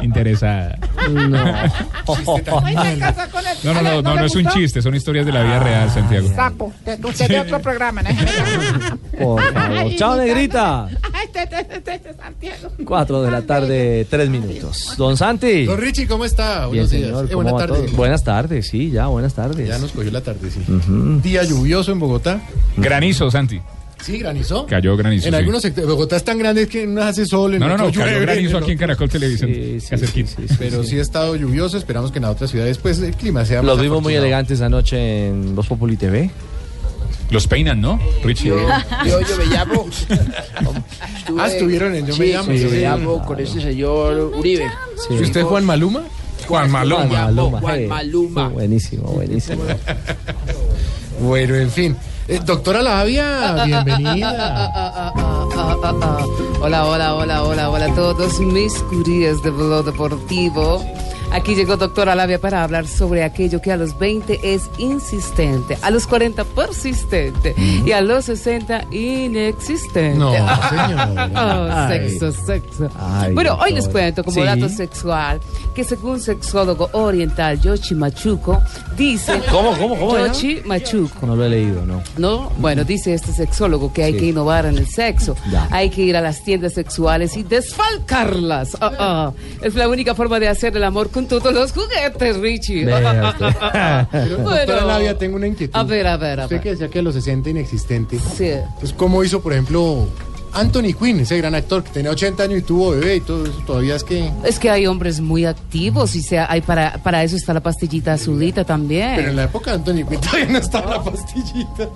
Speaker 7: Interesada. No. No, no, no, no, es un chiste, son historias de la vida real, Santiago.
Speaker 3: Ah,
Speaker 20: Sapo, te- usted de otro programa, ¿no?
Speaker 3: Por favor.
Speaker 20: Ay,
Speaker 3: Chao,
Speaker 20: mi
Speaker 3: Negrita.
Speaker 20: Ay, te- te- te- te- te- Santiago.
Speaker 3: 4 de la tarde, 3 minutos. Don Santi.
Speaker 35: Don Richie, ¿cómo está?
Speaker 3: Bien,
Speaker 35: Buenos días.
Speaker 3: señor.
Speaker 35: Eh,
Speaker 3: ¿cómo
Speaker 35: buena
Speaker 3: va
Speaker 35: tarde.
Speaker 3: todo? Buenas tardes, sí, ya, buenas tardes.
Speaker 35: Ya nos cogió la tarde, sí. Día lluvioso en Bogotá.
Speaker 7: Granizo, Santi.
Speaker 35: Sí, granizó.
Speaker 25: Cayó granizo,
Speaker 35: En
Speaker 25: sí.
Speaker 35: algunos sectores. Bogotá es tan grande que no hace sol. En
Speaker 25: No, no, no,
Speaker 35: otros
Speaker 25: cayó
Speaker 35: llueve,
Speaker 25: granizo
Speaker 35: en
Speaker 25: aquí en
Speaker 35: otros-
Speaker 25: Caracol Televisión. Cacerquín.
Speaker 35: Pero sí ha estado lluvioso. Esperamos que en las otras ciudades, pues, el clima sea más
Speaker 3: Los vimos muy
Speaker 35: afortunado.
Speaker 3: elegantes anoche en Voz Populi TV.
Speaker 25: Los peinan, ¿no? Richie.
Speaker 19: Yo, yo me llamo.
Speaker 35: Ah, estuvieron en Yo me
Speaker 19: Sí,
Speaker 35: llamo,
Speaker 19: sí,
Speaker 35: sí.
Speaker 19: Yo me llamo con ese señor Uribe.
Speaker 35: Sí. ¿Y usted, Juan Maluma?
Speaker 25: Juan
Speaker 35: Maluma.
Speaker 19: Juan Maluma.
Speaker 35: Hey.
Speaker 19: Juan Maluma.
Speaker 3: Buenísimo, buenísimo.
Speaker 35: Bueno, en fin. Eh, doctora Lavia, bienvenida.
Speaker 31: Ah, ah, ah, ah, ah. Hola, hola, hola, hola, hola a todos mis curías de blog deportivo. Aquí llegó doctora Labia para hablar sobre aquello que a los 20 es insistente, a los 40 persistente y a los 60 inexistente.
Speaker 35: No,
Speaker 31: Oh,
Speaker 35: señora.
Speaker 31: sexo, sexo. bueno, hoy les cuento como
Speaker 35: Sí.
Speaker 31: dato sexual que según sexólogo oriental Yoshi Machuco dice...
Speaker 3: ¿Cómo, cómo, cómo, ya?
Speaker 31: Yoshi Machuco.
Speaker 3: No lo he leído, no.
Speaker 31: No, bueno, dice este sexólogo que hay
Speaker 3: Sí.
Speaker 31: que innovar en el sexo.
Speaker 3: Ya.
Speaker 31: Hay que ir a las tiendas sexuales y desfalcarlas. Ah, ah. Es la única forma de hacer el amor con todos los juguetes, Richie.
Speaker 35: Vea
Speaker 31: Ah, ah,
Speaker 35: usted.
Speaker 31: ah, ah, ah.
Speaker 35: Pero, doctora
Speaker 31: Bueno.
Speaker 35: Lavia, tengo una inquietud.
Speaker 31: A ver, a ver, a
Speaker 35: Usted
Speaker 31: ver.
Speaker 35: que decía que los 60 inexistente.
Speaker 31: Sí.
Speaker 35: Pues, ¿cómo hizo, por ejemplo, Anthony Quinn, ese gran actor que tenía 80 años y tuvo bebé y todo eso? Todavía es que.
Speaker 31: Es que hay hombres muy activos y sea, hay para, para eso está la pastillita azulita también.
Speaker 35: Pero en la época de Anthony Quinn todavía no estaba la pastillita.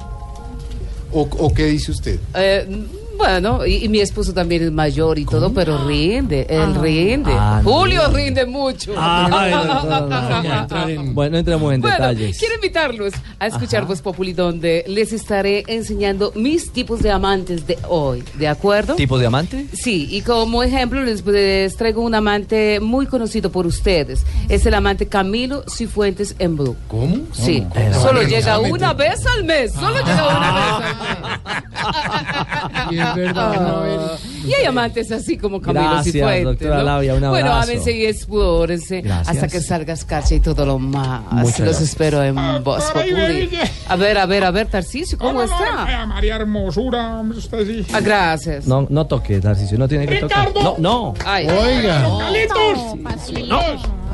Speaker 35: ¿O, o qué dice usted?
Speaker 31: Eh, bueno, y, y mi esposo también es mayor y todo, pero rinde, él rinde.
Speaker 3: Ah, no.
Speaker 31: Julio rinde mucho.
Speaker 3: Ay, doctora Lavia. Bueno, no entremos en
Speaker 31: Bueno,
Speaker 3: detalles.
Speaker 31: quiero invitarlos a escuchar Voz Populi, donde les estaré enseñando mis tipos de amantes de hoy, ¿de acuerdo?
Speaker 3: ¿Tipo de amante?
Speaker 31: Sí, y como ejemplo les, les traigo un amante muy conocido por ustedes. Es el amante Camilo Cifuentes en Blue.
Speaker 35: ¿Cómo?
Speaker 31: Sí,
Speaker 35: Pero-
Speaker 31: solo
Speaker 35: Pero-
Speaker 31: llega una vez al mes, solo llega una
Speaker 3: Ah.
Speaker 31: vez al mes.
Speaker 35: Y es verdad, no,
Speaker 31: Ah, y hay amantes así como Camilo
Speaker 3: Gracias,
Speaker 31: Cifuentes.
Speaker 3: doctora
Speaker 31: ¿no?
Speaker 3: Labia, un
Speaker 31: Bueno,
Speaker 3: abrazo.
Speaker 31: ámense y explórense
Speaker 3: Gracias.
Speaker 31: hasta que salgas cacha y todo lo más.
Speaker 3: Muchas
Speaker 31: Los
Speaker 3: gracias.
Speaker 31: espero en Voz
Speaker 25: ay,
Speaker 31: Populi.
Speaker 25: bebé.
Speaker 31: A ver, a ver, a ver, Tarcisio, ¿cómo
Speaker 25: Hola,
Speaker 31: está?
Speaker 25: Ay, María Hermosura, hombre, usted sí.
Speaker 31: Ah, gracias.
Speaker 3: No, no toque, Narciso, no tiene que tocar.
Speaker 25: Ricardo.
Speaker 3: No, no.
Speaker 31: Ay.
Speaker 35: Oiga.
Speaker 25: Carlitos.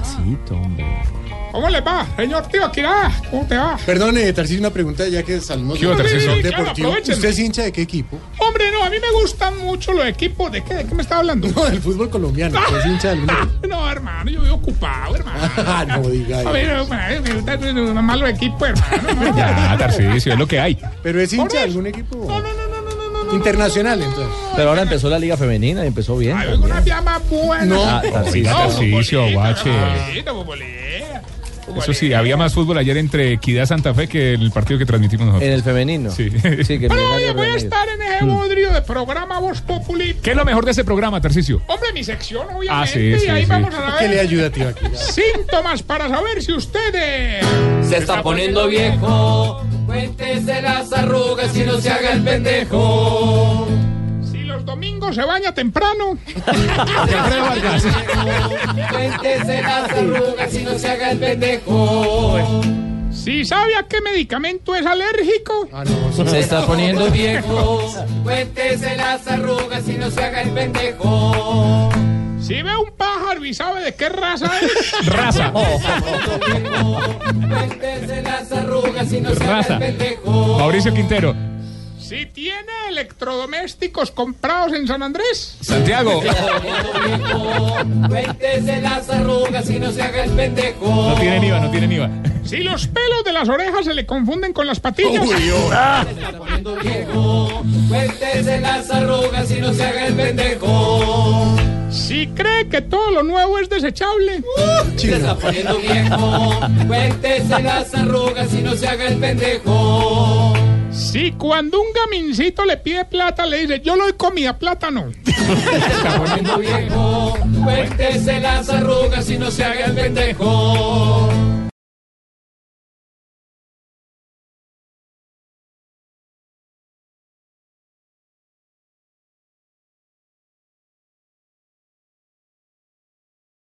Speaker 3: Pasito, hombre.
Speaker 25: ¿Cómo le va, señor tío? ¿Qué va? ¿Cómo te va?
Speaker 35: Perdone, Tarcisio, una pregunta ya que salimos
Speaker 25: ¿Qué hubo, Tarcisio?
Speaker 35: del
Speaker 25: Claro,
Speaker 35: deportivo.
Speaker 25: aprovechen.
Speaker 35: ¿Usted es hincha de qué equipo?
Speaker 25: Hombre, no, a mí me gustan mucho los equipos. ¿De qué? ¿De qué me está hablando?
Speaker 35: No, del fútbol colombiano. ¿Usted es hincha de algún equipo?
Speaker 25: No, hermano, yo vivo ocupado, hermano.
Speaker 35: Ah, no diga
Speaker 25: A ver,
Speaker 35: eso.
Speaker 25: hermano, me gustan los malos equipos, hermano. ¿no?
Speaker 7: Ya, Tarcicio, es lo que hay.
Speaker 35: Pero es hincha de algún equipo. Internacional, entonces.
Speaker 3: Pero ahora empezó la liga femenina y empezó bien. también.
Speaker 25: Una llama buena.
Speaker 35: No.
Speaker 7: Ah, Tarcisio,
Speaker 25: No,
Speaker 7: Tarcisio,
Speaker 25: futbolista,
Speaker 7: guache.
Speaker 25: futbolista, futbolista.
Speaker 7: Eso sí, había más fútbol ayer entre Equidad Santa Fe que el partido que transmitimos nosotros.
Speaker 3: En el Mm. femenino.
Speaker 7: Sí.
Speaker 3: que
Speaker 25: Pero oye, voy a estar en ese
Speaker 7: Mm.
Speaker 25: bodrio de programa Voz Populi.
Speaker 7: ¿Qué es lo mejor de ese programa, Tarcicio?
Speaker 25: Hombre, mi sección, obviamente.
Speaker 7: Ah, sí, sí,
Speaker 25: y ahí
Speaker 7: sí.
Speaker 25: vamos a
Speaker 35: ¿Qué le
Speaker 25: ver
Speaker 35: ayuda, tío, aquí?
Speaker 25: síntomas para saber si ustedes.
Speaker 13: Se está poniendo viejo. Cuéntese las arrugas y no se haga el pendejo.
Speaker 25: Si los domingos se baña temprano.
Speaker 13: Cuéntese las arrugas y no se haga el pendejo.
Speaker 25: Si sabe a qué medicamento es alérgico.
Speaker 13: Ah, Se está poniendo viejo. Cuéntese las arrugas y no se haga el pendejo.
Speaker 25: Si ve un pájaro y sabe de qué raza es.
Speaker 7: Raza.
Speaker 13: Cuéntese las arrugas y no se haga
Speaker 7: Raza.
Speaker 13: el pendejo.
Speaker 7: Mauricio Quintero.
Speaker 25: Si tiene electrodomésticos comprados en San Andrés.
Speaker 7: Santiago.
Speaker 13: Cuéntese las arrugas y no se haga el pendejo.
Speaker 7: No tienen IVA, no tienen IVA.
Speaker 25: Si los pelos de las orejas se le confunden con las patillas. Ah.
Speaker 13: Cuéntese las arrugas y no se haga el pendejo.
Speaker 25: Si cree que todo lo nuevo es desechable.
Speaker 13: Se está poniendo viejo. Cuéntese las arrugas y no se haga el pendejo.
Speaker 25: Si cuando un gamincito le pide plata, le dice, yo le doy comida plátano.
Speaker 13: Cuéntese las arrugas y no se haga el pendejo.